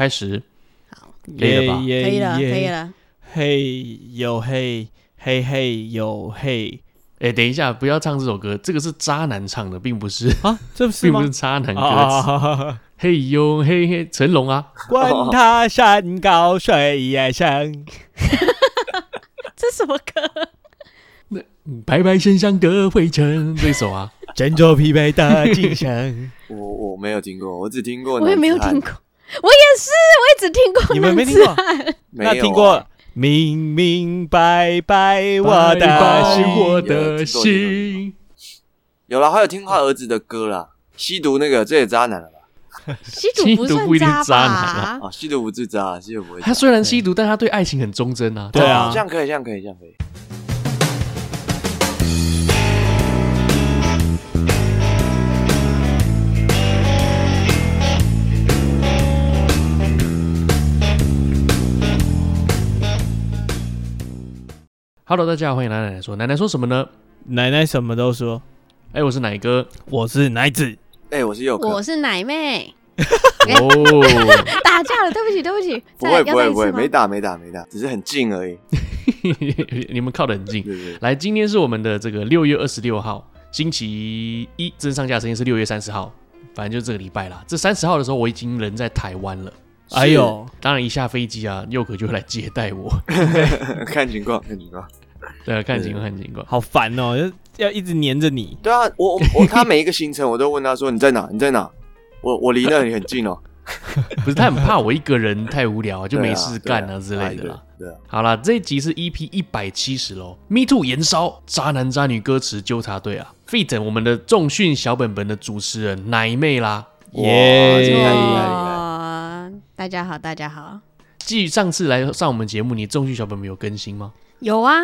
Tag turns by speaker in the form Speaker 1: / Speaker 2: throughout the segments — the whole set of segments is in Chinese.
Speaker 1: 开始，
Speaker 2: 好，
Speaker 1: 可以了吧
Speaker 2: 可
Speaker 3: 耶
Speaker 2: 以了，可以。
Speaker 3: 耶
Speaker 2: 了。
Speaker 3: 嘿，有嘿，嘿嘿，有嘿
Speaker 1: 哎，等一下，不要唱这首歌，这个是渣男唱的，并不是，
Speaker 3: 啊，这是
Speaker 1: 并不
Speaker 3: 吗
Speaker 1: 是？渣男歌词。
Speaker 3: 啊，
Speaker 1: 嘿呦嘿嘿，成龙啊，
Speaker 3: 管他山高水也 深，
Speaker 2: 这什么歌？
Speaker 1: 白白身上的灰尘，这首啊，
Speaker 3: 振作疲惫的精 神。
Speaker 4: 我我没有听过，我只听过，
Speaker 2: 我也没有听，过，我也是，我也只听过。
Speaker 3: 你们没听过？
Speaker 4: 没
Speaker 3: 那
Speaker 4: 有啊
Speaker 3: 听过？明明白白 我
Speaker 1: 白
Speaker 3: 的
Speaker 1: 白
Speaker 3: 心，
Speaker 1: 我的心，
Speaker 4: 有了，还有听他儿子的歌啦，吸毒那个这也渣男了吧？
Speaker 2: 吸
Speaker 1: 吸
Speaker 2: 毒不
Speaker 1: 毒
Speaker 2: 算
Speaker 1: 不一定
Speaker 2: 渣
Speaker 1: 渣男
Speaker 2: 吧
Speaker 1: 啊？
Speaker 4: 啊，吸毒不是渣，吸毒不会渣
Speaker 1: 他。虽然吸毒，但他对爱情很忠贞啊。
Speaker 3: 对啊
Speaker 4: 这，样可以，这样可以，这样可以。
Speaker 1: Hello，大家好，欢迎来奶奶说，奶奶说什么呢？
Speaker 3: 奶奶什么都说，
Speaker 1: 哎，我是奶哥
Speaker 3: 我是奶子。
Speaker 4: 哎，我是佑
Speaker 2: 我
Speaker 4: 哥，
Speaker 2: 是奶妹，
Speaker 3: 哎
Speaker 1: 哦，
Speaker 2: 打架了，对不起，对不起，
Speaker 4: 不
Speaker 2: 再来
Speaker 4: 会
Speaker 2: 要
Speaker 4: 不
Speaker 2: 再
Speaker 4: 会
Speaker 2: 一
Speaker 4: 不
Speaker 2: 次
Speaker 4: 会，
Speaker 2: 吗
Speaker 4: 没？打没打没打，只是很近而已。
Speaker 1: 你们靠得很近
Speaker 4: 对。对，
Speaker 1: 来，今天是我们的这个六月二十六号，星期一，正上架的时间是六月三十号，反正就这个礼拜啦。这三十号的时候，我已经人在台湾了。
Speaker 4: 哦
Speaker 3: 哎呦，
Speaker 1: 当然，一下飞机啊，佑可就会来接待我。
Speaker 4: 对看情况看情况。
Speaker 1: 对，啊看情况，看 情况。
Speaker 3: 好烦哦，要要一直黏着你。
Speaker 4: 对啊，我我我他每一个行程我都问他说你在哪你在哪，我我离那里很近哦，
Speaker 1: 不是他很怕我一个人太无聊、 啊，就没事干
Speaker 4: 对
Speaker 1: 啊
Speaker 4: 啊
Speaker 1: 之类的啦。。
Speaker 4: 对啊对啊，
Speaker 1: 好啦，这一集是 EP 一百七十喽，Me Too 燃烧渣男渣女歌词纠察队啊，Fit 我们的重训小本本的主持人奶妹啦，
Speaker 4: 哇这个
Speaker 3: 耶
Speaker 4: 厉害厉害
Speaker 2: 哇哦大家好，大家好。
Speaker 1: 继上次来上我们节目，你重训小本本有更新吗？
Speaker 2: 有啊，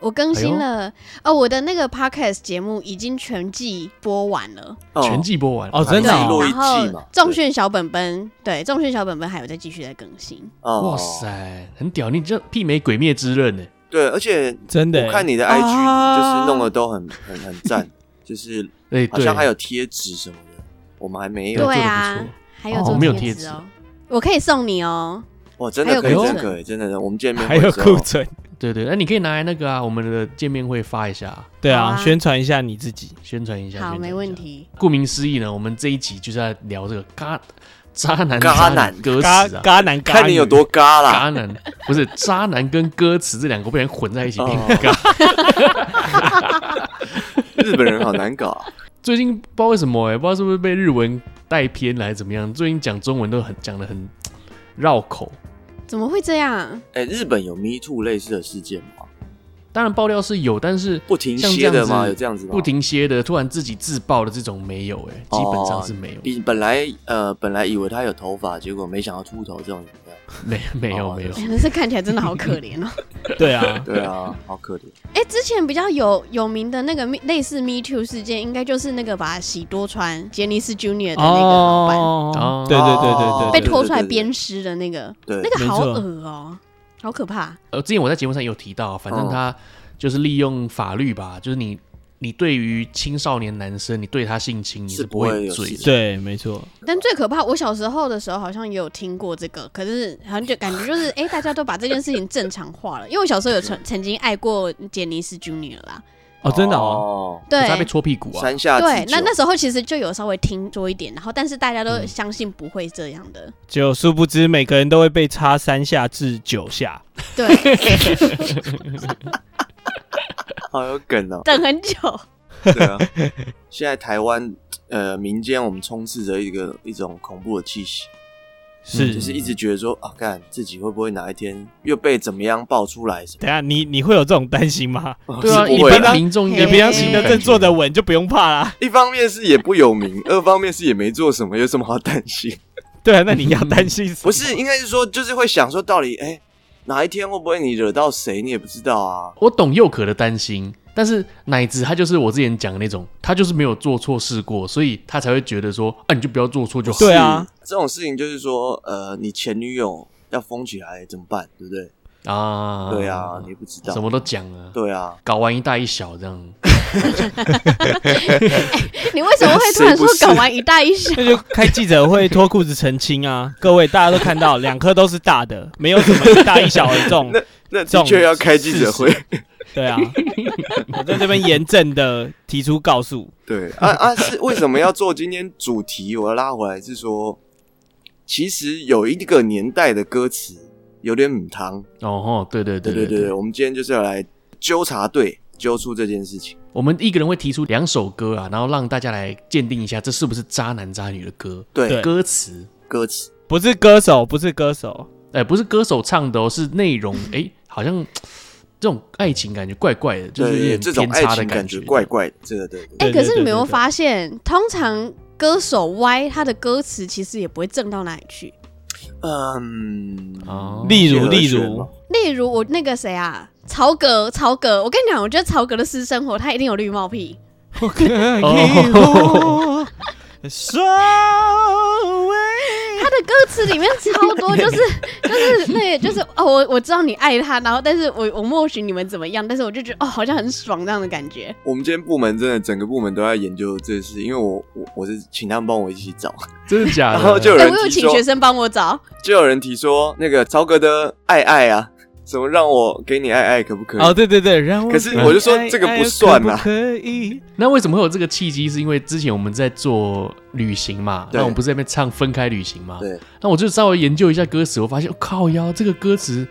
Speaker 2: 我更
Speaker 1: 哎
Speaker 2: 新了、哦，我的那个 podcast 节目已经全季播完了，
Speaker 4: 哦
Speaker 1: 全季播完
Speaker 3: 哦
Speaker 4: 对
Speaker 3: 真的
Speaker 2: 对，
Speaker 3: 哦
Speaker 4: 录一
Speaker 2: 然后
Speaker 4: 季嘛
Speaker 2: 重训小本本，对，重训小本本还有在继续在更新，
Speaker 4: 哦
Speaker 1: 哇，塞，很屌！你这媲美《鬼灭之刃》呢？欸
Speaker 4: 对，而且
Speaker 3: 真的欸，
Speaker 4: 我看你
Speaker 1: 啊
Speaker 4: 的 IG 就是弄得都很很很赞， 就是
Speaker 1: 哎，
Speaker 4: 好
Speaker 1: 对，
Speaker 4: 像还有贴纸什么的，我们还
Speaker 1: 对
Speaker 4: 没有。
Speaker 1: 做得不
Speaker 2: 啊
Speaker 1: 错，
Speaker 2: 还有
Speaker 1: 哦
Speaker 2: 做
Speaker 1: 没有
Speaker 2: 贴
Speaker 1: 贴
Speaker 2: 纸
Speaker 1: 纸
Speaker 2: 哦，我可以送你哦，
Speaker 4: 哇，真的可
Speaker 2: 还
Speaker 4: 以，
Speaker 2: 有
Speaker 4: 真
Speaker 2: 库
Speaker 4: 的
Speaker 2: 存
Speaker 4: 可以，真的，我们见面
Speaker 3: 还
Speaker 4: 会的
Speaker 3: 有
Speaker 4: 时候
Speaker 3: 库，存。
Speaker 1: 对对，那你可以拿来那个啊，我们的见面会发一下啊，
Speaker 3: 对
Speaker 2: 好
Speaker 3: 啊，
Speaker 2: 啊
Speaker 3: 宣传一下你自己。
Speaker 1: 宣传一下。宣
Speaker 2: 好，
Speaker 1: 传一
Speaker 2: 没
Speaker 1: 下
Speaker 2: 问。题。
Speaker 1: 顾名思义呢，我们这一集就是在聊这个嘎渣男
Speaker 4: 嘎
Speaker 1: 渣女
Speaker 4: 男
Speaker 1: 歌
Speaker 3: 嘎
Speaker 1: 词啊，
Speaker 3: 嘎男嘎，
Speaker 4: 看你有多。嘎啦。
Speaker 1: 渣男不是渣男跟歌词这两个不然混在一起变
Speaker 4: 哦
Speaker 1: 嘎。
Speaker 4: 日本人好难搞啊，
Speaker 1: 最近不知道为什么哎、不知道是不是被日文带偏来怎么样，最近讲中文都很讲的很绕口。
Speaker 2: 怎么会 这样？
Speaker 4: 哎，日本有 Me Too 类似的事件吗？
Speaker 1: 当然爆料是有，但是
Speaker 4: 不停
Speaker 1: 像这
Speaker 4: 歇
Speaker 1: 样
Speaker 4: 的
Speaker 1: 子
Speaker 4: 吗？有这样子吗？
Speaker 1: 不。停歇的，突然自己自爆的这种没有、欸，
Speaker 4: 哦
Speaker 1: 基本上是没有，
Speaker 4: 比本来呃本来以为他有头发，结果没想到秃头这种怎么样？
Speaker 1: 没没有
Speaker 4: 哦
Speaker 1: 没有
Speaker 2: 哎，，那是看起来真的好可怜哦。
Speaker 3: 对啊，
Speaker 4: 对啊，好可怜。
Speaker 2: 哎、之前比较有有名的那个 Me- 类似 Me Too 事件，应该就是那个把喜多川杰尼斯 Junior 的那个老板、
Speaker 1: 哦
Speaker 3: 对对对对对，
Speaker 4: 哦
Speaker 2: 被
Speaker 3: 对
Speaker 2: 拖出来鞭尸的那个，
Speaker 4: 对，
Speaker 2: 那个好
Speaker 3: 没错
Speaker 2: 恶哦、好可怕。
Speaker 1: 呃，之前我在节目上也有提到，啊反正
Speaker 4: 嗯
Speaker 1: 他就是利用法律吧，就是你你对于青少年男生，你对他性侵，你
Speaker 4: 是
Speaker 1: 不
Speaker 4: 不
Speaker 1: 会
Speaker 4: 会
Speaker 1: 有
Speaker 4: 有
Speaker 1: 罪
Speaker 4: 事
Speaker 1: 的。
Speaker 3: 对，没错。
Speaker 2: 但最可怕，我小时候的时候好像也有听过这个，可是好像就感觉就是，哎、大家都把这件事情正常化了。因为我小时候有曾曾经爱过杰尼斯 Junior 啦，
Speaker 3: 哦，真的哦，
Speaker 4: 哦，
Speaker 2: 对
Speaker 1: 可是，他被戳屁股啊！
Speaker 4: 山下
Speaker 2: 对
Speaker 4: 智，久
Speaker 2: 那那时候其实就有稍微听说一点，然后但是大家
Speaker 3: 嗯
Speaker 2: 都相信不会这样 的，
Speaker 3: 就殊不知每个人都会被插三下至九下。
Speaker 2: 对，
Speaker 4: 好有梗哦。
Speaker 2: 等很久。
Speaker 4: 对啊，现在台湾呃民间我们充斥着一个一种恐怖的气息，
Speaker 3: 是，
Speaker 4: 就是
Speaker 1: 嗯
Speaker 4: 一直觉得说啊，看自己会不会哪一天又被怎么样爆出来什么？
Speaker 3: 等一下你你会有这种担心吗？
Speaker 1: 对啊，
Speaker 4: 是
Speaker 1: 一
Speaker 4: 不会
Speaker 1: 般
Speaker 4: 啦
Speaker 1: 民众应该
Speaker 3: 你
Speaker 2: 嘿
Speaker 1: 不
Speaker 3: 平
Speaker 1: 要这
Speaker 3: 常
Speaker 1: 种
Speaker 3: 行得
Speaker 1: 感
Speaker 3: 正，
Speaker 1: 觉
Speaker 3: 坐得稳，就不用怕 啦。
Speaker 4: 一方面是也不有名，二方面是也没做什么，有什么好担心？
Speaker 3: 对啊，那你要担心什么
Speaker 4: 不是，应该是说就是会想说，到底哎、哪一天会不会你惹到谁，你也不知道啊。
Speaker 1: 我懂佑可的担心，但是奶子他就是我之前讲的那种，他就是没有做错事过，所以他才会觉得说，啊，你就不要做错就好。
Speaker 3: 对啊
Speaker 4: 是，这种事情就是说，呃，你前女友要疯起来怎么办，对不对？
Speaker 1: 啊，
Speaker 4: 对啊，你也不知道
Speaker 1: 什么都讲啊，
Speaker 4: 对啊，
Speaker 1: 搞完一大一小这样，
Speaker 2: 你为什么会突然说
Speaker 4: 谁不是
Speaker 2: 搞完一大 一小？
Speaker 3: 那就开记者会脱裤子澄清啊！各位大家都看到，两颗都是大的，没有什么一大一小的这种。
Speaker 4: 那的确要开记者会
Speaker 3: 这，对啊，我在这边严正的提出告诉，
Speaker 4: 对啊啊，是为什么要做今天主题？我要拉回来是说，其实有一个年代的歌词有点母汤，
Speaker 1: 哦吼，对对
Speaker 4: 对
Speaker 1: 对
Speaker 4: 对对对，
Speaker 1: 对，
Speaker 4: 我们今天就是要来纠察队揪出这件事情。
Speaker 1: 我们一个人会提出两首歌啊，然后让大家来鉴定一下这是不是渣男渣女的歌
Speaker 4: 对，
Speaker 3: 对
Speaker 1: 歌词。
Speaker 4: 歌词
Speaker 3: 不是歌手，不是歌手，
Speaker 1: 哎、不是歌手唱的哦，是内 容。哎、好像这种爱情感觉怪怪的，就是有
Speaker 4: 对
Speaker 1: 点
Speaker 4: 这种
Speaker 1: 偏
Speaker 4: 爱
Speaker 1: 差的
Speaker 4: 情感
Speaker 1: 觉。
Speaker 4: 怪怪的，这个对对
Speaker 3: 对
Speaker 2: 哎、可
Speaker 3: 对
Speaker 2: 是
Speaker 3: 对
Speaker 2: 你没有
Speaker 3: 对对
Speaker 2: 发现，通常歌手 Y 他的歌词其实也不会正到哪里去。
Speaker 4: 嗯，
Speaker 1: 哦，
Speaker 3: 例
Speaker 4: 谢
Speaker 3: 如
Speaker 4: 和
Speaker 3: 例
Speaker 4: 弦
Speaker 3: 如
Speaker 4: 嘛，
Speaker 2: 例如我那个谁啊，曹格，曹格，我跟你讲，我觉得曹格的私生活他一定有绿帽癖。
Speaker 3: 我可以
Speaker 1: 哦
Speaker 3: 我稍微
Speaker 2: 他的歌词里面超 多，就是就是那个就是哦，我我知道你爱他，然后但是我我默许你们怎么样，但是我就觉得哦，好像很爽这样的感觉。
Speaker 4: 我们今天部门真的整个部门都在研究这事，因为我我我是请他们帮我一起找，
Speaker 1: 真的假的？
Speaker 4: 然后就有
Speaker 2: 哎、
Speaker 4: 人
Speaker 2: 我有
Speaker 4: 提
Speaker 2: 请
Speaker 4: 说
Speaker 2: 学生帮我找，
Speaker 4: 就有人提说那个曹格的爱爱啊，什么让我给你爱爱可不可以？
Speaker 3: 哦，对对对，让我
Speaker 4: 可是我就说
Speaker 3: 爱
Speaker 4: 这个
Speaker 3: 爱
Speaker 4: 不算啊
Speaker 3: 哎可不可以？
Speaker 1: 那为什么会有这个契机？是因为之前我们在做旅行嘛，
Speaker 4: 对
Speaker 1: 那我们不是在那边唱《分开旅行》嘛？
Speaker 4: 对。
Speaker 1: 那我就稍微研究一下歌词，我发现、哦靠腰这个歌词，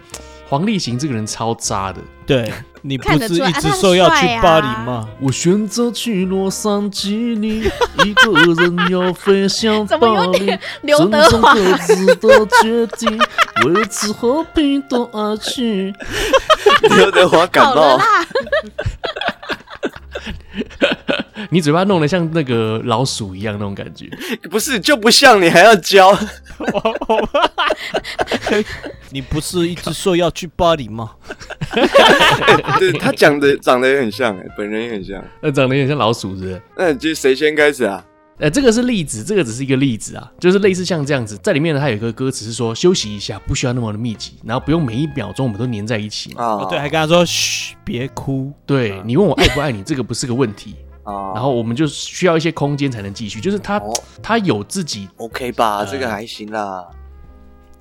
Speaker 1: 黄立行这个人超渣的。
Speaker 3: 对你不
Speaker 2: 看得
Speaker 3: 是
Speaker 2: 出来
Speaker 3: 一
Speaker 2: 啊
Speaker 3: 直
Speaker 2: 他很
Speaker 3: 说要去
Speaker 2: 帅啊
Speaker 3: 巴黎吗？
Speaker 1: 我选择去洛杉矶，你一个人要飞向
Speaker 2: 怎么
Speaker 1: 巴
Speaker 2: 有
Speaker 1: 黎
Speaker 2: 点。刘德华。
Speaker 1: 各自的决定，维持和平的爱情。
Speaker 4: 刘德华感
Speaker 2: 好了
Speaker 4: 冒，
Speaker 2: 啦，
Speaker 1: 你嘴巴弄得像那个老鼠一样那种感觉。
Speaker 4: 不是就不像你还要教，
Speaker 3: 你不是一直说要去巴黎 吗？
Speaker 4: 对他讲的长得也很像，欸本人也很像。
Speaker 1: 那呃长得有点像老鼠是不是？
Speaker 4: 那你这谁先开始啊？
Speaker 1: 呃，这个是例子，这个只是一个例子啊，就是类似像这样子，在里面呢，它有一个歌词是说休息一下，不需要那么的密集，然后不用每一秒钟我们都粘在一起嘛。
Speaker 4: 啊
Speaker 3: 哦，对，还跟他说嘘，别哭。
Speaker 1: 对你问我爱不爱你，这个不是个问 题，
Speaker 4: 啊，
Speaker 1: 然后我们就需要一些空间才能继续，就是他
Speaker 4: 哦
Speaker 1: 他有自己
Speaker 4: OK 吧，
Speaker 1: 呃
Speaker 4: 这个还行啦，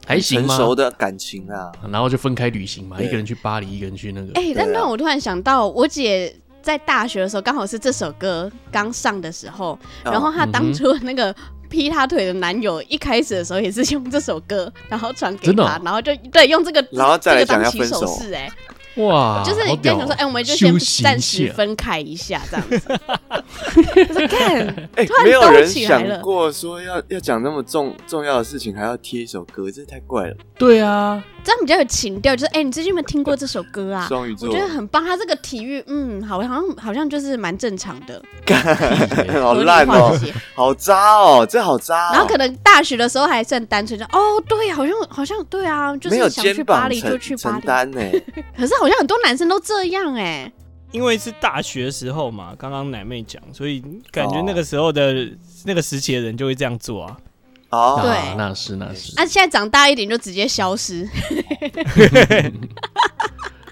Speaker 1: 还行
Speaker 4: 成
Speaker 1: 吗？啊
Speaker 4: 熟的感情啦。
Speaker 1: 然后就分开旅行嘛，
Speaker 4: 对
Speaker 1: 一个人去巴黎，一个人去那个。
Speaker 2: 哎、但
Speaker 4: 对啊
Speaker 2: 让我突然想到，我姐在大学的时候，刚好是这首歌刚上的时候，
Speaker 4: 啊
Speaker 2: 然后她
Speaker 1: 嗯哼
Speaker 2: 当初那个劈她腿的男友，一开始的时候也是用这首歌，然后传给
Speaker 1: 真的
Speaker 2: 她，
Speaker 1: 哦
Speaker 2: 然后就对用这个，
Speaker 4: 然后再来
Speaker 2: 这个
Speaker 4: 讲
Speaker 2: 当
Speaker 4: 要
Speaker 2: 起
Speaker 4: 分
Speaker 2: 手
Speaker 4: 手哦啊
Speaker 2: 势、哎、
Speaker 1: 哇，
Speaker 2: 就是
Speaker 1: 好
Speaker 2: 你跟
Speaker 1: 屌
Speaker 2: 想说，
Speaker 1: 哦
Speaker 2: 哎、我们就
Speaker 1: 休
Speaker 2: 先
Speaker 1: 息一
Speaker 2: 暂时
Speaker 1: 下
Speaker 2: 分开一下，这 样子。 我说看，
Speaker 4: 哎
Speaker 2: 突然，
Speaker 4: 没有人
Speaker 2: 动起来了
Speaker 4: 想过说要要讲那么重重要的事情，还要贴一首歌，这太怪了。
Speaker 1: 对 啊，
Speaker 2: 这样比较有情调，就是哎、你最近有没有听过这首歌啊？
Speaker 4: 双鱼座
Speaker 2: 我觉得很棒，他这个体育，嗯，好，好像好像就是蛮正常的，
Speaker 4: 好
Speaker 2: 合理
Speaker 4: 烂
Speaker 2: 化
Speaker 4: 哦
Speaker 2: 这，些
Speaker 4: 好渣哦，这好渣哦。
Speaker 2: 然后可能大学的时候还算单纯，就哦，对，好像好像对啊，就
Speaker 4: 没有
Speaker 2: 是想去
Speaker 4: 肩
Speaker 2: 巴
Speaker 4: 膀
Speaker 2: 黎
Speaker 4: 承
Speaker 2: 就去巴
Speaker 4: 承
Speaker 2: 黎。
Speaker 4: 担欸呢。
Speaker 2: 可是好像很多男生都这样哎、
Speaker 3: 因为是大学时候嘛，刚刚奶妹讲，所以感觉那个时候的、那个时期的人就会这样做啊。
Speaker 4: 哦，
Speaker 2: 对
Speaker 1: 啊那是那是。
Speaker 2: 啊，现在长大一点就直接消失。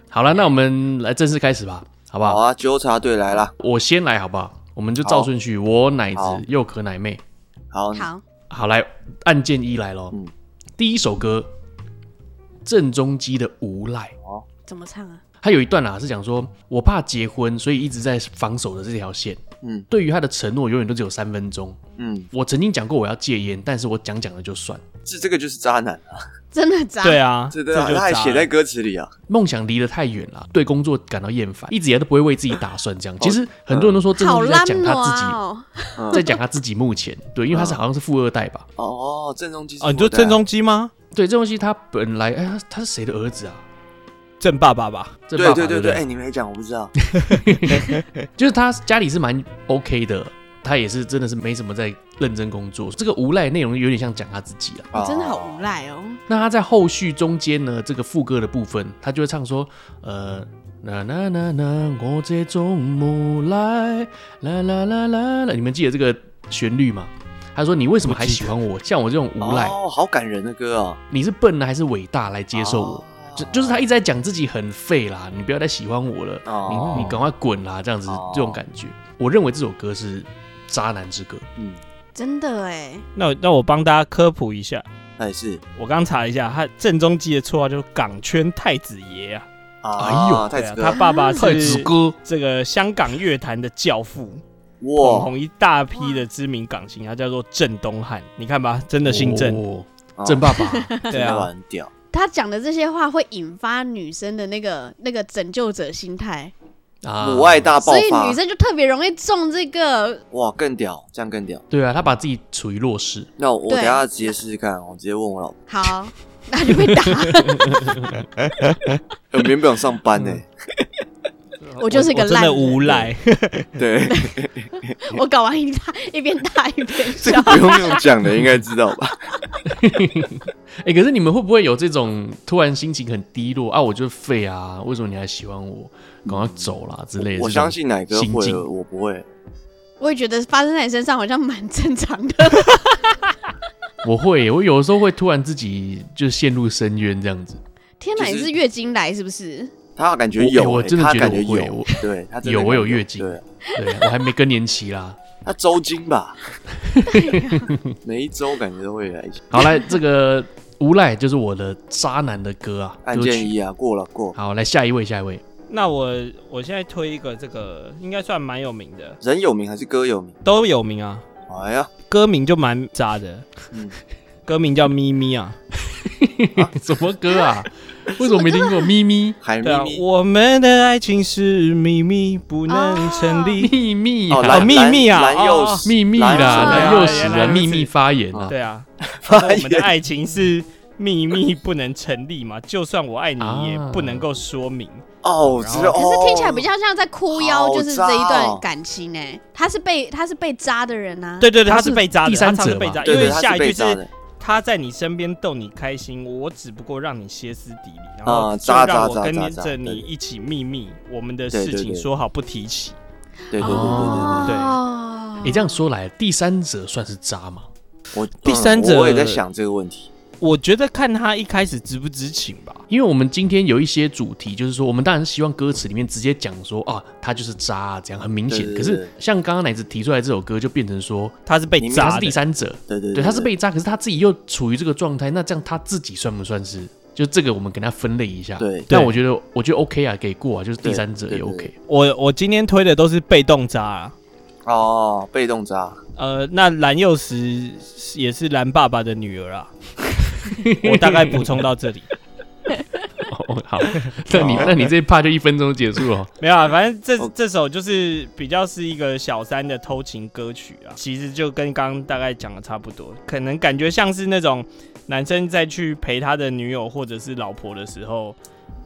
Speaker 1: 好了，那我们来正式开始吧，好不
Speaker 4: 好
Speaker 1: 好？
Speaker 4: 啊，纠察队来啦。
Speaker 1: 我先来，好不好？我们就照顺序，我奶子
Speaker 4: 好、
Speaker 1: 又可奶妹。
Speaker 4: 好，
Speaker 2: 好，
Speaker 1: 好，来，按键一来喽。
Speaker 4: 嗯
Speaker 1: 第一首歌，郑中基的《无赖》，
Speaker 2: 怎么唱啊？
Speaker 1: 他有一段啊是讲说，我怕结婚，所以一直在防守的这条线。
Speaker 4: 嗯
Speaker 1: 对于他的承诺，永远都只有三分钟。
Speaker 4: 嗯，
Speaker 1: 我曾经讲过我要戒烟，但是我讲讲了就算。
Speaker 4: 这这个就是渣男啊，
Speaker 2: 真的渣？
Speaker 3: 对啊，
Speaker 4: 这
Speaker 3: 这
Speaker 4: 这
Speaker 3: 就
Speaker 4: 他还
Speaker 3: 渣
Speaker 4: 写
Speaker 3: 了
Speaker 4: 在歌词里啊。
Speaker 1: 梦想离得太远了，对工作感到厌烦，一直以来都不会为自己打算。
Speaker 4: 哦
Speaker 1: 这样，其实很多人都说郑
Speaker 2: 好
Speaker 1: 中基在
Speaker 2: 烂
Speaker 1: 讲他自己，
Speaker 2: 哦！
Speaker 4: 嗯
Speaker 1: 在讲他自己目前对，因为他是
Speaker 4: 嗯
Speaker 1: 好像是富二代吧。
Speaker 4: 哦，郑中基是
Speaker 1: 啊
Speaker 3: 哦，你
Speaker 4: 我
Speaker 3: 说
Speaker 4: 的
Speaker 3: 郑中基吗？
Speaker 1: 对，这东西他本来，哎，他他是谁的儿子啊？
Speaker 3: 郑爸爸吧？
Speaker 1: 郑爸
Speaker 4: 对
Speaker 1: 爸
Speaker 4: 对
Speaker 1: 对
Speaker 4: 对
Speaker 1: 不
Speaker 4: 对，哎，你没讲，我不知 道。
Speaker 1: 就是他家里是蛮 OK 的，他也是真的是没什么在认真工作。这个无赖内容有点像讲他自己啊。
Speaker 2: 你真的好无赖哦！
Speaker 1: 那他在后续中间呢，这个副歌的部分，他就会唱说，呃。啦啦啦啦，我这种无赖，啦啦啦啦啦，你们记得这个旋律吗？他说：“你为什么还喜欢我？像我这种无赖，
Speaker 4: 哦，好感人的歌哦，
Speaker 1: 你是笨呢还是伟大来接受我？
Speaker 4: 哦。
Speaker 1: 就就是他一直在讲自己很废啦，你不要再喜欢我了，
Speaker 4: 哦
Speaker 1: 你你赶快滚啦，这样子
Speaker 4: 哦
Speaker 1: 这种感觉。我认为这首歌是渣男之歌，
Speaker 4: 嗯，
Speaker 2: 真的哎，
Speaker 3: 那我那我帮大家科普一下，
Speaker 4: 那也是
Speaker 3: 我刚查了一下，他郑中基的绰号就是港圈太子爷啊，
Speaker 1: 哎呦
Speaker 4: 啊，太
Speaker 3: 对啊
Speaker 4: 子哥
Speaker 3: 他爸爸
Speaker 1: 太子
Speaker 3: 是
Speaker 1: 哥
Speaker 3: 这个香港乐坛的教父，捧
Speaker 4: 哇
Speaker 3: 红一大批的知名港星，他叫做郑东汉，你看吧，真的姓郑，
Speaker 1: 哦郑爸爸，
Speaker 4: 爸
Speaker 3: 对啊，
Speaker 4: 很屌，
Speaker 2: 他讲的这些话会引发女生的那个那个拯救者心态，
Speaker 1: 啊
Speaker 4: 母爱大爆
Speaker 2: 所以
Speaker 4: 发
Speaker 2: 女，生就特别容易中这个。
Speaker 4: 哇，更屌，这样更屌。
Speaker 1: 对啊，他把自己处于弱势，
Speaker 4: 那我我
Speaker 2: 对
Speaker 4: 等一下直接试试看，我直接问我老婆，
Speaker 2: 好，那就被打。
Speaker 4: 我呃明天不想上班
Speaker 1: 嗯
Speaker 4: 欸呢。
Speaker 2: 我就是个
Speaker 3: 我真
Speaker 2: 烂
Speaker 3: 的
Speaker 2: 人，
Speaker 3: 无赖，
Speaker 4: 对，
Speaker 2: 我搞完一大一边打一边
Speaker 4: 这
Speaker 2: 笑
Speaker 4: 个。不用这种讲的，应该知道吧？
Speaker 1: 哎、可是你们会不会有这种突然心情很低落啊？我就废啊，为什么你还喜欢我？赶快走啦之类的。
Speaker 4: 我相信奶哥
Speaker 1: 心
Speaker 4: 会，
Speaker 1: 境
Speaker 4: 我不会。
Speaker 2: 我也觉得发生在你身上好像蛮正常的。
Speaker 1: 这种我会，我有的时候会突然自己就陷入深渊这样子。
Speaker 2: 天哪，
Speaker 4: 就
Speaker 2: 你
Speaker 4: 是
Speaker 2: 是月经来是不是？
Speaker 4: 他感觉
Speaker 1: 我
Speaker 4: 有欸，
Speaker 1: 我真的
Speaker 4: 他
Speaker 1: 觉得
Speaker 4: 感觉
Speaker 1: 我会
Speaker 4: 有
Speaker 1: 我，
Speaker 4: 对他真的
Speaker 1: 有我
Speaker 4: 感觉
Speaker 1: 有月经
Speaker 4: 对，
Speaker 1: 对啊，我还没更年期啦。
Speaker 4: 他周经吧，每一周感觉都会来一些。
Speaker 1: 好，来这个无赖就是我的渣男的歌啊，
Speaker 4: 按
Speaker 1: 歌
Speaker 4: 键
Speaker 1: 曲。
Speaker 4: 一啊，过了过，
Speaker 1: 好，来下一位，下一位，
Speaker 3: 那我我现在推一个这个应该算蛮有名的，
Speaker 4: 人有名还是歌有名？
Speaker 3: 都有名啊，
Speaker 4: 哎呀，
Speaker 3: 歌名就蛮渣的，
Speaker 4: 嗯，
Speaker 3: 歌名叫咪咪啊，
Speaker 1: 什么歌啊？为什么没听过？咪咪
Speaker 4: 海咪
Speaker 3: 对啊，
Speaker 4: 咪
Speaker 3: 我们的爱情是秘密，不能成立。
Speaker 1: 秘密啊
Speaker 4: 哦，蓝
Speaker 3: 秘密啊
Speaker 4: 蓝蓝
Speaker 3: 哦
Speaker 4: 釉
Speaker 3: 哦
Speaker 4: 石
Speaker 1: 秘密
Speaker 4: 蓝
Speaker 1: 啦，
Speaker 4: 啊
Speaker 1: 蓝又使
Speaker 3: 原来
Speaker 1: 啊，
Speaker 3: 如此
Speaker 1: 秘密发言啊
Speaker 4: 啊，哎
Speaker 3: 对啊，
Speaker 4: 发
Speaker 3: 我们的
Speaker 4: 言
Speaker 3: 爱情是秘密，不能成立嘛。就算我爱你，
Speaker 1: 啊
Speaker 3: 也不能够说明。
Speaker 4: 哦，只有
Speaker 2: 哎可
Speaker 4: 哦，
Speaker 2: 是听起来比较像在哭腰，
Speaker 4: 好
Speaker 2: 就是这一
Speaker 4: 渣哦
Speaker 2: 段感情呢、他是被他是被渣的人啊。
Speaker 3: 对对对，
Speaker 1: 他
Speaker 3: 他
Speaker 1: 是
Speaker 3: 是被渣的，
Speaker 1: 第三
Speaker 3: 他
Speaker 1: 者
Speaker 3: 是被
Speaker 1: 嘛
Speaker 3: 渣，因
Speaker 4: 哦对对，
Speaker 3: 为
Speaker 4: 他
Speaker 3: 下一
Speaker 4: 被
Speaker 3: 句
Speaker 4: 炸
Speaker 3: 是
Speaker 4: 的，
Speaker 3: 他在你身边逗你开心，我只不过让你歇斯底里，然
Speaker 4: 啊
Speaker 3: 后就
Speaker 4: 渣
Speaker 3: 让
Speaker 4: 渣
Speaker 3: 我
Speaker 4: 渣
Speaker 3: 跟
Speaker 4: 渣渣
Speaker 3: 着
Speaker 4: 对
Speaker 3: 你
Speaker 4: 对
Speaker 3: 一起秘密，我们的
Speaker 4: 对
Speaker 3: 事
Speaker 4: 对
Speaker 3: 情
Speaker 4: 对
Speaker 3: 说好不提起。
Speaker 4: 对对对对
Speaker 1: 哦
Speaker 4: 对
Speaker 3: 对
Speaker 2: 哦
Speaker 1: 欸你、这样说来，第三者算是渣吗？
Speaker 4: 对，我
Speaker 3: 哦第三者
Speaker 4: 嗯我也在想这个问题，
Speaker 3: 我觉得看他一开始知不知情吧。
Speaker 1: 因为我们今天有一些主题，就是说，我们当然希望歌词里面直接讲说啊，他就是渣、啊，这样很明显。
Speaker 4: 对对
Speaker 1: 可
Speaker 4: 对
Speaker 1: 是像刚刚奶子提出来这首歌，就变成说
Speaker 3: 他是被
Speaker 4: 你们
Speaker 1: 他
Speaker 3: 渣
Speaker 1: 是第
Speaker 3: 的，
Speaker 1: 三者，
Speaker 4: 对对
Speaker 1: 对，他是被渣，可是他自己又处于这个状态，那这样他自己算不算是？就这个我们给他分类一下。
Speaker 4: 对
Speaker 1: 但
Speaker 3: 对
Speaker 1: 我觉得我觉得 OK 啊，给过啊，就是第
Speaker 4: 对
Speaker 1: 三者
Speaker 4: 对
Speaker 1: 也
Speaker 4: 对
Speaker 1: OK。
Speaker 3: 我我今天推的都是被动渣啊。
Speaker 4: 哦，被动渣，
Speaker 3: 呃，那蓝幼时也是蓝爸爸的女儿 啊。我大概补充到这里，
Speaker 1: 哦， 好，那你那你这一趴就一分钟结束了。
Speaker 3: 没有啊，反正这
Speaker 4: 哦
Speaker 3: 这首就是比较是一个小三的偷情歌曲啊，其实就跟刚刚大概讲的差不多，可能感觉像是那种男生在去陪他的女友或者是老婆的时候，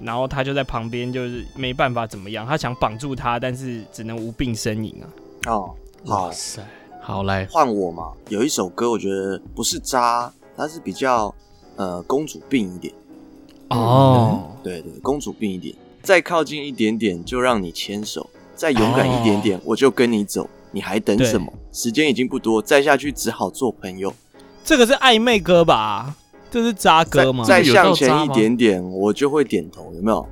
Speaker 3: 然后他就在旁边就是没办法怎么样，他想绑住她，但是只能无病呻吟啊。
Speaker 4: 哦，好
Speaker 1: 哇，塞，好来，
Speaker 4: 换我嘛，有一首歌我觉得不是渣，它是比较呃公主病一点，
Speaker 1: 哦，
Speaker 4: 对对，公主病一点，再靠近一点点就让你牵手，再勇敢一点点我就跟你走，你还等什么？时间已经不多，再下去只好做朋友。
Speaker 3: 这个是暧昧歌吧？这是渣歌吗？
Speaker 4: 再再
Speaker 1: 有到
Speaker 4: 向前
Speaker 1: 渣
Speaker 4: 一
Speaker 1: 吗
Speaker 4: 点点，我就会点头，有没有？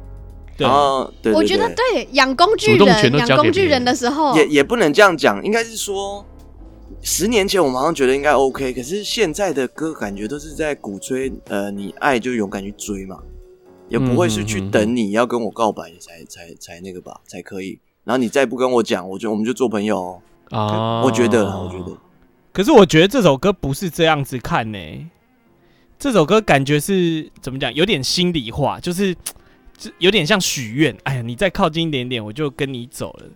Speaker 3: 对
Speaker 4: 然，后对，
Speaker 2: 我
Speaker 4: 对
Speaker 2: 觉得
Speaker 4: 对
Speaker 2: 对养工具
Speaker 1: 主动权
Speaker 2: 人，
Speaker 1: 都交给
Speaker 2: 养工
Speaker 1: 别
Speaker 2: 具
Speaker 1: 人
Speaker 2: 人的时候，
Speaker 4: 也也不能这样讲，应该是说，十年前我们好像觉得应该 OK，可是现在的歌感觉都是在鼓吹，呃，你爱就勇敢去追嘛，也不会是去等你要跟我告白才才才那个吧，才可以。然后你再不跟我讲，我就我们就做朋友、哦。
Speaker 1: 啊，
Speaker 4: 我觉得啦，我觉得
Speaker 3: 可是我觉得这首歌不是这样子看呢、这首歌感觉是怎么讲，有点心里话，就是这有点像许愿。哎呀，你再靠近一点点，我就跟你走了。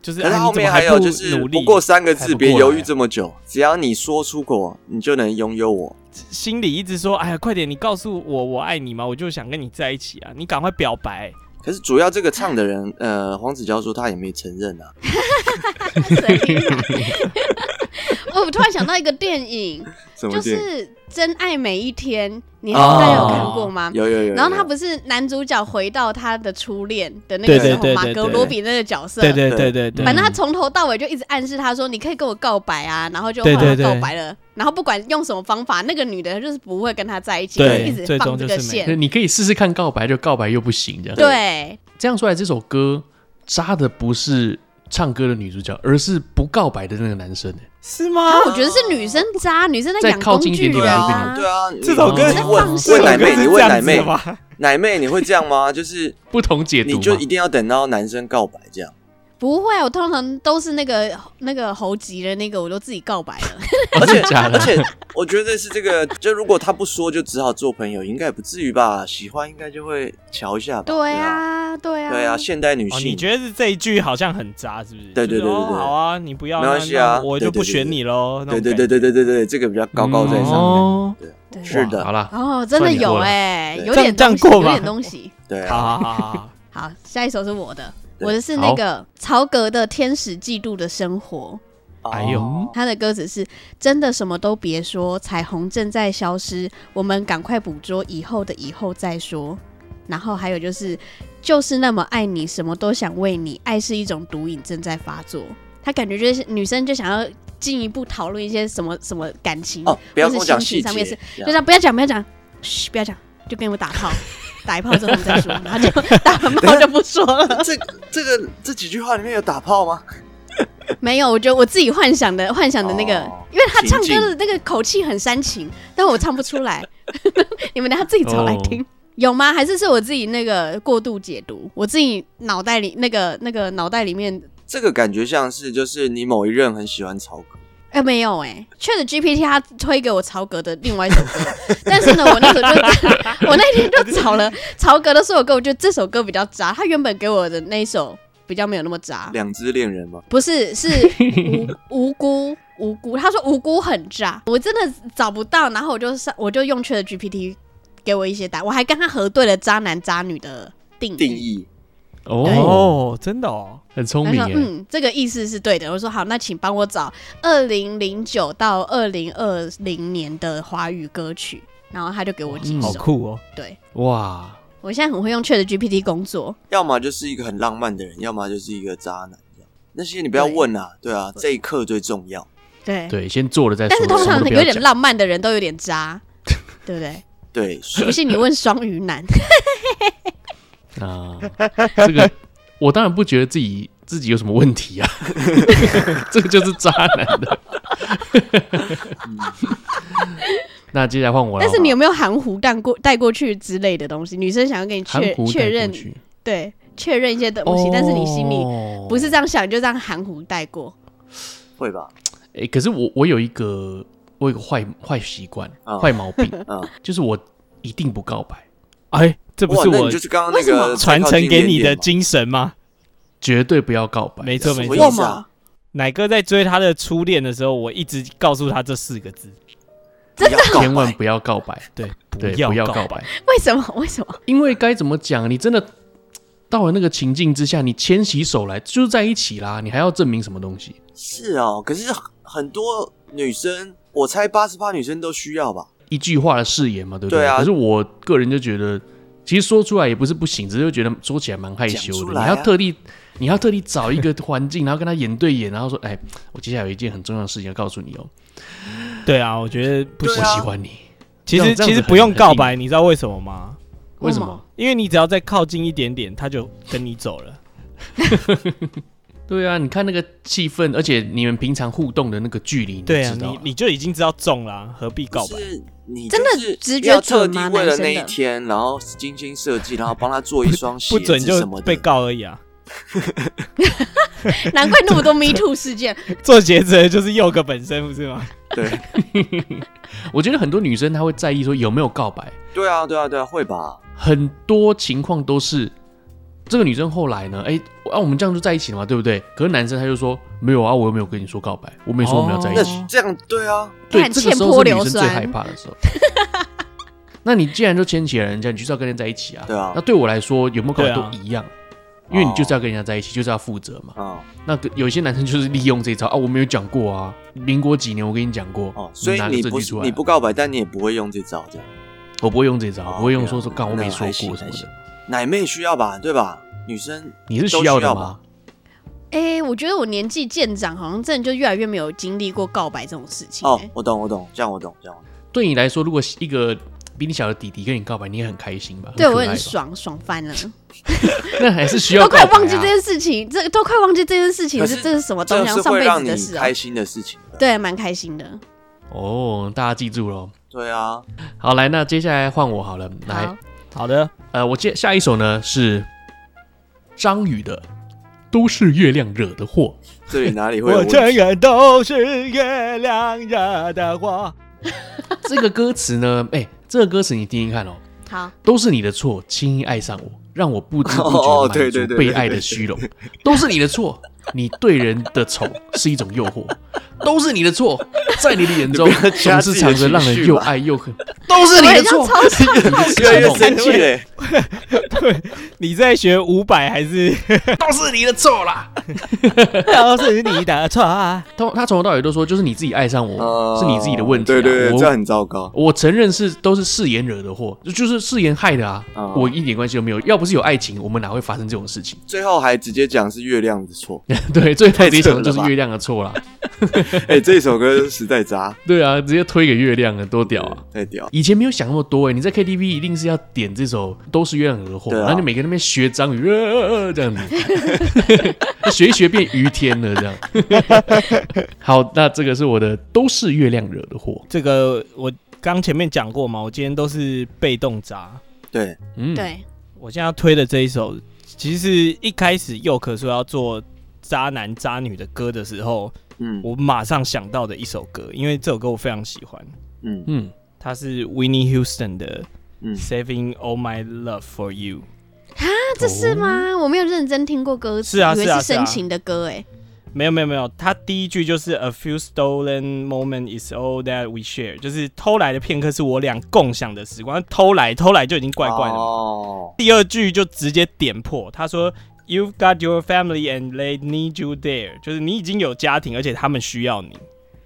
Speaker 3: 就是
Speaker 4: 可是
Speaker 3: 哎
Speaker 4: 他后
Speaker 3: 你怎么
Speaker 4: 面还有
Speaker 3: 不
Speaker 4: 就是
Speaker 3: 努
Speaker 4: 不
Speaker 3: 力，
Speaker 4: 过三个
Speaker 1: 还
Speaker 4: 字，
Speaker 1: 不过来
Speaker 4: 别犹豫这么久，只要你说出口，你就能拥有我。
Speaker 3: 心里一直说，哎呀，快点，你告诉我我爱你嘛，我就想跟你在一起啊，你赶快表白。
Speaker 4: 可是主要这个唱的人，呃，黄子佼说他也没承认啊。
Speaker 2: 谁呀 我突然想到一个电影，
Speaker 4: 什么
Speaker 2: 就
Speaker 4: 电影？
Speaker 2: 是《真爱每一天》，你大家有看过吗？
Speaker 4: 有有有有。
Speaker 2: 然后他
Speaker 4: 有
Speaker 2: 不是男主角回到他的初恋的那
Speaker 3: 对
Speaker 2: 个
Speaker 3: 对
Speaker 2: 时候，
Speaker 3: 对
Speaker 2: 马
Speaker 3: 对
Speaker 2: 格
Speaker 3: 对
Speaker 2: 罗比那个角色，
Speaker 3: 对对对
Speaker 4: 对
Speaker 3: 对对，
Speaker 2: 反正他从头到尾就一直暗示他说：“你可以跟我告白啊。”然后就后
Speaker 3: 对
Speaker 2: 来
Speaker 3: 对对
Speaker 2: 告白了，然后不管用什么方法，那个女的就是不会跟他在一起，
Speaker 3: 对
Speaker 2: 一直
Speaker 3: 最
Speaker 2: 放
Speaker 3: 终
Speaker 2: 这
Speaker 3: 就是
Speaker 2: 个
Speaker 3: 没
Speaker 1: 那
Speaker 2: 线。
Speaker 1: 你可以试试看告白，就告白又不行这样。
Speaker 2: 对，
Speaker 1: 这样说来，这首歌扎的不是唱歌的女主角，而是不告白的那个男生、欸。
Speaker 3: 是吗？
Speaker 2: 啊，我觉得是女生渣，女生在
Speaker 1: 再
Speaker 2: 养
Speaker 1: 靠
Speaker 2: 工
Speaker 1: 近一点
Speaker 2: 具
Speaker 1: 点
Speaker 4: 对
Speaker 2: 人
Speaker 4: 啊，
Speaker 2: 啊
Speaker 4: 对。啊，
Speaker 3: 这首歌
Speaker 4: 你问
Speaker 2: 你在
Speaker 4: 问
Speaker 2: 放
Speaker 4: 奶妹，
Speaker 2: 肆
Speaker 4: 你问奶妹，
Speaker 3: 吧？
Speaker 4: 奶妹你会这 样吗？就是
Speaker 1: 不同解读
Speaker 4: 你
Speaker 1: 嘛， 哦
Speaker 4: 就一定要等到男生告白这样，
Speaker 2: 不会，我通常都是那个那个猴急的那个，我都自己告白了。
Speaker 1: 而且假的
Speaker 4: 而，且我觉得是这个，就如果他不说，就只好做朋友，应该也不至于吧？喜欢应该就会瞧一下吧？
Speaker 2: 对
Speaker 4: 啊，
Speaker 2: 啊，对啊，
Speaker 4: 对啊，现代女
Speaker 3: 哦，你
Speaker 4: 性，
Speaker 3: 觉得是这一句好像很渣，是不是？
Speaker 4: 对对
Speaker 3: 就是
Speaker 4: 对对
Speaker 3: 哦
Speaker 4: 对
Speaker 3: 好啊，你不要，
Speaker 4: 没关系啊
Speaker 3: 那那我就不选你喽。
Speaker 4: 对对对对对对对，这个比较高高在上，
Speaker 3: 嗯
Speaker 1: 哦
Speaker 2: 对
Speaker 4: 是的
Speaker 1: 好啦，
Speaker 2: 哦，真的
Speaker 1: 算你
Speaker 2: 有
Speaker 1: 过了
Speaker 2: 哎、
Speaker 4: 对
Speaker 2: 有点
Speaker 3: 这样
Speaker 2: 东西，
Speaker 3: 这样过
Speaker 2: 有
Speaker 3: 吧
Speaker 2: 点东西。
Speaker 4: 对
Speaker 3: 好
Speaker 4: 啊，
Speaker 3: 好好好好，
Speaker 2: 好，下一首是我的，
Speaker 4: 对
Speaker 2: 我的是那个曹格的《天使嫉妒的生活》，
Speaker 1: 哎呦
Speaker 4: 哦
Speaker 2: 它的歌词是：真的什么都别说，彩虹正在消失，我们赶快捕捉以后的以后再说。然后还有就是，就是那么爱你，什么都想为你，爱是一种毒瘾正在发作。他感觉就是女生就想要进一步讨论一些什么什么感情
Speaker 4: 哦，不要跟我讲
Speaker 2: 或是心
Speaker 4: 细
Speaker 2: 情上面
Speaker 4: 节
Speaker 2: 是，
Speaker 4: 这
Speaker 2: 就这
Speaker 4: 样
Speaker 2: 样，不要讲，不要讲，嘘，不要讲，就跟我打 炮，打一炮之后我们再说，然后就打完炮就不说了。
Speaker 4: 这这个这几句话里面有打炮吗？
Speaker 2: 没有，我觉得我自己幻想的幻想的那个，
Speaker 4: 哦
Speaker 2: 因为他唱
Speaker 4: 情
Speaker 2: 歌
Speaker 4: 境
Speaker 2: 的那个口气很煽情，但我唱不出 来，你们等下自己找来
Speaker 4: 哦
Speaker 2: 听。有吗？还是是我自己那个过度解读？我自己脑袋里那个那个脑袋里面，
Speaker 4: 这个感觉像是就是你某一任很喜欢曹格，
Speaker 2: 哎、没有哎、确 c h GPT 它推给我曹格的另外一首 歌，但是呢，我那时候就 我那天就找了 曹格的所有歌，我觉得这首歌比较渣。他原本给我的那一首比较没有那么渣，
Speaker 4: 两只恋人吗？
Speaker 2: 不是，是 无无辜无辜。他说无辜很渣，我真的找不到，然后我就上我就用 Chat GPT 给我一些答案，我还跟他核对了渣男渣女的定义。
Speaker 4: 定义哎
Speaker 1: 哦，
Speaker 3: 哦，真的哦，
Speaker 1: 很聪
Speaker 2: 他
Speaker 1: 明
Speaker 2: 说
Speaker 1: 哎，
Speaker 2: 哎嗯，这个意思是对的。我说好，那请帮我找二零零九到二零二零年的华语歌曲，然后他就给我几
Speaker 1: 嗯
Speaker 3: 好
Speaker 2: 首。
Speaker 3: 酷哦。
Speaker 2: 对
Speaker 1: 哇，
Speaker 2: 我现在很会用 Chat GPT 工作，
Speaker 4: 要么就是一个很浪漫的人，要么就是一个渣男这样。那些你不要问啊，对啊，这一刻最重要。
Speaker 2: 对。
Speaker 1: 对，先做了再说，
Speaker 2: 哎但是通
Speaker 1: 什么
Speaker 2: 常
Speaker 1: 都不
Speaker 2: 有
Speaker 1: 要
Speaker 2: 点
Speaker 1: 讲
Speaker 2: 浪漫的人都有点渣，对 不对？
Speaker 4: 对，是
Speaker 2: 不信你问双鱼男。
Speaker 1: 啊，这个我当然不觉得自己自己有什么问题 啊，这个就是渣男的。
Speaker 4: 嗯
Speaker 1: 那接下来换我了，
Speaker 2: 但是你有
Speaker 1: 好
Speaker 2: 没有含糊带过带过去之类的东西？女生想要跟你
Speaker 1: 不好
Speaker 2: 确
Speaker 1: 含糊带
Speaker 2: 确
Speaker 1: 过
Speaker 2: 认，
Speaker 1: 去
Speaker 2: 对，确认一些东西，但是你心里
Speaker 1: 哦
Speaker 2: 不是这样想，你就这样含糊带过。
Speaker 4: 会吧？
Speaker 1: 哎、可是我我有一个我有一个坏坏习惯
Speaker 4: 啊
Speaker 1: 坏毛病，
Speaker 4: 嗯，
Speaker 1: 就是我一定不告白，
Speaker 3: 哎，这不
Speaker 4: 哇
Speaker 3: 是，
Speaker 4: 那
Speaker 3: 我
Speaker 4: 你就是刚刚
Speaker 2: 为
Speaker 4: 那
Speaker 2: 什么
Speaker 4: 个
Speaker 3: 传承给你的
Speaker 4: 经
Speaker 3: 精神吗？
Speaker 1: 绝对不要告白。
Speaker 3: 没错
Speaker 4: 什
Speaker 3: 没
Speaker 4: 么
Speaker 3: 错
Speaker 4: 意思。
Speaker 2: 为
Speaker 4: 啊
Speaker 2: 什么
Speaker 3: 奶哥在追他的初恋的时候，我一直告诉他这四个字：
Speaker 4: 真的
Speaker 1: 千 万不要告白，
Speaker 3: 对，不
Speaker 1: 对，不要告
Speaker 3: 白
Speaker 1: 白。，
Speaker 2: 为什么？ 为什么？
Speaker 1: 因为该怎么讲，你真的到了那个情境之下，你牵起手来就是在一起啦，你还要证明什么东西？
Speaker 4: 是哦，可是很多女生，我猜八十八女生都需要吧？
Speaker 1: 一句话的誓言嘛，对不对？
Speaker 4: 对啊
Speaker 1: 可是我个人就觉得，其实说出来也不是不行，只是就觉得说起来蛮害羞
Speaker 4: 讲出
Speaker 1: 的。
Speaker 4: 来啊
Speaker 1: 你要特地，你要特地找一个环境，然后跟他眼对眼，然后说：“哎，我接下来有一件很重要的事情要告诉你哦，
Speaker 3: 对啊，我觉得不
Speaker 1: 我
Speaker 4: 对
Speaker 3: 行。
Speaker 4: 啊
Speaker 1: 喜欢你。
Speaker 3: 其
Speaker 1: 这
Speaker 3: 实
Speaker 1: 样这样
Speaker 3: 其实
Speaker 1: 子
Speaker 3: 不用
Speaker 1: 很
Speaker 3: 告白，你知道为什么吗？
Speaker 1: 为什
Speaker 2: 为什
Speaker 1: 么
Speaker 2: 么？
Speaker 3: 因为你只要再靠近一点点，他就跟你走了。
Speaker 1: 对啊，你看那个气氛，而且你们平常互动的那个距离，
Speaker 3: 对啊，
Speaker 1: 知道
Speaker 3: 你
Speaker 1: 啊
Speaker 3: 你就已经知道中了啊，何必告白
Speaker 4: 就？是你
Speaker 2: 真的
Speaker 4: 就是
Speaker 2: 直觉
Speaker 4: 要特地
Speaker 2: 准吗
Speaker 4: 为了
Speaker 2: 男
Speaker 4: 那
Speaker 2: 生
Speaker 4: 一
Speaker 2: 的
Speaker 4: 天，然后精心设计，然后帮他做一双鞋
Speaker 3: 不准
Speaker 4: 子
Speaker 3: 就
Speaker 4: 什么的
Speaker 3: 被告而已啊！
Speaker 2: 难怪那么多 Me Too 事件。
Speaker 3: 做鞋子的就是佑哥本身不是吗？
Speaker 4: 对
Speaker 1: 我觉得很多女生她会在意说有没有告白，
Speaker 4: 对啊对啊对啊，会吧？
Speaker 1: 很多情况都是这个女生后来呢，哎、啊，我们这样就在一起了嘛，对不对？可是男生他就说没有啊，我又没有跟你说告白，我没说我们要在一
Speaker 4: 那
Speaker 1: 起。
Speaker 4: 这样对啊，
Speaker 1: 对，
Speaker 2: 看
Speaker 1: 这个
Speaker 2: 欠
Speaker 1: 时候
Speaker 2: 泼
Speaker 1: 是女
Speaker 2: 硫
Speaker 1: 生最
Speaker 2: 酸
Speaker 1: 害怕的时候。 那你既然就牵起了人家，你就是要跟人家在一起啊。
Speaker 4: 对啊
Speaker 1: 那对我来说，有没有告白
Speaker 3: 对
Speaker 1: 都
Speaker 3: 啊
Speaker 1: 一样，因为你就是要跟人家在一起，就是要负责嘛。
Speaker 4: 哦
Speaker 1: 那个有些男生就是利用这一招啊，我没有讲过啊，民国几年我跟你讲过，
Speaker 4: 哦，所以
Speaker 1: 拿个
Speaker 4: 你
Speaker 1: 证
Speaker 4: 不
Speaker 1: 据出来啊
Speaker 4: 你不告白，但你也不会用这招这样。
Speaker 1: 我不会用这招，
Speaker 4: 哦
Speaker 1: 我不会用
Speaker 4: 对
Speaker 1: 说
Speaker 4: 啊
Speaker 1: 说干我
Speaker 4: 那
Speaker 1: 没说
Speaker 4: 还
Speaker 1: 过
Speaker 4: 行
Speaker 1: 什么
Speaker 4: 还行
Speaker 1: 的。
Speaker 4: 奶妹需要吧，对吧？女生
Speaker 1: 你是
Speaker 4: 都
Speaker 1: 需要
Speaker 4: 需
Speaker 1: 的
Speaker 4: 要
Speaker 1: 吗？
Speaker 2: 哎、我觉得我年纪渐长，好像真的就越来越没有经历过告白这种事情、
Speaker 4: 哦
Speaker 2: 哎，
Speaker 4: 我懂，我懂，这样我懂，这样我懂。
Speaker 1: 对你来说，如果一个比你小的弟弟跟你告白，你也很开心吧？
Speaker 2: 对
Speaker 1: 可
Speaker 2: 我
Speaker 1: 爱吧
Speaker 2: 很，爽，爽翻了，
Speaker 1: 那还是需 要
Speaker 2: 都
Speaker 1: 告白、
Speaker 2: 快
Speaker 1: 啊。
Speaker 2: 忘记这件事情，这都快忘记这件事情
Speaker 4: 可
Speaker 2: 是
Speaker 4: 是
Speaker 2: 这是什么东
Speaker 4: 这
Speaker 2: 西，好
Speaker 4: 是
Speaker 2: 像上
Speaker 4: 会
Speaker 2: 辈
Speaker 4: 让
Speaker 2: 子
Speaker 4: 你
Speaker 2: 的事啊、
Speaker 4: 开心的事情的。
Speaker 2: 对，蛮开心的。
Speaker 1: 哦，大家记住喽。
Speaker 4: 对啊，
Speaker 1: 好，来，那接下来换我好了。来
Speaker 2: 好，，
Speaker 3: 好的，
Speaker 1: 呃，我接下一首呢是张宇的《都是月亮惹的祸
Speaker 4: 这里 哪里会有
Speaker 3: 我
Speaker 4: 问题？
Speaker 3: 承认都是月亮惹的祸。》
Speaker 1: 这个歌词呢，哎、这个歌词你听听看哦，
Speaker 2: 好，
Speaker 1: 都是你的错，轻易爱上我，让我 不知不
Speaker 4: 哦
Speaker 1: 觉地
Speaker 4: 对对
Speaker 1: 满足
Speaker 4: 对
Speaker 1: 被
Speaker 4: 对
Speaker 1: 爱
Speaker 4: 对
Speaker 1: 的虚荣， 都是你的错，你对人的丑是一种诱惑，都是你的错，在你的眼中
Speaker 4: 你不要
Speaker 1: 总
Speaker 4: 加
Speaker 1: 是
Speaker 4: 自己的
Speaker 1: 藏着让
Speaker 4: 情
Speaker 1: 人
Speaker 4: 绪
Speaker 1: 又
Speaker 4: 吧
Speaker 1: 爱又恨，都是你
Speaker 2: 我
Speaker 1: 的
Speaker 2: 很像
Speaker 1: 错，
Speaker 2: 超市
Speaker 4: 越来越
Speaker 1: 你
Speaker 4: 生气嘞！
Speaker 3: 对，你在学五百还 是
Speaker 1: 都是你的错啦。
Speaker 3: 都是你的错啊？
Speaker 1: 他他从头到尾都说，就是你自己爱上我，
Speaker 4: 哦
Speaker 1: 是你自己的问题啊。
Speaker 4: 对对对，这样
Speaker 1: 我
Speaker 4: 很糟糕。
Speaker 1: 我承认是都是誓言惹的祸，就就是誓言害的啊
Speaker 4: 哦，
Speaker 1: 我一点关系都没有。要不是有爱情，我们哪会发生这种事情？
Speaker 4: 最后还直接讲是月亮的错，
Speaker 1: 对，最后直接
Speaker 4: 太扯
Speaker 1: 讲的就是
Speaker 4: 了吧
Speaker 1: 月亮的错啦。
Speaker 4: 哎、这首歌实在渣，
Speaker 1: 对啊，直接推给月亮了，多屌啊！
Speaker 4: 太屌！
Speaker 1: 以前没有想那么多哎、你在 KTV 一定是要点这首《都是月亮惹的祸》
Speaker 4: 对啊
Speaker 1: 然后你每个人那边学章鱼、呃、这样子， 学一学变于天了这样。 好，那这个是我的《都是月亮惹的祸》。
Speaker 3: 这个我刚前面讲过嘛，我今天都是被动渣。
Speaker 4: 对，
Speaker 1: 嗯，
Speaker 2: 对，
Speaker 3: 我现在要推的这一首，其实一开始佑可说要做渣男渣女的歌的时候，
Speaker 4: 嗯
Speaker 3: 我马上想到的一首歌，因为这首歌我非常喜欢，
Speaker 4: 嗯
Speaker 1: 嗯，
Speaker 3: 它是 Winnie Houston 的
Speaker 4: 嗯
Speaker 3: 《Saving All My Love for You》。
Speaker 2: 那这是吗？我没有认真听过歌词，
Speaker 3: 是啊
Speaker 2: 以为
Speaker 3: 是啊是啊
Speaker 2: 深情的歌、哎、
Speaker 3: 没有没有没有，他第一句就是 "A few stolen moment is all that we share"，就是偷来的片刻是我俩共享的时光。偷来偷来就已经怪怪的嘛。
Speaker 4: 哦，
Speaker 3: 第二句就直接点破，他说 "You've got your family and they need you there"，就是你已经有家庭，而且他们需要你。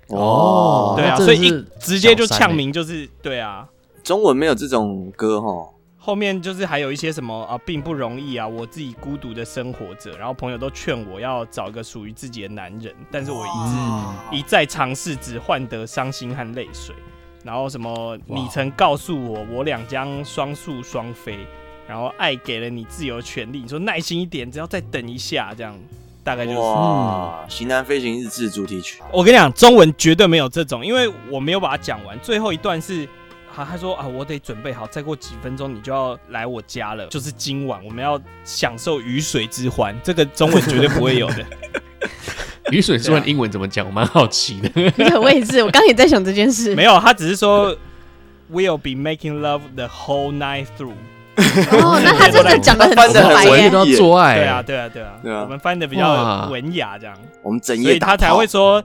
Speaker 1: 哦
Speaker 4: 哦，
Speaker 3: 对
Speaker 1: 那
Speaker 3: 啊，所
Speaker 1: 真
Speaker 3: 以
Speaker 1: 的是
Speaker 3: 一直接就
Speaker 1: 小三欸
Speaker 3: 呛名，就是对啊。
Speaker 4: 中文没有这种歌哈，
Speaker 3: 后面就是还有一些什么啊，并不容易啊，我自己孤独的生活着，然后朋友都劝我要找一个属于自己的男人，但是我一直
Speaker 1: 嗯
Speaker 3: 一再尝试，只换得伤心和泪水。然后什么，
Speaker 1: 哇
Speaker 3: 你曾告诉我，我俩将双宿双飞。然后爱给了你自由权利，你说耐心一点，只要再等一下，这样大概就是。
Speaker 4: 哇，《型男飞行日志》主题曲，
Speaker 3: 我跟你讲，中文绝对没有这种，因为我没有把它讲完。最后一段是，啊，他说啊，我得准备好，再过几分钟你就要来我家了，就是今晚我们要享受鱼水之欢。这个中文绝对不会有的。
Speaker 1: 雨水之
Speaker 3: 对啊
Speaker 1: 问英文怎么讲，我蛮好奇的。
Speaker 2: 对，我也是，我刚刚也在想这件事。
Speaker 3: 没有，他只是说 we'll be making love the whole night through。
Speaker 2: 哦，那他真的讲的很
Speaker 4: 翻
Speaker 2: 直
Speaker 4: 得很
Speaker 2: 白欸
Speaker 1: 我
Speaker 2: 耶
Speaker 1: 遇。到做
Speaker 2: 哎
Speaker 1: 爱，
Speaker 3: 对啊，，对啊，对啊，
Speaker 4: 对啊
Speaker 3: 我们翻的比
Speaker 1: 哇
Speaker 3: 较文雅这样，
Speaker 4: 我们整
Speaker 3: 所
Speaker 4: 夜
Speaker 3: 以他才
Speaker 4: 打炮
Speaker 3: 会说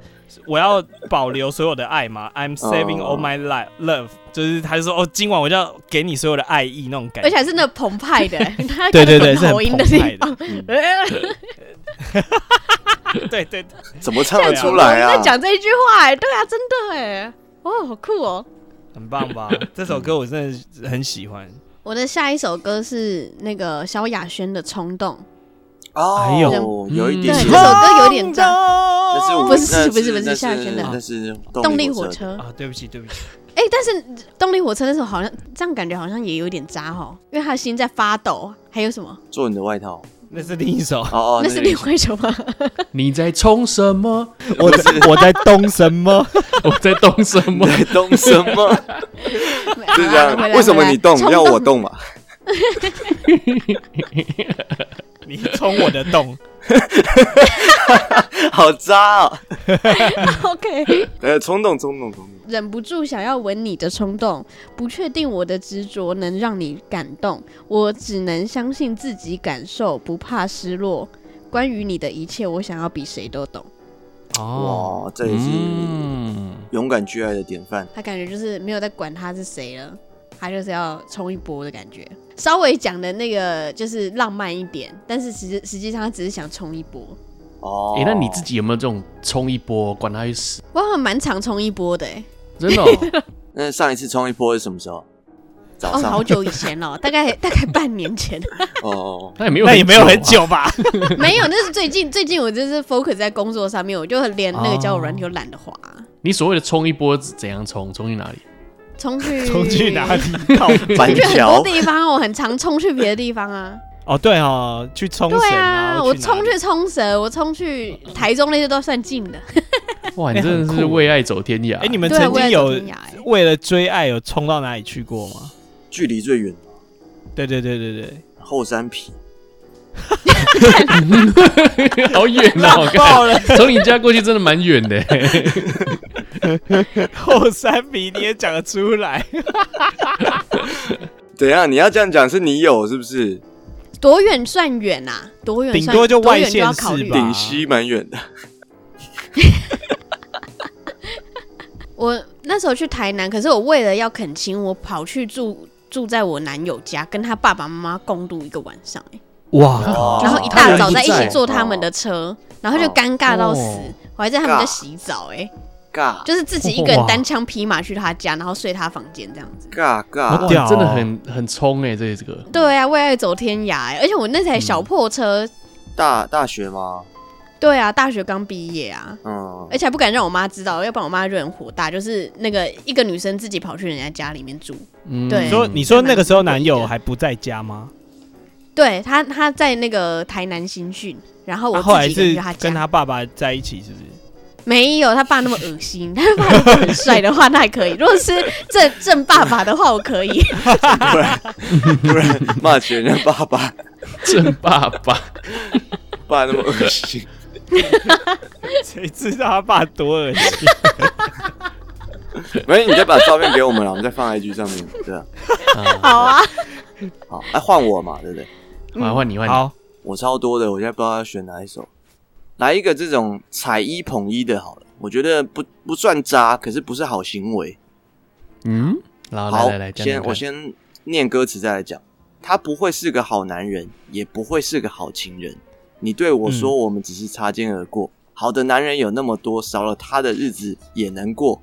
Speaker 3: 我要保留所有的爱嘛，I'm saving all my life love，就是他就说哦，今晚我就要给你所有的爱意那种感
Speaker 2: 而且
Speaker 3: 觉。
Speaker 2: 还是那澎湃的，欸他
Speaker 3: 对对对，是很
Speaker 2: 口音的
Speaker 3: 澎
Speaker 2: 地
Speaker 3: 湃
Speaker 2: 方
Speaker 3: 的。， 对对对，
Speaker 4: 怎么唱得出
Speaker 2: 我
Speaker 4: 来
Speaker 2: 们在
Speaker 4: 啊？
Speaker 2: 讲这一句话、哎，对啊，真的哎，哦，好酷哦。
Speaker 3: 很棒吧？这首歌我真的很喜欢。
Speaker 2: 我的下一首歌是那个萧亚轩的《冲动》，
Speaker 4: 哦，
Speaker 1: 哎呦
Speaker 4: 有一点
Speaker 2: 嗯对
Speaker 4: 点
Speaker 2: 这首歌有点渣
Speaker 4: 那是我
Speaker 2: 不是
Speaker 4: 那
Speaker 2: 不是不是
Speaker 4: 那
Speaker 2: 夏轩的
Speaker 4: 那是
Speaker 2: 动
Speaker 4: 动
Speaker 2: 力
Speaker 4: 力
Speaker 2: 火
Speaker 4: 火。
Speaker 2: 车。
Speaker 3: 啊！对不起，对不起，
Speaker 2: 哎、但是动力火车那时候好像这样，感觉好像也有点渣哦，因为他的心在发抖。还有什么？
Speaker 4: 做你的外套，
Speaker 3: 那是另一首。
Speaker 4: 哦哦，
Speaker 2: 那是
Speaker 4: 另
Speaker 2: 另外一首吗？
Speaker 1: 你在冲什么？
Speaker 3: 我在 我在懂什么？
Speaker 1: 我在动什么？
Speaker 4: 在 动什么？是 这
Speaker 2: 好啦回
Speaker 4: 样，
Speaker 2: 来
Speaker 4: 为什么你动
Speaker 2: 回来
Speaker 4: 要我动嘛？
Speaker 3: 你冲我的 洞，
Speaker 4: 好渣哦！
Speaker 2: ？OK，
Speaker 4: 呃，冲动冲动冲动，
Speaker 2: 忍不住想要吻你的冲动，不确定我的执着能让你感动，我只能相信自己感受，不怕失落。关于你的一切，我想要比谁都懂。
Speaker 1: 哦，
Speaker 4: 哇，这也是
Speaker 1: 嗯
Speaker 4: 勇敢去爱的典范。
Speaker 2: 他感觉就是没有在管他是谁了，他就是要冲一波的感觉。稍微讲的那个就是浪漫一点，但是实际实际上他只是想冲一波。
Speaker 4: 哦，
Speaker 1: 哎、那你自己有没有这种冲一波，管他去 死？
Speaker 2: 我好像蛮常冲一波的、欸，
Speaker 1: 真的哦、
Speaker 4: 那上一次冲一波是什么时候？早
Speaker 2: 哦，
Speaker 4: 上
Speaker 2: 好久以前了，大概大概半年前，
Speaker 4: 哦哦，
Speaker 1: 那也没有，啊
Speaker 3: 那也没有很，久吧？
Speaker 2: 没有，那是最近最近我就是 focus 在工作上面，我就连那个交友软体都懒得滑，
Speaker 1: 你所谓的冲一波是怎样冲？冲去哪 里？
Speaker 2: 冲去
Speaker 3: 冲去哪里？靠
Speaker 4: 板
Speaker 2: 去很多
Speaker 4: 桥
Speaker 2: 地方，我很常冲去别的地方啊。
Speaker 3: 哦，对哦，去 冲绳
Speaker 2: 对啊，我冲
Speaker 3: 去
Speaker 2: 去冲绳，我冲去台中那些都算近的。
Speaker 1: 哇，你
Speaker 3: 哎
Speaker 1: 真的
Speaker 3: 很
Speaker 1: 是
Speaker 3: 酷
Speaker 1: 为爱走天涯。
Speaker 3: 哪里。哎，你们
Speaker 2: 对，
Speaker 3: 曾
Speaker 2: 我
Speaker 3: 经
Speaker 2: 也
Speaker 3: 有
Speaker 2: 走天涯欸
Speaker 3: 为了追爱有冲到哪里去过吗？
Speaker 4: 距离最远
Speaker 3: 对对对对对，
Speaker 4: 后山皮，
Speaker 1: 好远哦，
Speaker 3: 爆了！
Speaker 1: 看从你家过去真的蛮远 的。
Speaker 3: 后三名你也讲得出来，
Speaker 4: 怎样？你要这样讲是你有是不是？
Speaker 2: 多远算远啊？多远算？
Speaker 3: 顶多就外县市吧
Speaker 2: 多远要考虑
Speaker 3: 对啊
Speaker 4: 顶西蛮远的，
Speaker 2: 我那时候去台南，可是我为了要恳亲，我跑去住住在我男友家，跟他爸爸妈妈共度一个晚上、欸
Speaker 3: 哇！
Speaker 4: 哦
Speaker 2: 然后一
Speaker 1: 他
Speaker 2: 大
Speaker 1: 人
Speaker 2: 早
Speaker 1: 不
Speaker 2: 在一
Speaker 1: 在
Speaker 2: 起坐他们的车，然后就尴尬到死。
Speaker 1: 哦
Speaker 2: 我还在他们家
Speaker 4: 尬
Speaker 2: 洗澡、欸，
Speaker 4: 尬
Speaker 2: 就是自己一个人
Speaker 3: 哇
Speaker 2: 单枪匹马去他家，然后睡他房间这样 子。
Speaker 4: 尬
Speaker 1: 哇
Speaker 4: 尬，
Speaker 3: 屌哦
Speaker 1: 真的很很冲哎，这这个
Speaker 2: 对啊，为爱走天涯、欸，而且我那台小破车，
Speaker 4: 大大学吗？
Speaker 2: 对啊，大学刚毕业啊，
Speaker 4: 嗯
Speaker 2: 而，且还不敢让我妈知道，要不然我妈就很火大。就是那个一个女生自己跑去人家家里面住，
Speaker 1: 嗯
Speaker 2: 对
Speaker 3: 你 说你说那个时候男友还不在家吗？
Speaker 2: 对她她在那个台南新训，然后我
Speaker 3: 啊后来
Speaker 2: 自己
Speaker 3: 是
Speaker 2: 一个人去她家，
Speaker 3: 跟他爸爸在一起，是 不是？
Speaker 2: 没有他爸那么恶心，他爸如果很帅的话那还可以，如果是正正爸爸的话我可以，
Speaker 4: 突然突然骂起人家爸爸，
Speaker 1: 正爸爸，
Speaker 4: 爸那么恶心，
Speaker 3: 谁知道他爸多恶心？
Speaker 4: 没，你再把照片给我们了，我们再放 IG 上面，对啊，
Speaker 2: 好啊，
Speaker 4: 好，哎，换我嘛，对不对？
Speaker 1: 来换你换你，
Speaker 3: 嗯好，
Speaker 4: 我超多的，我现在不知道要选哪一首，来一个这种踩一捧一的好了。我觉得不不算渣，可是不是好行为。
Speaker 1: 嗯，然后来
Speaker 4: 好，
Speaker 1: 来来，讲
Speaker 4: 先
Speaker 1: 讲
Speaker 4: 我先念歌词再来讲。他不会是个好男人，也不会是个好情人。你对我说，
Speaker 1: 嗯
Speaker 4: 我们只是擦肩而过。好的男人有那么多，少了他的日子也能过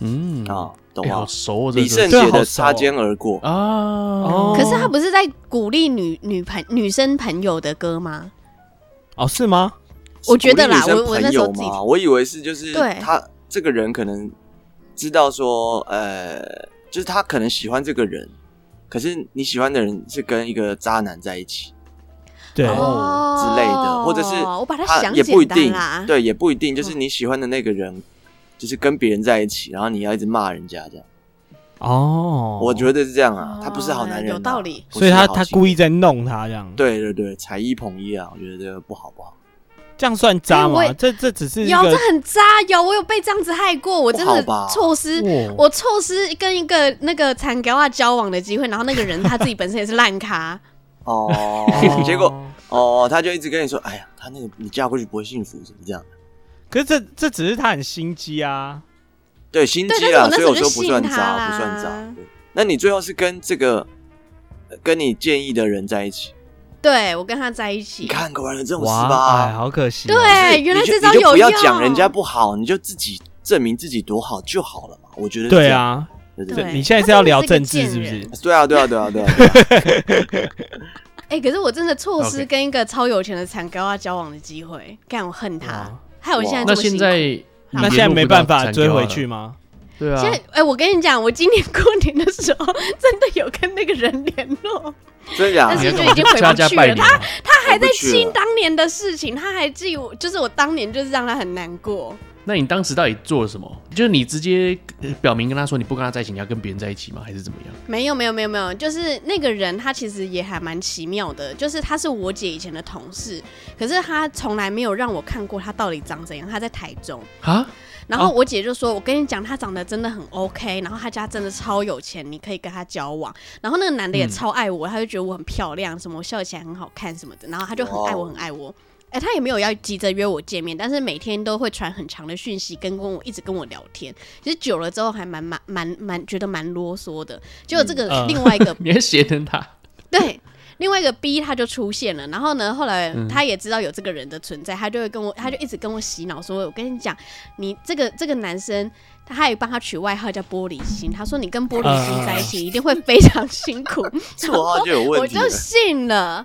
Speaker 1: 嗯
Speaker 4: 啊，，懂
Speaker 1: 哎
Speaker 4: 吗
Speaker 1: 好？熟哦，这
Speaker 4: 李
Speaker 1: 个
Speaker 4: 圣
Speaker 3: 对啊
Speaker 4: 杰
Speaker 3: 好
Speaker 4: 的
Speaker 3: 熟
Speaker 4: 擦
Speaker 3: 哦
Speaker 4: 肩而过，
Speaker 1: 啊，哦
Speaker 2: 可是他不是在鼓励女女朋女生朋友的歌吗？
Speaker 3: 哦，是吗？
Speaker 2: 我觉得啦
Speaker 4: 鼓励女
Speaker 2: 我
Speaker 4: 生
Speaker 2: 我那
Speaker 4: 朋
Speaker 2: 时候
Speaker 4: 友
Speaker 2: 自己
Speaker 4: 嘛，我以为是就是
Speaker 2: 对
Speaker 4: 他这个人可能知道说，呃，就是他可能喜欢这个人，可是你喜欢的人是跟一个渣男在一起
Speaker 3: 对，
Speaker 2: 哦
Speaker 4: 之类的，或者是
Speaker 2: 我把它
Speaker 4: 他
Speaker 2: 想
Speaker 4: 也不一
Speaker 2: 简单
Speaker 4: 定
Speaker 2: 啦，，嗯
Speaker 4: 对，也不一定，就是你喜欢的那个人。就是跟别人在一起，然后你要一直骂人家这样，
Speaker 3: 哦，
Speaker 4: 我觉得是这样
Speaker 2: 哦
Speaker 4: 啊，他不是好男人啊、
Speaker 2: 有道理
Speaker 4: 不是
Speaker 3: 所以他
Speaker 4: 好
Speaker 3: 他
Speaker 4: 情
Speaker 3: 故意
Speaker 4: 人，
Speaker 3: 在弄他这样，，
Speaker 4: 对对对，踩一捧一啊，我觉得这个不好不好，
Speaker 3: 这样算渣
Speaker 2: 哎我
Speaker 3: 吗
Speaker 2: 也？
Speaker 3: 这这只是一
Speaker 2: 有这
Speaker 3: 个，
Speaker 2: 很渣，有我有被这样子害过，我真
Speaker 4: 不好
Speaker 2: 的
Speaker 4: 吧
Speaker 2: 错失
Speaker 1: 哇
Speaker 2: 我错失跟一个那个残高啊交往的机会，然后那个人他自己本身也是烂咖，
Speaker 4: 哦 结果哦，他就一直跟你说，哎呀，他那个你嫁过去不会幸福，是不是这样？
Speaker 3: 可是这这只是他很心机啊，
Speaker 4: 对，心机
Speaker 2: 对但是我那时候
Speaker 4: 啦，所以我说不算
Speaker 2: 就信他
Speaker 4: 渣，
Speaker 2: 啦
Speaker 4: 不算渣。对那你最后是跟这个呃跟你建议的人在一起？
Speaker 2: 对我跟他在一
Speaker 4: 你
Speaker 2: 起，
Speaker 4: 看，果然有这种事
Speaker 3: 哇，哎，
Speaker 4: 吧？
Speaker 3: 好可惜哦，
Speaker 4: 就是
Speaker 2: 对，
Speaker 4: 你
Speaker 2: 原来
Speaker 4: 就
Speaker 2: 这招
Speaker 4: 你就
Speaker 2: 有
Speaker 4: 不要
Speaker 2: 用，
Speaker 4: 讲人家不好，你就自己证明自己多好就好了嘛。我觉得是
Speaker 3: 对
Speaker 4: 这样，
Speaker 3: 啊，
Speaker 4: 对对
Speaker 2: 对
Speaker 4: 对，
Speaker 3: 你现在是要聊政治是不是？
Speaker 4: 对啊，对啊，对啊，对啊 对啊。
Speaker 2: 哎、可是我真的错
Speaker 1: OK
Speaker 2: 失跟一个超有钱的残高啊交往的机会，干我恨他
Speaker 3: 哇，
Speaker 2: 害我现在
Speaker 4: 哇
Speaker 2: 这
Speaker 1: 那
Speaker 2: 么辛
Speaker 1: 现
Speaker 2: 苦。
Speaker 1: 在你
Speaker 2: 那
Speaker 3: 那
Speaker 1: 联
Speaker 3: 现在
Speaker 1: 络
Speaker 3: 没
Speaker 1: 不到
Speaker 3: 办法
Speaker 1: 残
Speaker 3: 追
Speaker 1: 雕
Speaker 3: 回
Speaker 1: 了
Speaker 3: 去，吗？
Speaker 1: 对啊
Speaker 2: 现，在，哎、我跟你讲，我今年过年的时候真的有跟那个人联络，
Speaker 4: 真的假
Speaker 2: 但
Speaker 1: 你
Speaker 2: 是
Speaker 1: 要
Speaker 4: 的？
Speaker 2: 就
Speaker 1: 干嘛
Speaker 2: 已经回不
Speaker 1: 去他家
Speaker 2: 去
Speaker 1: 拜
Speaker 2: 了
Speaker 1: 年啊
Speaker 2: 他还在
Speaker 4: 我不去
Speaker 2: 记
Speaker 4: 了
Speaker 2: 当年的事情，他还记我，就是我当年就是让他很难过。
Speaker 1: 那你当时到底做了什么？就是你直接呃表明跟他说你不跟他在一起，你要跟别人在一起吗？还是怎么样？
Speaker 2: 没有没有没有没有，就是那个人他其实也还蛮奇妙的，就是他是我姐以前的同事，可是他从来没有让我看过他到底长怎样。他在台中，
Speaker 1: 啊？
Speaker 2: 然后我姐就说：“我跟你讲，他长得真的很 OK，然后他家真的超有钱，你可以跟他交往。”然后那个男的也超爱我，他就觉得我很漂亮，什么我笑起来很好看什么的，然后他就很爱我，
Speaker 4: 哇哦
Speaker 2: 很爱我。哎、他也没有要急着约我见面，但是每天都会传很长的讯息，跟跟我一直跟我聊天。其实久了之后还蛮蛮蛮蛮觉得蛮啰嗦的。结果这个
Speaker 3: 嗯
Speaker 2: 另外一个、
Speaker 1: 你还嫌人他？
Speaker 2: 对，另外一个 B 他就出现了，然后呢，后来他也知道有这个人的存在，他就会跟我，他就一直跟我洗脑说，我跟你讲，你这个这个男生，他还帮他取外号叫玻璃心，他说你跟玻璃心在一起一定会非常辛苦，
Speaker 4: 绰号就有问
Speaker 2: 我
Speaker 4: 题了
Speaker 2: 就。信了。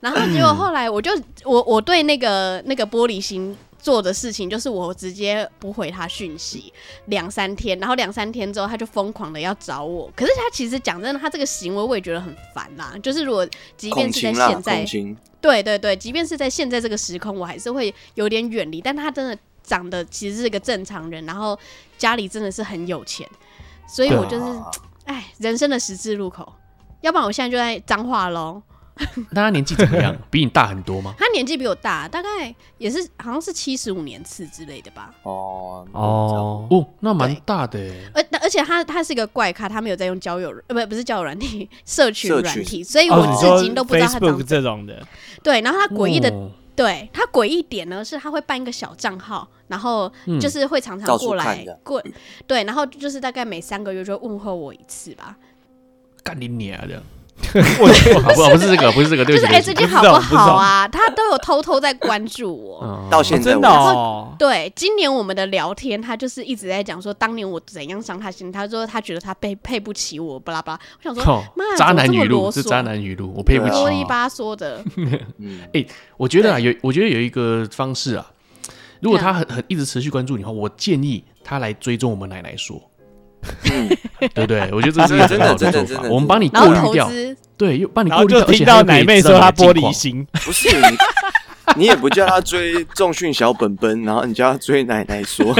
Speaker 2: 然后结果后来我就我我对那个那个玻璃心做的事情，就是我直接不回他讯息两三天，然后两三天之后他就疯狂的要找我。可是他其实讲真的，他这个行为我也觉得很烦啦。就是如果即
Speaker 4: 孔
Speaker 2: 便是在
Speaker 4: 晴啦，
Speaker 2: 现
Speaker 4: 孔
Speaker 2: 在，
Speaker 4: 晴，
Speaker 2: 对对对，即便是在现在这个时空，我还是会有点远离。但他真的长得其实是个正常人，然后家里真的是很有钱，所以
Speaker 1: 对
Speaker 4: 啊
Speaker 2: 我就是
Speaker 3: 啊
Speaker 2: 哎，人生的十字路口。要不然我现在就在彰化喽。
Speaker 1: 那他年纪怎么样？比你大很多吗？
Speaker 2: 他年纪比我大，大概也是好像是七十五年次之类的吧。
Speaker 4: 哦，
Speaker 3: 哦，
Speaker 1: 哦，那蛮大的欸耶。
Speaker 2: 而而且他他是一个怪咖，他没有在用交友软，呃，不不是交友软体， 社群
Speaker 4: 社
Speaker 2: 软
Speaker 4: 群
Speaker 2: 体，所以
Speaker 3: 哦
Speaker 2: 我
Speaker 3: 你说
Speaker 2: 至今都不知道他长
Speaker 3: Facebook 这种的，
Speaker 2: 对。然后他诡异的，
Speaker 1: 哦
Speaker 2: 对他诡异点呢是他会办一个小账号，然后
Speaker 1: 嗯
Speaker 2: 就是会常常
Speaker 4: 到处
Speaker 2: 过
Speaker 4: 看
Speaker 2: 来
Speaker 4: 的
Speaker 2: 过，对，然后就是大概每三个月就会问候我一次吧。
Speaker 1: 干你娘的！我好不好？不是这 个，不是这个，
Speaker 2: 就
Speaker 1: 对
Speaker 2: 是
Speaker 1: 不起，
Speaker 2: 哎，
Speaker 1: 对不
Speaker 2: 最
Speaker 1: 起。
Speaker 2: 近
Speaker 3: 不
Speaker 2: 好
Speaker 3: 知道不知
Speaker 2: 好啊？他都有偷偷在关注我。
Speaker 1: 嗯
Speaker 4: 到
Speaker 3: 哦
Speaker 4: 现在
Speaker 3: 真
Speaker 4: 为
Speaker 3: 的
Speaker 4: 止
Speaker 3: 哦，
Speaker 2: 对，今年我们的聊天，他就是一直在讲说，当年我怎样伤他心，他说他觉得他配配不起我，巴拉巴拉。我想说，
Speaker 1: 靠
Speaker 2: 妈
Speaker 1: 渣男
Speaker 2: 怎么
Speaker 1: 语
Speaker 2: 这么
Speaker 1: 录，
Speaker 2: 啰嗦
Speaker 1: 这渣男语录，我配不
Speaker 4: 对啊
Speaker 2: 啰里
Speaker 1: 起。
Speaker 2: 吧 嗦的，
Speaker 4: 嗯，
Speaker 1: 我觉得啊，有我觉得有一个方式啊，如果他很很一直持续关注你的话，我建议他来追踪我们奶奶说，
Speaker 4: 嗯
Speaker 1: 对不对？我觉得这是一个很好
Speaker 4: 真的真的
Speaker 1: 做
Speaker 4: 真
Speaker 1: 法，
Speaker 4: 的
Speaker 1: 我们帮你
Speaker 2: 然后
Speaker 1: 过滤
Speaker 2: 投
Speaker 1: 掉，
Speaker 2: 资，
Speaker 1: 对，又帮你
Speaker 3: 然
Speaker 1: 过
Speaker 3: 后
Speaker 1: 滤掉，
Speaker 3: 就
Speaker 1: 而且
Speaker 3: 听
Speaker 1: 还
Speaker 3: 到
Speaker 1: 可以
Speaker 3: 奶妹
Speaker 1: 知道
Speaker 3: 说她
Speaker 1: 你的
Speaker 3: 玻
Speaker 1: 近
Speaker 3: 璃
Speaker 1: 况
Speaker 3: 心，
Speaker 4: 不是你，你也不叫他追重训小本本，然后你叫他追奶奶 说，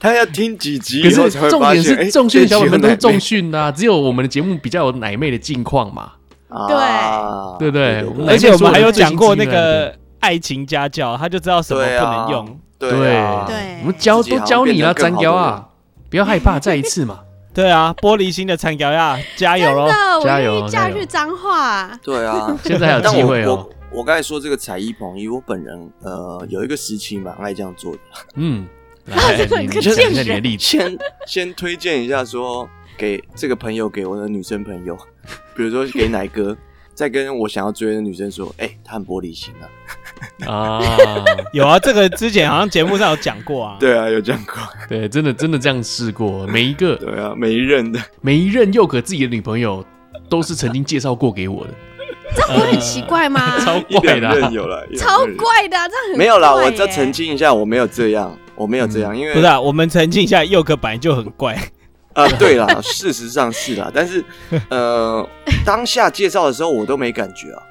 Speaker 4: 他要听几集
Speaker 1: 可
Speaker 4: 以后才
Speaker 1: 是
Speaker 4: 会
Speaker 1: 重
Speaker 4: 发
Speaker 1: 点
Speaker 4: 现，哎
Speaker 1: 是重训小本本都是重
Speaker 4: 这集
Speaker 1: 训啊呐，只有我们的节目比较有奶妹的近况嘛，
Speaker 4: 有奶
Speaker 2: 对
Speaker 4: 奶啊
Speaker 1: 对不对我们
Speaker 3: 而且我们还有
Speaker 1: 最新
Speaker 3: 讲过那
Speaker 1: 资源
Speaker 3: 个爱情家教，他就知道什么
Speaker 4: 对
Speaker 3: 不
Speaker 4: 啊
Speaker 3: 能用。
Speaker 4: 对啊
Speaker 2: 对
Speaker 1: 我们教
Speaker 4: 自己
Speaker 1: 都
Speaker 4: 好像
Speaker 1: 教你了，粘
Speaker 4: 变得更好的
Speaker 1: 胶啊，不要害怕，再一次 嘛。
Speaker 3: 对啊，玻璃心的残条呀，加油哦喽！
Speaker 2: 那我
Speaker 1: 哦加
Speaker 2: 愿
Speaker 1: 油
Speaker 2: 意嫁
Speaker 1: 加油。
Speaker 2: 去脏话，
Speaker 4: 对 啊
Speaker 1: 嗯现在还有
Speaker 4: 但
Speaker 1: 机
Speaker 4: 我
Speaker 1: 会哦
Speaker 4: 我。我刚才说这个才艺捧一，我本人呃有一个时期蛮爱这样做的。
Speaker 1: 嗯， 来，
Speaker 2: 这个
Speaker 1: 你
Speaker 2: 可
Speaker 1: 讲
Speaker 2: 见
Speaker 1: 一下你的
Speaker 2: 人
Speaker 1: 例子。
Speaker 4: 先先推荐一下说给这个朋友给我的女生朋友，比如说给奶哥，再跟我想要追的女生说，哎、他很玻璃心啊。
Speaker 1: 啊，
Speaker 3: 有啊，这个之前好像节目上有讲过啊。
Speaker 4: 对啊，有这样过。
Speaker 1: 对，真的真的这样试过，每一个
Speaker 4: 对啊，每一任的。
Speaker 1: 每一任佑可自己的女朋友都是曾经介绍过给我的，
Speaker 2: 这样不会很奇怪吗？
Speaker 1: 超
Speaker 4: 一
Speaker 1: 怪
Speaker 4: 两
Speaker 1: 的啊
Speaker 4: 任。有了，一两
Speaker 2: 超
Speaker 4: 任有
Speaker 2: 怪的啊，这样很
Speaker 4: 没有啦，我
Speaker 2: 这
Speaker 4: 再澄清一下，我没有这样，我没有这
Speaker 1: 嗯
Speaker 4: 样，因为
Speaker 3: 不是啊，我们澄清一下，佑哥本来就很怪，
Speaker 4: 啊、对啦，事实上是啦，但是呃，当下介绍的时候我都没感觉啊。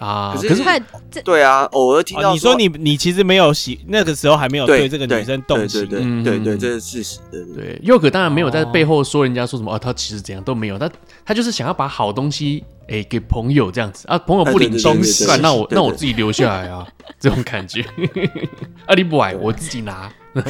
Speaker 1: 啊，
Speaker 4: 可
Speaker 1: 可是
Speaker 4: 是对啊，偶尔听
Speaker 3: 哦
Speaker 4: 到
Speaker 3: 你说你你其实没有喜，那个时候还没有
Speaker 4: 对
Speaker 3: 对这个女生动
Speaker 4: 对
Speaker 3: 心，
Speaker 4: 对
Speaker 1: 嗯
Speaker 4: 对对对，这是事实，对对对。
Speaker 1: 对佑可当然没有在背后说人家说什么啊，他其实怎样都没有，他他就是想要把好东西哎给朋友这样子啊，朋友不领
Speaker 4: 哎
Speaker 1: 情
Speaker 4: 对对对对，对
Speaker 1: 干那我
Speaker 4: 对对对
Speaker 1: 那我自己留下来 啊，这种感觉。啊，你不爱我自己拿。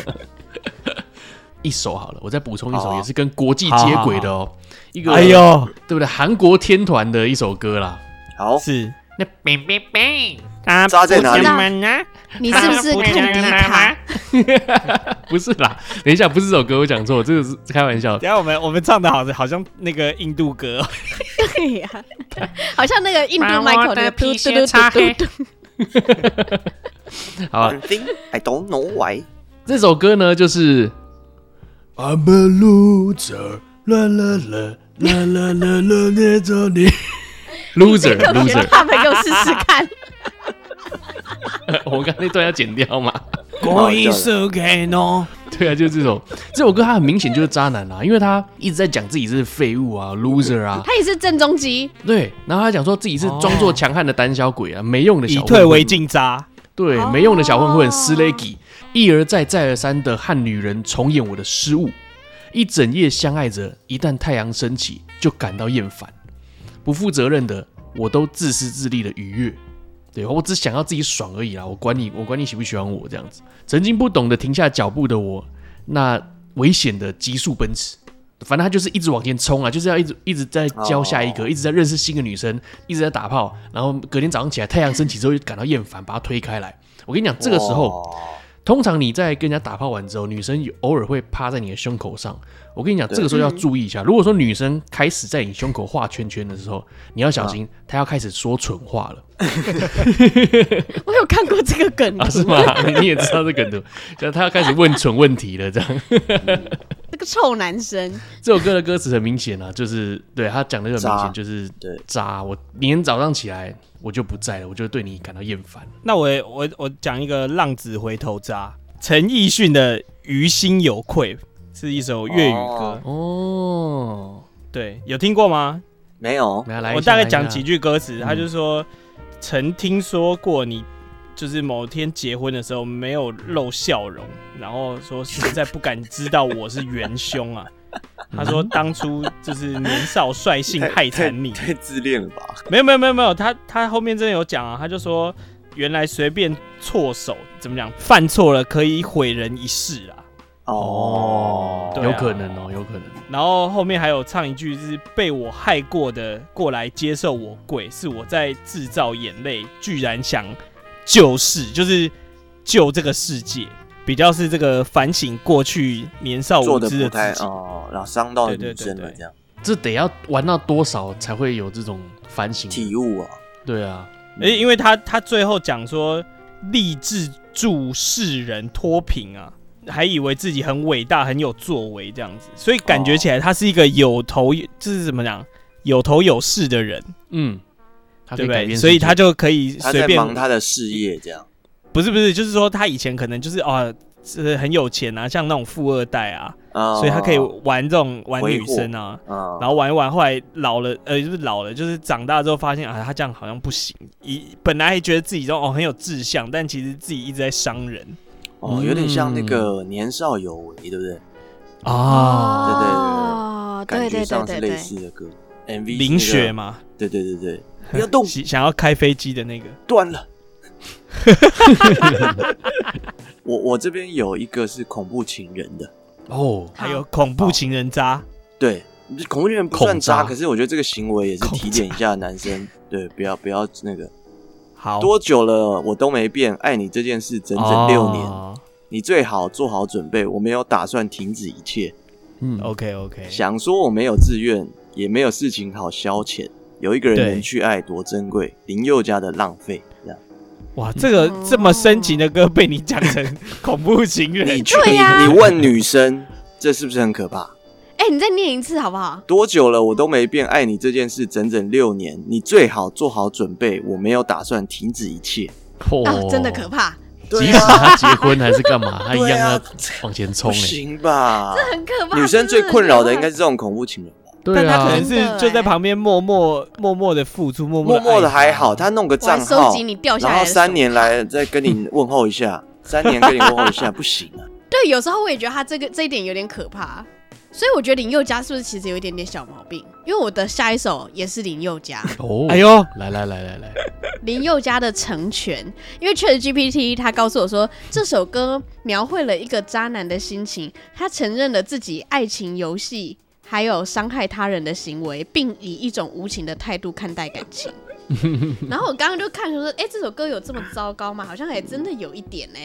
Speaker 1: 一首好了，我再补充一
Speaker 4: 好
Speaker 1: 首，
Speaker 4: 啊
Speaker 1: 也是跟国际接轨的哦，一个
Speaker 3: 哎呦，
Speaker 1: 对不对？韩国天团的一首歌啦，
Speaker 4: 好，
Speaker 3: 是
Speaker 1: 那 bang bang bang，
Speaker 3: 他
Speaker 4: 渣在哪
Speaker 2: 里
Speaker 3: 呢？
Speaker 2: 你是 不是看迪卡？
Speaker 1: 不是啦，等一下不是这首歌，我讲错，这个是开玩笑的。
Speaker 3: 等一下我们我们唱的好像好像那个印度歌哦，
Speaker 2: 对呀，好像那个印度
Speaker 5: 把我
Speaker 2: Michael 那个
Speaker 5: 的
Speaker 2: 嘟
Speaker 5: 皮
Speaker 2: 嘟
Speaker 5: 鞋
Speaker 2: 嘟
Speaker 5: 擦黑
Speaker 2: 嘟嘟嘟，
Speaker 3: 啊
Speaker 1: 好，啊
Speaker 4: One thing I don't know why。
Speaker 1: 这首歌呢，就是 I'm a loser，啦啦啦啦啦啦啦，那种你 loser
Speaker 2: 给我学
Speaker 1: loser，
Speaker 2: 他们给我试试看。
Speaker 1: 我刚才那段要剪掉嘛？
Speaker 4: 好笑的
Speaker 3: 输给侬，
Speaker 1: 对啊，就是这首这首歌，它很明显就是渣男啊，因为他一直在讲自己是废物啊，loser 啊，
Speaker 2: 他也是正中基，
Speaker 1: 对，然后他讲说自己是装作强悍的胆小鬼啊，没用的
Speaker 3: 以
Speaker 1: 小
Speaker 3: 退
Speaker 1: 混混
Speaker 3: 为进渣，
Speaker 1: 对
Speaker 2: 哦，
Speaker 1: 没用的小混混斯雷吉一而再再而三的和女人重演我的失误，一整夜相爱着，一旦太阳升起就感到厌烦，不负责任的我都自私自利的愉悦，对我只想要自己爽而已啦，我管你我管你喜不喜欢我这样子，曾经不懂得停下脚步的我，那危险的急速奔驰。反正他就是一直往前冲啊，就是要一直一直在教下一个
Speaker 4: 哦
Speaker 1: 一直在认识新的女生，一直在打炮，然后隔天早上起来太阳升起之后就感到厌烦，把她推开来。我跟你讲，这个时候
Speaker 4: 哇
Speaker 1: 通常你在跟人家打炮完之后，女生有偶尔会趴在你的胸口上。我跟你讲，
Speaker 4: 对
Speaker 1: 这个时候要
Speaker 2: 嗯
Speaker 1: 注意一下。如果说女生开始在你胸口画圈圈的时候，你要小
Speaker 4: 啊
Speaker 1: 心，她要开始说蠢话了
Speaker 2: 我有看过这个梗
Speaker 1: 啊？
Speaker 2: 图
Speaker 1: 是吗？你你也知道这个梗图，就是她要开始问蠢问题了。这样，
Speaker 2: 这个臭男生，
Speaker 1: 这首歌的歌词很明显啊，就是对他讲的就很明
Speaker 4: 渣
Speaker 1: 显，就是
Speaker 4: 对
Speaker 1: 渣。我明天早上起来我就不在了，我就对你感到厌烦。
Speaker 3: 那我也我我讲一个浪子回头渣，陈奕迅的《于心有愧》是一首粤语歌，
Speaker 4: 哦
Speaker 1: 哦，
Speaker 3: 对，有听过吗？
Speaker 4: 没有，
Speaker 1: 来来一下，
Speaker 3: 我大
Speaker 1: 来
Speaker 3: 概
Speaker 1: 一下
Speaker 3: 讲几句歌词，
Speaker 1: 嗯
Speaker 3: 他就说：“曾听说过你，就是某天结婚的时候没有露笑容，然后说实在不敢知道我是元凶 啊。”他说：“当初就是年少率性害惨 你，
Speaker 4: 太自恋了吧？
Speaker 3: 没有没有没有没有，他他后面真的有讲啊，他就说原来随便错手怎么讲，犯错了可以毁人一世啊。
Speaker 1: 哦，
Speaker 3: 对啊
Speaker 1: 有可能哦，有可能。
Speaker 3: 然后后面还有唱一句就是被我害过的过来接受我跪，是我在制造眼泪，居然想救世，就是救这个世界，比较是这个反省过去年少无
Speaker 4: 做的
Speaker 3: 知的
Speaker 4: 不
Speaker 3: 自
Speaker 4: 太
Speaker 3: 己。
Speaker 4: 哦，然后伤到女生
Speaker 3: 对对对
Speaker 4: 了
Speaker 3: 对
Speaker 4: 这样
Speaker 1: 这得要玩到多少才会有这种反省？
Speaker 4: 体悟啊，嗯
Speaker 1: 对啊，
Speaker 3: 而且因为他他最后讲说立志助世人脱贫啊，还以为自己很伟大很有作为这样子，所以感
Speaker 4: 哦
Speaker 3: 觉起来他是一个有头，就是怎么讲有头有势的人，
Speaker 1: 嗯，他可
Speaker 3: 对
Speaker 1: 以
Speaker 3: 不
Speaker 1: 改
Speaker 3: 对？
Speaker 1: 变，
Speaker 3: 所以他。就可以
Speaker 4: 他
Speaker 3: 随
Speaker 4: 在
Speaker 3: 便，
Speaker 4: 忙他的事业这样。
Speaker 3: 不是不是，就是说他以前可能就是啊。是很有钱啊，像那种富二代啊，
Speaker 4: 啊，
Speaker 3: 所以他可以玩这种玩
Speaker 4: 挥
Speaker 3: 女
Speaker 4: 霍
Speaker 3: 生啊，
Speaker 4: 啊，
Speaker 3: 然后玩一玩，后来老了，呃，就是老了，就是长大之后发现啊，他这样好像不行。一本来还觉得自己这种哦很有志向，但其实自己一直在伤人
Speaker 4: 哦，有点像那个年少有为，对不对？哦
Speaker 1: 啊，
Speaker 4: 对对对
Speaker 2: 哦
Speaker 4: 感觉上是
Speaker 2: 对对
Speaker 4: 类
Speaker 2: 对
Speaker 4: 似的歌，MV
Speaker 3: 林
Speaker 4: 是那
Speaker 3: 雪
Speaker 4: 个，
Speaker 3: 嘛，
Speaker 4: 对对 对对，不要动，
Speaker 3: 喜想要开飞机的那个，
Speaker 4: 断了。我我这边有一个是恐怖情人的，
Speaker 1: 哦，
Speaker 2: 好
Speaker 3: 还有恐怖情人渣，
Speaker 4: 对，恐怖情人不算渣，
Speaker 1: 恐渣
Speaker 4: 可是我觉得这个行为也是
Speaker 3: 恐
Speaker 4: 提点一下男生，对，不要不要那个。
Speaker 3: 好
Speaker 4: 多久了我都没变，爱你这件事整整六年，
Speaker 1: 啊
Speaker 3: 哦
Speaker 4: 你最好做好准备，我没有打算停止一切，
Speaker 1: 嗯，
Speaker 3: OK OK，
Speaker 4: 想说我没有志愿，也没有事情好消遣，有一个人
Speaker 3: 对
Speaker 4: 能去爱多珍贵，林宥嘉的浪费，这样
Speaker 3: 哇，这个这么深情的歌被你讲 成恐怖情人
Speaker 4: 你，去、
Speaker 2: 对呀
Speaker 4: 你问女生，这是不是很可怕？
Speaker 2: 哎、你再念一次好不好？
Speaker 4: 多久了我都没变，爱你这件事整整六年，你最好做好准备，我没有打算停止一切。哦
Speaker 2: 啊，真的可
Speaker 1: 怕。
Speaker 2: 怕，
Speaker 1: 哦即使他结婚还是干嘛，他一样要
Speaker 4: 啊对啊
Speaker 1: 往前冲
Speaker 4: 不
Speaker 1: 哎。
Speaker 4: 行吧？
Speaker 2: 很可怕。
Speaker 4: 女生最困扰的应该
Speaker 2: 是
Speaker 4: 是这种恐怖情人吧。
Speaker 1: 对
Speaker 3: 但他可
Speaker 1: 啊
Speaker 3: 能，是就在旁边默默默默的付出，默
Speaker 4: 默
Speaker 3: 默
Speaker 4: 默
Speaker 3: 的
Speaker 4: 的还好，他弄个
Speaker 2: 我还
Speaker 4: 账
Speaker 2: 收
Speaker 4: 号
Speaker 2: 集，你掉下
Speaker 4: 然
Speaker 2: 来
Speaker 4: 后
Speaker 2: 的
Speaker 4: 三
Speaker 2: 手
Speaker 4: 年来再跟你问候一 下，三年跟你问候一下，不行啊。
Speaker 2: 对，有时候我也觉得他这个这一点有点可怕，所以我觉得林宥嘉是不是其实有一点点小毛病？因为我的下一首也是林宥嘉，
Speaker 1: 哦，
Speaker 3: 哎，呦，
Speaker 1: 来来来来来，
Speaker 2: 林宥嘉的《成全》，因为 ChatGPT 他告诉我说这首歌描绘了一个渣男的心情，他承认了自己爱情游戏。还有伤害他人的行为，并以一种无情的态度看待感情。 然后我刚刚就看说，哎、这首歌有这么糟糕吗？好像还真的有一点呢、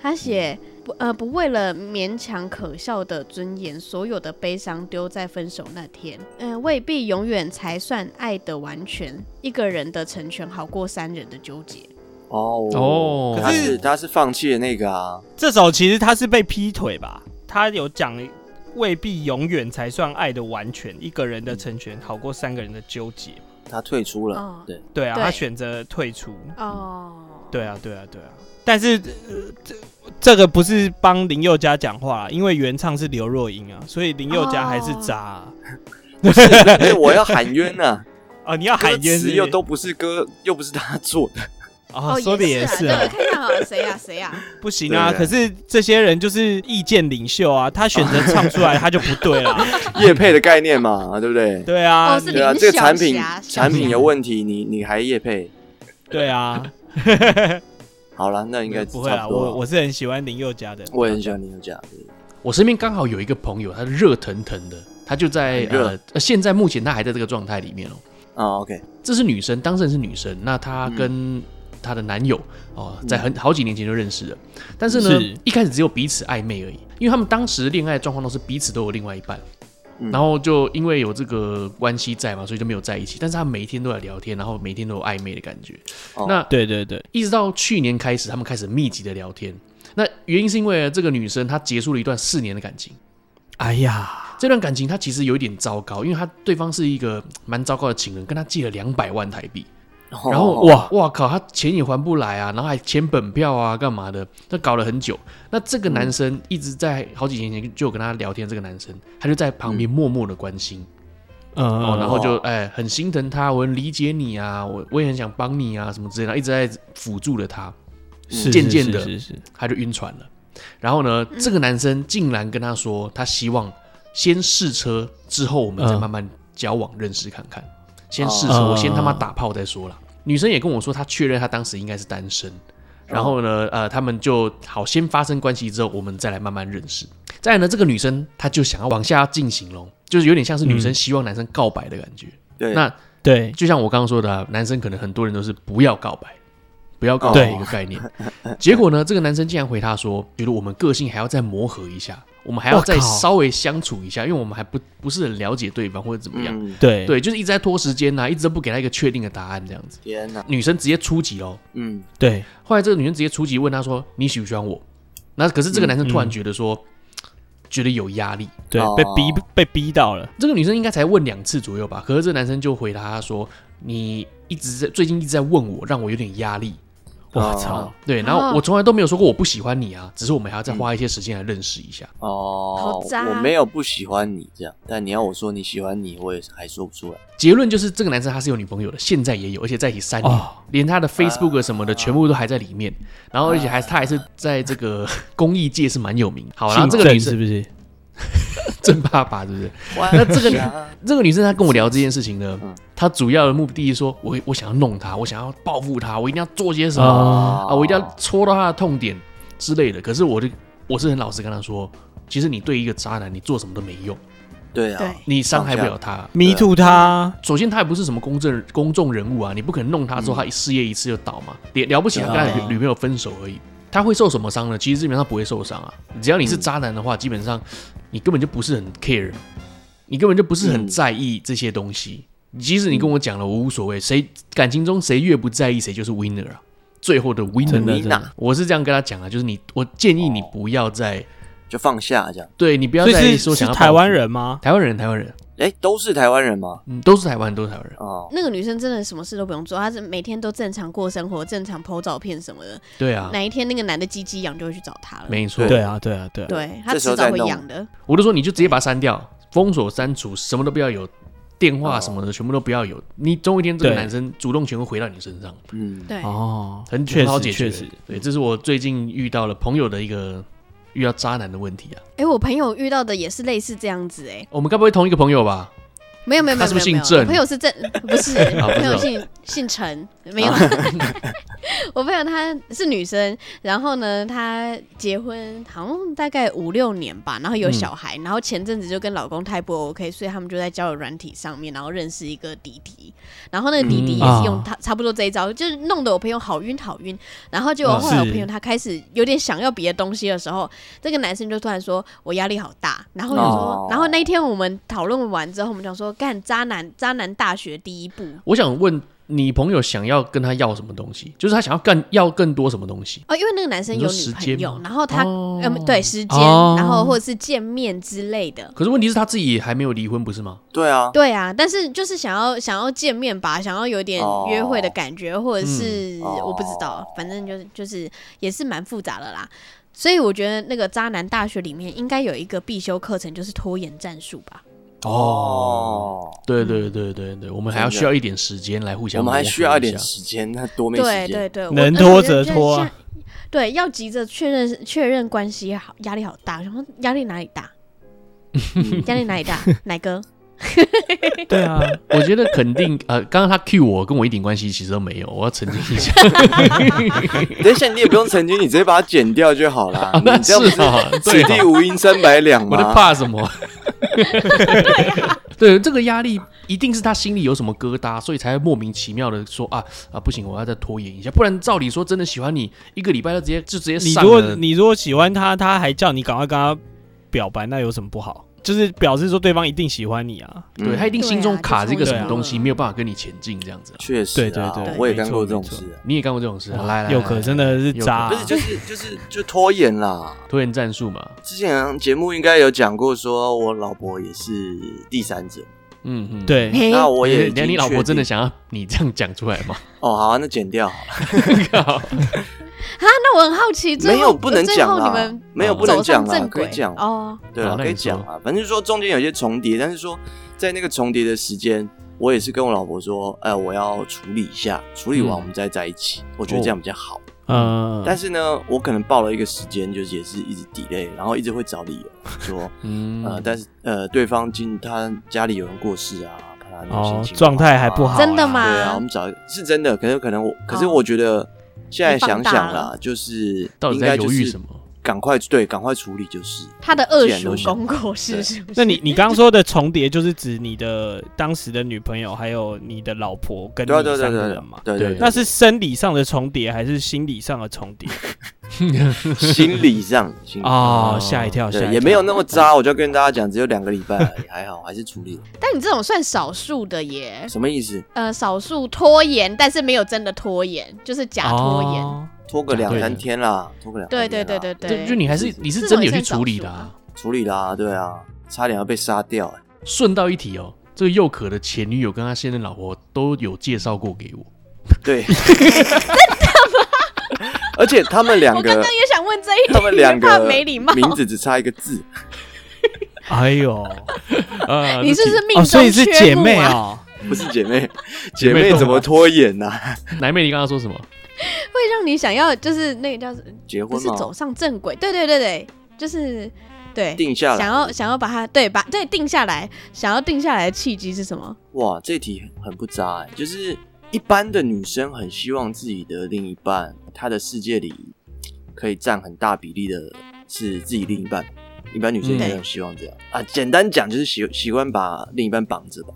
Speaker 2: 他写不呃不为了勉强可笑的尊严，所有的悲伤丢在分手那天。嗯、未必永远才算爱的完全。一个人的成全好过三人的纠结。
Speaker 4: 哦
Speaker 1: 哦
Speaker 4: 他
Speaker 3: 可
Speaker 4: 是
Speaker 3: 是
Speaker 4: 他是放弃了那个啊，
Speaker 3: 这首其实他是被劈腿吧？他有讲，未必永远才算爱的完全，一个人的成全好过三个人的纠结。
Speaker 4: 他退出
Speaker 2: 哦
Speaker 4: 了，对，
Speaker 3: 对啊，
Speaker 2: 对
Speaker 3: 他选择退出。
Speaker 2: 哦，
Speaker 3: 对啊，对啊，对啊。但是、呃、这这个不是帮林宥嘉讲话啦，因为原唱是刘若英啊，所以林宥嘉还是渣啊。
Speaker 4: 因为哎我要喊冤呐，
Speaker 3: 哦你要 喊
Speaker 4: 歌
Speaker 3: 冤是不
Speaker 4: 词
Speaker 3: 是
Speaker 4: 又都不是歌，又不是他做的，
Speaker 2: 哦
Speaker 3: 啊，说的也是
Speaker 2: 啊，
Speaker 3: 啊
Speaker 2: 对，，看看啊，谁呀谁呀，
Speaker 3: 不行啊。
Speaker 4: 对啊
Speaker 3: 可是这些人就是意见领袖啊，他选择唱出来他就不对 了。
Speaker 4: 叶配的概念嘛，对不对？
Speaker 3: 对啊，
Speaker 2: 哦是
Speaker 3: 你
Speaker 4: 对啊，
Speaker 2: 林
Speaker 4: 这个产品
Speaker 2: 小霞
Speaker 4: 产品有问题，你你还叶配？
Speaker 3: 对啊，
Speaker 4: 好了，那应该
Speaker 3: 不会啦，
Speaker 1: 啊
Speaker 4: 差多了
Speaker 3: 我我是很喜欢林宥嘉的。
Speaker 4: 我也很喜欢林宥嘉，对
Speaker 1: 我身边刚好有一个朋友，他热腾腾的，他就在
Speaker 4: 很热
Speaker 1: 呃呃，现在目前他还在这个状态里面哦。
Speaker 4: 啊，OK，嗯
Speaker 1: 这是女生，当事人是女生，那她跟她的男友哦，在很好几年前就认识了，但是呢
Speaker 3: 是，
Speaker 1: 一开始只有彼此暧昧而已，因为他们当时恋爱状况都是彼此都有另外一半。
Speaker 4: 嗯
Speaker 1: 然后就因为有这个关系在嘛，所以就没有在一起。但是他们每一天都在聊天，然后每天都有暧昧的感觉。
Speaker 4: 哦
Speaker 1: 那
Speaker 3: 对对对，
Speaker 1: 一直到去年开始，他们开始密集的聊天。那原因是因为这个女生她结束了一段四年的感情，
Speaker 3: 哎呀，
Speaker 1: 这段感情她其实有一点糟糕，因为她对方是一个蛮糟糕的情人，跟她借了两百万台币，然后
Speaker 4: 哦
Speaker 1: 哇哇靠，她钱也还不来啊，然后还欠本票啊，干嘛的？那搞了很久。那这个男生一直在好几年前就有跟她聊天，这个男生他就在旁边默默的关心，
Speaker 3: 嗯、
Speaker 1: 哦，然后就
Speaker 4: 哦
Speaker 1: 哎很心疼她，我很理解你啊，我我也很想帮你啊，什么之类的，然后一直在辅助了她。
Speaker 3: 是
Speaker 1: 渐渐的
Speaker 3: 是是是
Speaker 1: 他就晕船了。然后呢，这个男生竟然跟他说，他希望先试车，之后我们再
Speaker 3: 嗯
Speaker 1: 慢慢交往认识看看。先试车，
Speaker 3: 哦
Speaker 1: 我先他妈打炮再说啦。女生也跟我说，她确认她当时应该是单身。然后呢，呃，他们就好先发生关系之后，我们再来慢慢认识。再来呢，这个女生她就想要往下进行咯，就是有点像是女生
Speaker 3: 嗯
Speaker 1: 希望男生告白的感觉。
Speaker 4: 对，
Speaker 1: 那
Speaker 3: 对，
Speaker 1: 就像我刚刚说的、啊，男生可能很多人都是不要告白，不要告白
Speaker 3: 对
Speaker 1: 的一个概念。结果呢，这个男生竟然回他说，觉得我们个性还要再磨合一下，我们还要再
Speaker 3: 哇靠
Speaker 1: 稍微相处一下，因为我们还不不是很了解对方或者怎么样。
Speaker 4: 嗯，
Speaker 3: 对
Speaker 1: 对，就是一直在拖时间呐、啊一直都不给他一个确定的答案，这样子。
Speaker 4: 天哪，
Speaker 1: 女生直接出击喽。
Speaker 4: 嗯，
Speaker 3: 对，
Speaker 1: 后来这个女生直接出击问他说：“你喜不喜欢我？”那可是这个男生突然觉得说，觉得有压力。
Speaker 3: 对，
Speaker 4: 哦
Speaker 3: 被逼被逼到了，
Speaker 1: 这个女生应该才问两次左右吧，可是这男生就回答她说：“你一直在最近一直在问我，让我有点压力。
Speaker 3: 我
Speaker 4: 哦
Speaker 3: 操，
Speaker 1: 对，然后
Speaker 2: 哦
Speaker 1: 我从来都没有说过我不喜欢你啊，只是我们还要再花一些时间来认识一下。
Speaker 4: 哦，
Speaker 2: 好渣
Speaker 4: 我没有不喜欢你这样，但你要我说你喜欢你，我也还说不出来。
Speaker 1: 结论就是这个男生他是有女朋友的，现在也有，而且在一起三年，
Speaker 3: 哦
Speaker 1: 连他的 Facebook 什么的全部都还在里面。然后而且还他还是在这个公益界是蛮有名的。好，然后
Speaker 3: 姓
Speaker 1: 哦这个女
Speaker 3: 郑是
Speaker 1: 生
Speaker 3: 不是？
Speaker 1: 郑爸爸是不是？ 那这个
Speaker 4: 你
Speaker 1: 女这个女生她跟我聊这件事情呢
Speaker 4: 嗯，
Speaker 1: 她主要的目的是说我我想要弄她，我想要报复她，我一定要做些什么。
Speaker 4: 哦
Speaker 3: 啊
Speaker 1: 啊，我一定要戳到他的痛点之类的。可是我就我是很老实跟他说，其实你对一个渣男，你做什么都没用，
Speaker 4: 对
Speaker 2: 对
Speaker 4: 啊，，
Speaker 1: 你伤害不了他。
Speaker 3: 迷途他，
Speaker 1: 首先，他也不是什么公正公众人物啊，你不可能弄他之后，他一事业一次就倒嘛。了了不起，他跟他
Speaker 3: 对啊
Speaker 1: 女女朋友分手而已，他会受什么伤呢？其实基本上不会受伤啊。只要你是渣男的话，基本上你根本就不是很 care，你根本就不是很
Speaker 4: 嗯
Speaker 1: 在意这些东西。即使你跟我讲了，我无所谓。谁感情中谁越不在意，谁就是 winner 啊，最后的 winner
Speaker 3: 真的
Speaker 4: 妮
Speaker 3: 真
Speaker 4: 娜
Speaker 3: 的，
Speaker 1: 我是这样跟他讲啊，就是你，我建议你
Speaker 4: 哦
Speaker 1: 不要再，
Speaker 4: 就放下这样。
Speaker 1: 对你不要
Speaker 3: 所以
Speaker 1: 再
Speaker 3: 是
Speaker 1: 说
Speaker 3: 是
Speaker 1: 想要
Speaker 3: 台湾
Speaker 1: 报复，
Speaker 3: 人吗？
Speaker 1: 台湾人，台湾人，
Speaker 4: 哎，都是台湾人吗？
Speaker 1: 嗯，都是台湾，都是台湾人，
Speaker 4: 哦，
Speaker 2: 那个女生真的什么事都不用做，她是每天都正常过生活，正常 PO 照片什么的。
Speaker 1: 对啊，
Speaker 2: 哪一天那个男的鸡鸡痒就会去找她了，
Speaker 1: 没错，哦
Speaker 3: 对啊，对啊，对啊，
Speaker 2: 对她
Speaker 4: 这时
Speaker 2: 迟
Speaker 4: 候
Speaker 2: 早
Speaker 4: 再
Speaker 2: 会
Speaker 4: 弄
Speaker 2: 痒的。
Speaker 1: 我就说你就直接把它删掉，封锁、删除，什么都不要有，电话什么的全部都不要有，你总有一天这个
Speaker 3: 对
Speaker 1: 男生主动权会回到你身上，
Speaker 4: 嗯，
Speaker 2: 对，
Speaker 3: 哦，
Speaker 1: 很
Speaker 3: 确
Speaker 1: 很好
Speaker 3: 实
Speaker 1: 解决
Speaker 3: 确实，
Speaker 1: 对，这是我最近遇到了朋友的一个遇到渣男的问题啊，
Speaker 2: 哎、我朋友遇到的也是类似这样子、哎，
Speaker 1: 我们该不会同一个朋友吧？
Speaker 2: 没有没有没
Speaker 1: 他
Speaker 2: 有
Speaker 1: 是不
Speaker 2: 没
Speaker 1: 是
Speaker 2: 有没有，
Speaker 1: 姓郑
Speaker 2: 我 朋友是郑，不是，
Speaker 1: 哦啊
Speaker 2: 我
Speaker 1: 不
Speaker 2: 朋
Speaker 1: 是哦
Speaker 2: 友姓姓陈，没有。 我朋友她是女生，然后呢，她结婚好像大概五六年吧，然后有
Speaker 1: 嗯
Speaker 2: 小孩，然后前阵子就跟老公太不 OK，所以他们就在交友软体上面，然后认识一个弟弟，然后那个弟弟
Speaker 1: 嗯
Speaker 2: 也是用
Speaker 3: 啊
Speaker 2: 他、差不多这一招，就是弄得我朋友好晕好晕，然后结果
Speaker 1: 啊
Speaker 3: 嗯
Speaker 2: 后来我
Speaker 3: 是
Speaker 2: 朋友他开始有点想要别的东西的时候，这个男生就突然说：“我压力好大。”然后我想说，
Speaker 4: 哦
Speaker 2: 然后那一天我们讨论完之后，我们想说，干渣男，渣男大学第一步。
Speaker 1: 我想问你朋友想要跟他要什么东西，就是他想要更要更多什么东西？
Speaker 2: 哦，因为那个男生有
Speaker 1: 你说
Speaker 2: 女
Speaker 1: 时
Speaker 2: 朋
Speaker 1: 间吗
Speaker 2: 友，然后他，
Speaker 1: 哦
Speaker 2: 嗯，对，时间，
Speaker 3: 哦
Speaker 2: 然后或者是见面之类的，
Speaker 1: 可是问题是他自己还没有离婚，不是吗？
Speaker 4: 对
Speaker 1: 哦
Speaker 4: 啊，
Speaker 2: 对啊，但是就是想要想要见面吧，想要有点
Speaker 4: 哦
Speaker 2: 约会的感觉，或者是、
Speaker 4: 嗯哦
Speaker 2: 我不知道，反正就是就是也是蛮复杂的啦。所以我觉得那个渣男大学里面应该有一个必修课程，就是拖延战术吧。
Speaker 4: 哦，
Speaker 1: 对对对对对，我们还要
Speaker 4: 真的
Speaker 1: 需要一点时间来互相
Speaker 4: 我
Speaker 1: 磨
Speaker 4: 们
Speaker 1: 合
Speaker 4: 还
Speaker 1: 一下，
Speaker 4: 需要一点时间，那多没
Speaker 2: 对
Speaker 4: 时间。
Speaker 2: 对对，我
Speaker 3: 能
Speaker 2: 而
Speaker 3: 拖
Speaker 2: 且
Speaker 3: 则
Speaker 2: 就是
Speaker 3: 拖啊
Speaker 2: 现在对，要急着确认确认关系，好压力好大。然后压力哪里大？
Speaker 4: 嗯
Speaker 2: 压力 哪里大？奶哥，
Speaker 3: 对 啊，
Speaker 1: 我觉得肯定，呃，刚刚他 cue 我，跟我一点关系其实都没有，我要澄清一 下。
Speaker 4: 等一下，你也不用澄清，你直接把它剪掉就好啦。
Speaker 1: 那
Speaker 4: 你这样不
Speaker 1: 是 啊，
Speaker 4: 此
Speaker 1: 对
Speaker 4: 地
Speaker 1: 啊，
Speaker 4: 无银三百两
Speaker 1: 我在
Speaker 4: 吗？
Speaker 1: 怕什么？对，这个压力一定是他心里有什么疙瘩，所以才会莫名其妙的说啊啊不行，我要再拖延一下，不然照理说真的喜欢你，一个礼拜就直接就直接
Speaker 3: 你
Speaker 1: 上
Speaker 3: 如果
Speaker 1: 了。
Speaker 3: 你如果喜欢他，他还叫你赶快跟他表白，那有什么不好？就是表示说对方一定喜欢你啊。
Speaker 4: 嗯
Speaker 1: 对他一定心中卡着一个什么东西，
Speaker 2: 对啊就冲动了
Speaker 1: 没有办法跟你前进，这样子啊、
Speaker 4: 确实、啊，
Speaker 3: 对对对
Speaker 4: 我也
Speaker 3: 没错
Speaker 4: 干过这种
Speaker 3: 没错
Speaker 4: 事、啊。
Speaker 1: 你也干过这种事啊？
Speaker 3: 哇
Speaker 1: 来来，
Speaker 3: 佑哦可真的是渣啊
Speaker 4: 不是，就是就是就拖延啦。
Speaker 1: 拖延战术嘛。
Speaker 4: 之前节目应该有讲过，说我老婆也是第三者，
Speaker 1: 嗯嗯，。
Speaker 3: 对，
Speaker 2: 嘿
Speaker 4: 那我也已
Speaker 1: 你
Speaker 4: 经
Speaker 1: 你老婆
Speaker 4: 确定
Speaker 1: 真的想要你这样讲出来 吗？
Speaker 4: 哦，好、啊，那剪掉好了，
Speaker 3: 呃
Speaker 2: 啊，那我很好奇，最后
Speaker 4: 没有不能讲
Speaker 2: 最后你
Speaker 4: 啦
Speaker 2: 们，
Speaker 4: 没有不能
Speaker 2: 走
Speaker 4: 讲
Speaker 2: 上
Speaker 4: 啦
Speaker 2: 正，
Speaker 4: 可
Speaker 2: 轨
Speaker 4: 以讲，
Speaker 2: 哦，
Speaker 4: 对啊
Speaker 1: 好，那
Speaker 4: 可以
Speaker 1: 你说
Speaker 4: 讲啊，反正说中间有些重叠，但是说在那个重叠的时间，我也是跟我老婆说，哎、我要处理一下，处理
Speaker 1: 嗯
Speaker 4: 完
Speaker 1: 哦
Speaker 4: 我们再在一起，我觉得这样比较好。
Speaker 3: 嗯，
Speaker 4: 但是呢，我可能报了一个时间，就是也是一直 delay，然后一直会找理由 说，
Speaker 1: 嗯，
Speaker 4: 呃，但是呃，对方今他家里有人过世啊，怕他那个心
Speaker 3: 哦
Speaker 4: 情、，
Speaker 3: 状态还不好啊，
Speaker 2: 真的吗
Speaker 4: 对啊，我们找是真的，可是可能我，可是
Speaker 2: 哦
Speaker 4: 我觉得现在想想啦，就是
Speaker 1: 到底
Speaker 4: 应
Speaker 1: 在
Speaker 4: 该就
Speaker 1: 犹豫
Speaker 4: 是
Speaker 1: 什么？
Speaker 4: 赶快对，赶快处理就是。
Speaker 2: 他的恶
Speaker 4: 既然
Speaker 2: 俗
Speaker 4: 都想
Speaker 2: 公狗是是 不是？
Speaker 3: 那你你刚刚说的重叠，就是指你的当时的女朋友，还有你的老婆跟你
Speaker 4: 对啊对啊对
Speaker 3: 三
Speaker 4: 啊对
Speaker 3: 个
Speaker 4: 啊
Speaker 3: 人嘛？
Speaker 4: 对啊对啊对啊，
Speaker 3: 那是生理上的重叠，还是心理上的重叠？
Speaker 4: 心理上，心理
Speaker 3: 哦，吓一跳，吓一
Speaker 4: 嗯对，
Speaker 3: 跳
Speaker 4: 也没有那么渣。我就跟大家讲，只有两个礼拜而已，还好，还是处理了。
Speaker 2: 但你这种算少数的耶，
Speaker 4: 什么意思？
Speaker 2: 呃，少数拖延，但是没有真的拖延，就是假拖延。
Speaker 3: 哦
Speaker 4: 拖个两
Speaker 1: 对
Speaker 4: 三
Speaker 1: 的
Speaker 4: 天啦，拖个两
Speaker 2: 对
Speaker 4: 三天啦
Speaker 2: 对对对
Speaker 1: 就
Speaker 2: 对，
Speaker 1: 就你还是
Speaker 4: 是
Speaker 1: 你是真
Speaker 2: 这种
Speaker 1: 的有
Speaker 2: 也
Speaker 1: 去
Speaker 2: 算
Speaker 1: 处
Speaker 2: 少
Speaker 1: 理
Speaker 2: 数
Speaker 1: 的啊、
Speaker 2: 啊
Speaker 4: 处理啦，对啊，差点要被杀掉、欸。
Speaker 1: 顺道一提哦，这个佑可的前女友跟他现任老婆都有介绍过给 我。
Speaker 4: 对，真的吗？而且他们两
Speaker 2: 我
Speaker 4: 个
Speaker 2: 刚刚也想问这一点，
Speaker 4: 他们两
Speaker 2: 怕
Speaker 4: 个
Speaker 2: 没礼貌。
Speaker 4: 名字只差一个字，
Speaker 3: 哎呦，
Speaker 1: 呃
Speaker 2: 你是不是命
Speaker 3: 哦，
Speaker 2: 中
Speaker 3: 所以是姐
Speaker 2: 缺木
Speaker 3: 妹
Speaker 2: 啊？
Speaker 3: 哦，
Speaker 4: 不是 姐妹，
Speaker 1: 姐
Speaker 4: 姐
Speaker 1: 妹
Speaker 4: 妹
Speaker 1: 动
Speaker 4: 怎么拖延啊呢、
Speaker 1: 奶妹，你刚刚说什么？
Speaker 2: 会让你想要就是那个叫
Speaker 4: 结
Speaker 2: 不
Speaker 4: 婚
Speaker 2: 是
Speaker 4: 吗？
Speaker 2: 走上正轨？对对对对，就是对，
Speaker 4: 定下
Speaker 2: 想
Speaker 4: 来。
Speaker 2: 要想要把它对把对定下来，想要定下来的契机是什么？
Speaker 4: 哇，这题很不渣、欸，就是一般的女生很希望自己的另一半，她的世界里可以占很大比例的是自己另一半。一般女生应该很希望这样、啊。简单讲就是喜喜欢把另一半绑着吧。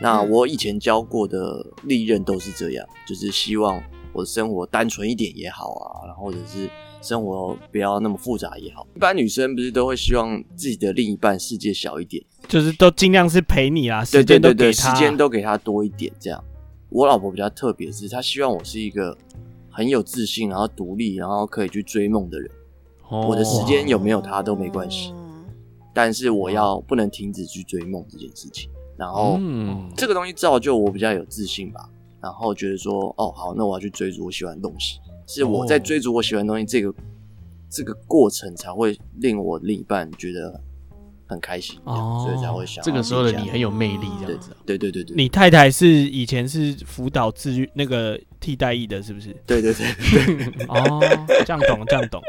Speaker 4: 那
Speaker 2: 嗯
Speaker 4: 我以前教过的历任都是这样，就是希望我的生活单纯一点也好啊，然后或者是生活不要那么复杂也好。一般女生不是都会希望自己的另一半世界小一点。
Speaker 3: 就是都尽量是陪你啦，时
Speaker 4: 对对
Speaker 3: 间都
Speaker 4: 对
Speaker 3: 给
Speaker 4: 对，
Speaker 3: 他，
Speaker 4: 时间都给他多一点这样。我老婆比较特别是，她希望我是一个很有自信，然后独立，然后可以去追梦的人。
Speaker 1: 哦
Speaker 4: 我的时间有没有他都没关系
Speaker 2: 哦
Speaker 4: 但是我要不能停止去追梦这件事情。然后、
Speaker 1: 嗯，
Speaker 4: 这个东西造就我比较有自信吧，然后觉得说，哦，好，那我要去追逐我喜欢的东西。是我在
Speaker 1: 哦
Speaker 4: 追逐我喜欢的东西这个、这个过程才会令我另一半觉得很开心，这样
Speaker 3: 哦
Speaker 4: 所以才会想
Speaker 1: 这个时候的你很
Speaker 4: 有
Speaker 1: 有魅力，这样子啊。
Speaker 4: 对对对对，
Speaker 3: 你太太是以前是辅导治愈那个替代役的，是 不是？
Speaker 4: 对对对。
Speaker 3: 哦，这样懂，这样懂。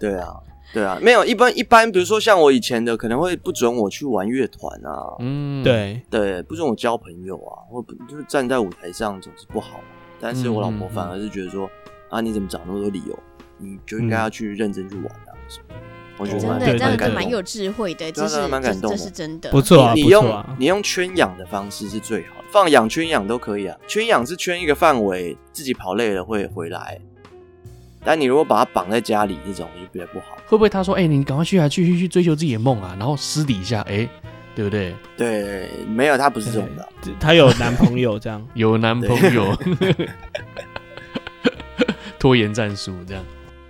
Speaker 4: 对啊，对啊，没有一般一般，比如说像我以前的，可能会不准我去玩乐团啊，
Speaker 1: 嗯，，
Speaker 3: 对，
Speaker 4: 对，不准我交朋友啊，或不就是站在舞台上总是不好嘛。但是我老
Speaker 1: 嗯
Speaker 4: 婆
Speaker 1: 嗯嗯
Speaker 4: 反而是觉得说，啊，你怎么找那么多理由？你就应该要去认真去玩啊。什么的我觉
Speaker 2: 嗯真
Speaker 4: 得
Speaker 2: 的
Speaker 4: 蛮
Speaker 3: 对
Speaker 2: 这样
Speaker 4: 蛮
Speaker 2: 子
Speaker 4: 感
Speaker 2: 蛮
Speaker 4: 动
Speaker 2: 有智慧的，
Speaker 4: 对
Speaker 2: 这
Speaker 4: 啊
Speaker 2: 是
Speaker 4: 对啊蛮
Speaker 2: 这
Speaker 4: 感动
Speaker 2: 这
Speaker 4: 的
Speaker 2: 是真的，
Speaker 3: 不错啊，
Speaker 4: 你
Speaker 3: 不
Speaker 4: 你
Speaker 3: 错
Speaker 4: 用
Speaker 3: 啊。
Speaker 4: 你用圈养的方式是最好的，放养圈养都可以啊。圈养是圈一个范围，自己跑累了会回来。但你如果把它绑在家里，这种就比较不好。
Speaker 1: 会不会他说，哎，你赶快去啊，去去去追求自己的梦啊，然后私底下，哎，对不对？，
Speaker 4: 对，没有，它不是这种的。
Speaker 3: 她有男朋友这样
Speaker 1: 有男朋友， 拖延战术这样。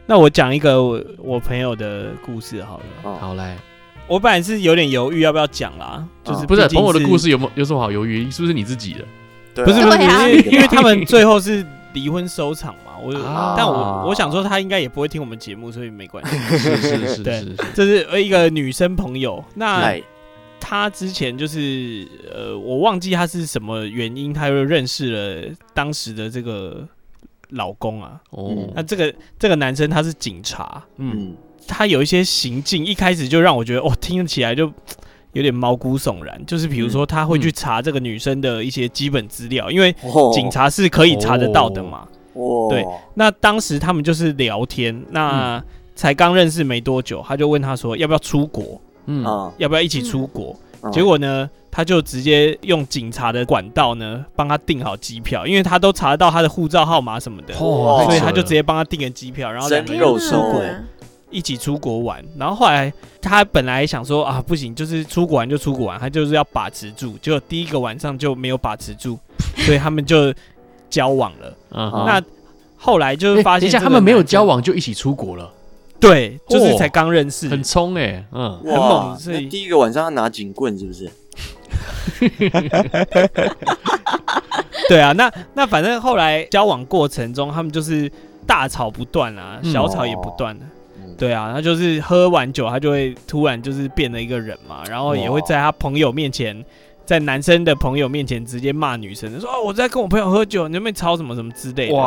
Speaker 3: 那我讲一个我我朋友的故事好了。
Speaker 4: 哦
Speaker 1: 好来，
Speaker 3: 我本来是有点犹豫要不要讲啦，就是
Speaker 4: 哦
Speaker 1: 不是啊
Speaker 3: 毕竟
Speaker 1: 朋友的故事，有没有有什么好犹豫？是不是你自己的？
Speaker 4: 对啊
Speaker 3: 不是不是，
Speaker 2: 对啊
Speaker 3: 因为因为他们最后是离婚收场嘛。我
Speaker 1: 啊
Speaker 3: 但我我想说他应该也不会听我们节目，所以没关 系。
Speaker 1: 是是是是
Speaker 3: 对
Speaker 1: 是，
Speaker 3: 这是一个女生朋友，那
Speaker 4: 哎，
Speaker 3: 她之前就是呃，我忘记她是什么原因，她又认识了当时的这个老公啊。
Speaker 1: 哦，
Speaker 3: 那这个这个男生他是警察，
Speaker 1: 嗯，
Speaker 4: 嗯，
Speaker 3: 他有一些行径，一开始就让我觉得哦，听起来就嘖有点毛骨悚然。就是比如说，他会去查这个女生的一些基本资料，因为
Speaker 4: 哦
Speaker 3: 警察是可以查得到的嘛。
Speaker 4: 哦，
Speaker 3: 对那当时他们就是聊天，
Speaker 4: 嗯
Speaker 3: 那才刚认识没多久，他就问他说要不要出国，
Speaker 1: 嗯
Speaker 4: 啊，
Speaker 3: 要不要一起出国？
Speaker 4: 嗯
Speaker 3: 结果呢，他就直接用警察的管道呢，帮他订好机票，因为他都查得到他的护照号码什么的，
Speaker 1: 哦，
Speaker 3: 所以
Speaker 1: 太扯
Speaker 3: 他就
Speaker 1: 了
Speaker 3: 直接帮他订个机票，然后两个
Speaker 4: 真
Speaker 3: 人
Speaker 4: 肉
Speaker 3: 出
Speaker 4: 搜
Speaker 3: 国
Speaker 4: 哎
Speaker 3: 一起出国玩。然后后来他本来想说啊，不行，就是出国玩就出国玩，他就是要把持住。结果第一个晚上就没有把持 住，所以他们就交往了。
Speaker 1: 嗯
Speaker 4: 啊
Speaker 3: 那后来就
Speaker 1: 哎
Speaker 3: 是发
Speaker 1: 等
Speaker 3: 现
Speaker 1: 一下
Speaker 3: 这个
Speaker 1: 他们没有
Speaker 3: 男生
Speaker 1: 交，往就一起出国了，
Speaker 3: 对，就是
Speaker 1: 哦
Speaker 3: 才刚认识，
Speaker 1: 很冲哎，嗯，
Speaker 3: 很
Speaker 4: 哇
Speaker 3: 猛所以
Speaker 4: 那第一个晚上他拿警棍是不是？
Speaker 3: 对
Speaker 1: 哦
Speaker 3: 啊，那那反正后来交往过程中，他们就是大吵不断啊，
Speaker 1: 嗯
Speaker 3: 小吵也不断的、
Speaker 4: 嗯
Speaker 3: 对啊，他就是喝完酒，他就会突然就是变了一个人嘛，然后也会在他朋友面前，在男生的朋友面前直接骂女生，说哦我在跟我朋友喝酒，你有没有吵什么什么之类的。哇，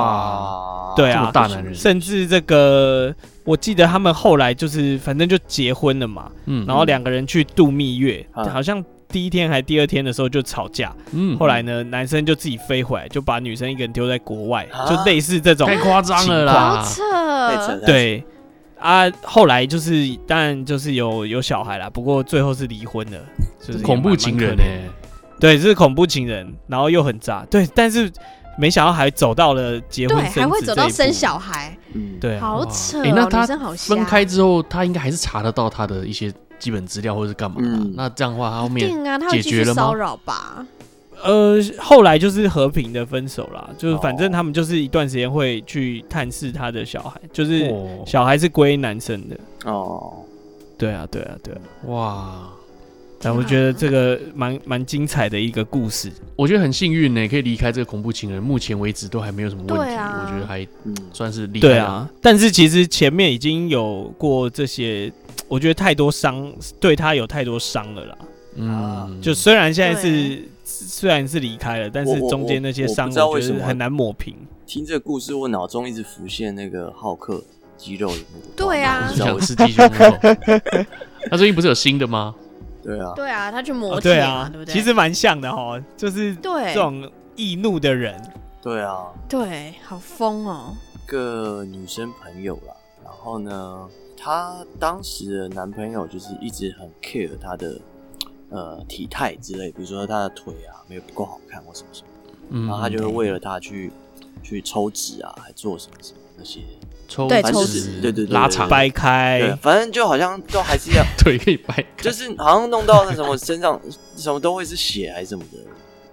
Speaker 1: 哇，
Speaker 3: 对
Speaker 1: 这
Speaker 3: 啊
Speaker 1: 么大男人，
Speaker 3: 甚至这个我记得他们后来就是反正就结婚了嘛，
Speaker 1: 嗯啊
Speaker 3: 然后两个人去度蜜月，
Speaker 4: 嗯
Speaker 3: 好像第一天还第二天的时候就吵架，
Speaker 1: 嗯
Speaker 3: 后来呢，男生就自己飞回来，就把女生一个人丢在国外，
Speaker 4: 啊
Speaker 3: 就类似这种
Speaker 1: 太。夸张了
Speaker 2: 好
Speaker 1: 啦，
Speaker 2: 扯，
Speaker 4: 太扯，太扯，
Speaker 3: 对啊，后来就是当然就是有有小孩啦，不过最后是离婚了，就是也
Speaker 1: 恐怖
Speaker 3: 蛮
Speaker 1: 情人
Speaker 3: 蛮可怜
Speaker 1: 哎，
Speaker 3: 对，是恐怖情人，然后又很渣，对，但是没想到还走到了结婚
Speaker 2: 对，
Speaker 3: 生子
Speaker 2: 还会走到
Speaker 3: 这一步
Speaker 2: 生，小孩，
Speaker 4: 嗯，
Speaker 3: 对啊，
Speaker 1: 哇
Speaker 2: 好扯哦，
Speaker 1: 哎那他
Speaker 2: 女生好瞎
Speaker 1: 分开之后，他应该还是查得到他的一些基本资料或者是干嘛的吧
Speaker 4: 嗯。
Speaker 1: 那这样的话，他后
Speaker 2: 一
Speaker 1: 面
Speaker 2: 定啊，他会继续
Speaker 1: 解决了吗
Speaker 2: 骚扰吧？
Speaker 3: 呃，后来就是和平的分手啦，就是反正他们就是一段时间会去探视他的小孩，就是
Speaker 1: 哦
Speaker 3: 小孩是归男生的，
Speaker 4: 哦，
Speaker 3: 对啊，对啊，对啊。
Speaker 1: 哇，
Speaker 3: 但我觉得这个蛮蛮精彩的一个故事，
Speaker 1: 我觉得很幸运呢，可以离开这个恐怖情人，目前为止都还没有什么问题，
Speaker 2: 对啊
Speaker 1: 我觉得还
Speaker 4: 嗯，
Speaker 1: 算是厉害。
Speaker 3: 对，啊。但是其实前面已经有过这些，我觉得太多伤，对他有太多伤了啦。
Speaker 1: 嗯，
Speaker 3: 啊就虽然现在是虽然是离开了，但是
Speaker 4: 我我
Speaker 3: 中间那些伤，
Speaker 4: 我不知道
Speaker 3: 我
Speaker 4: 为
Speaker 3: 觉
Speaker 4: 什么
Speaker 3: 得很难抹平。
Speaker 4: 听这个故事，我脑中一直浮现那个浩克肌肉的那个
Speaker 2: 对啊
Speaker 4: 画面不
Speaker 1: 就
Speaker 4: 知道
Speaker 1: 想
Speaker 4: 为
Speaker 1: 吃
Speaker 4: 什
Speaker 1: 鸡胸 肉。他最近不是有新的吗？
Speaker 4: 么对啊，
Speaker 2: 对啊，他去
Speaker 3: 哦
Speaker 2: 磨
Speaker 3: 对
Speaker 2: 铁
Speaker 3: 啊
Speaker 2: 嘛，对不，对？
Speaker 3: 其实蛮像的哈，就是
Speaker 2: 对
Speaker 3: 这种易怒的人，
Speaker 4: 对啊，
Speaker 2: 对，好疯哦，
Speaker 4: 一个女生朋友啦，然后呢，她当时的男朋友就是一直很 care 她的呃体态之类，比如说她的腿啊没有不够好看或什么什么，
Speaker 1: 嗯，
Speaker 4: 然后她啊就会为了她去去抽脂啊，还做什么什么那些，
Speaker 1: 抽
Speaker 2: 对
Speaker 4: 反正
Speaker 2: 抽
Speaker 4: 就
Speaker 2: 脂
Speaker 4: 是对对对
Speaker 1: 拉长哎
Speaker 3: 掰
Speaker 4: 对，啊
Speaker 3: 开，
Speaker 4: 反正就好像都还是 要，
Speaker 1: 腿可以掰开，
Speaker 4: 就是好像弄到那什么身上什么都会是血还是什么的，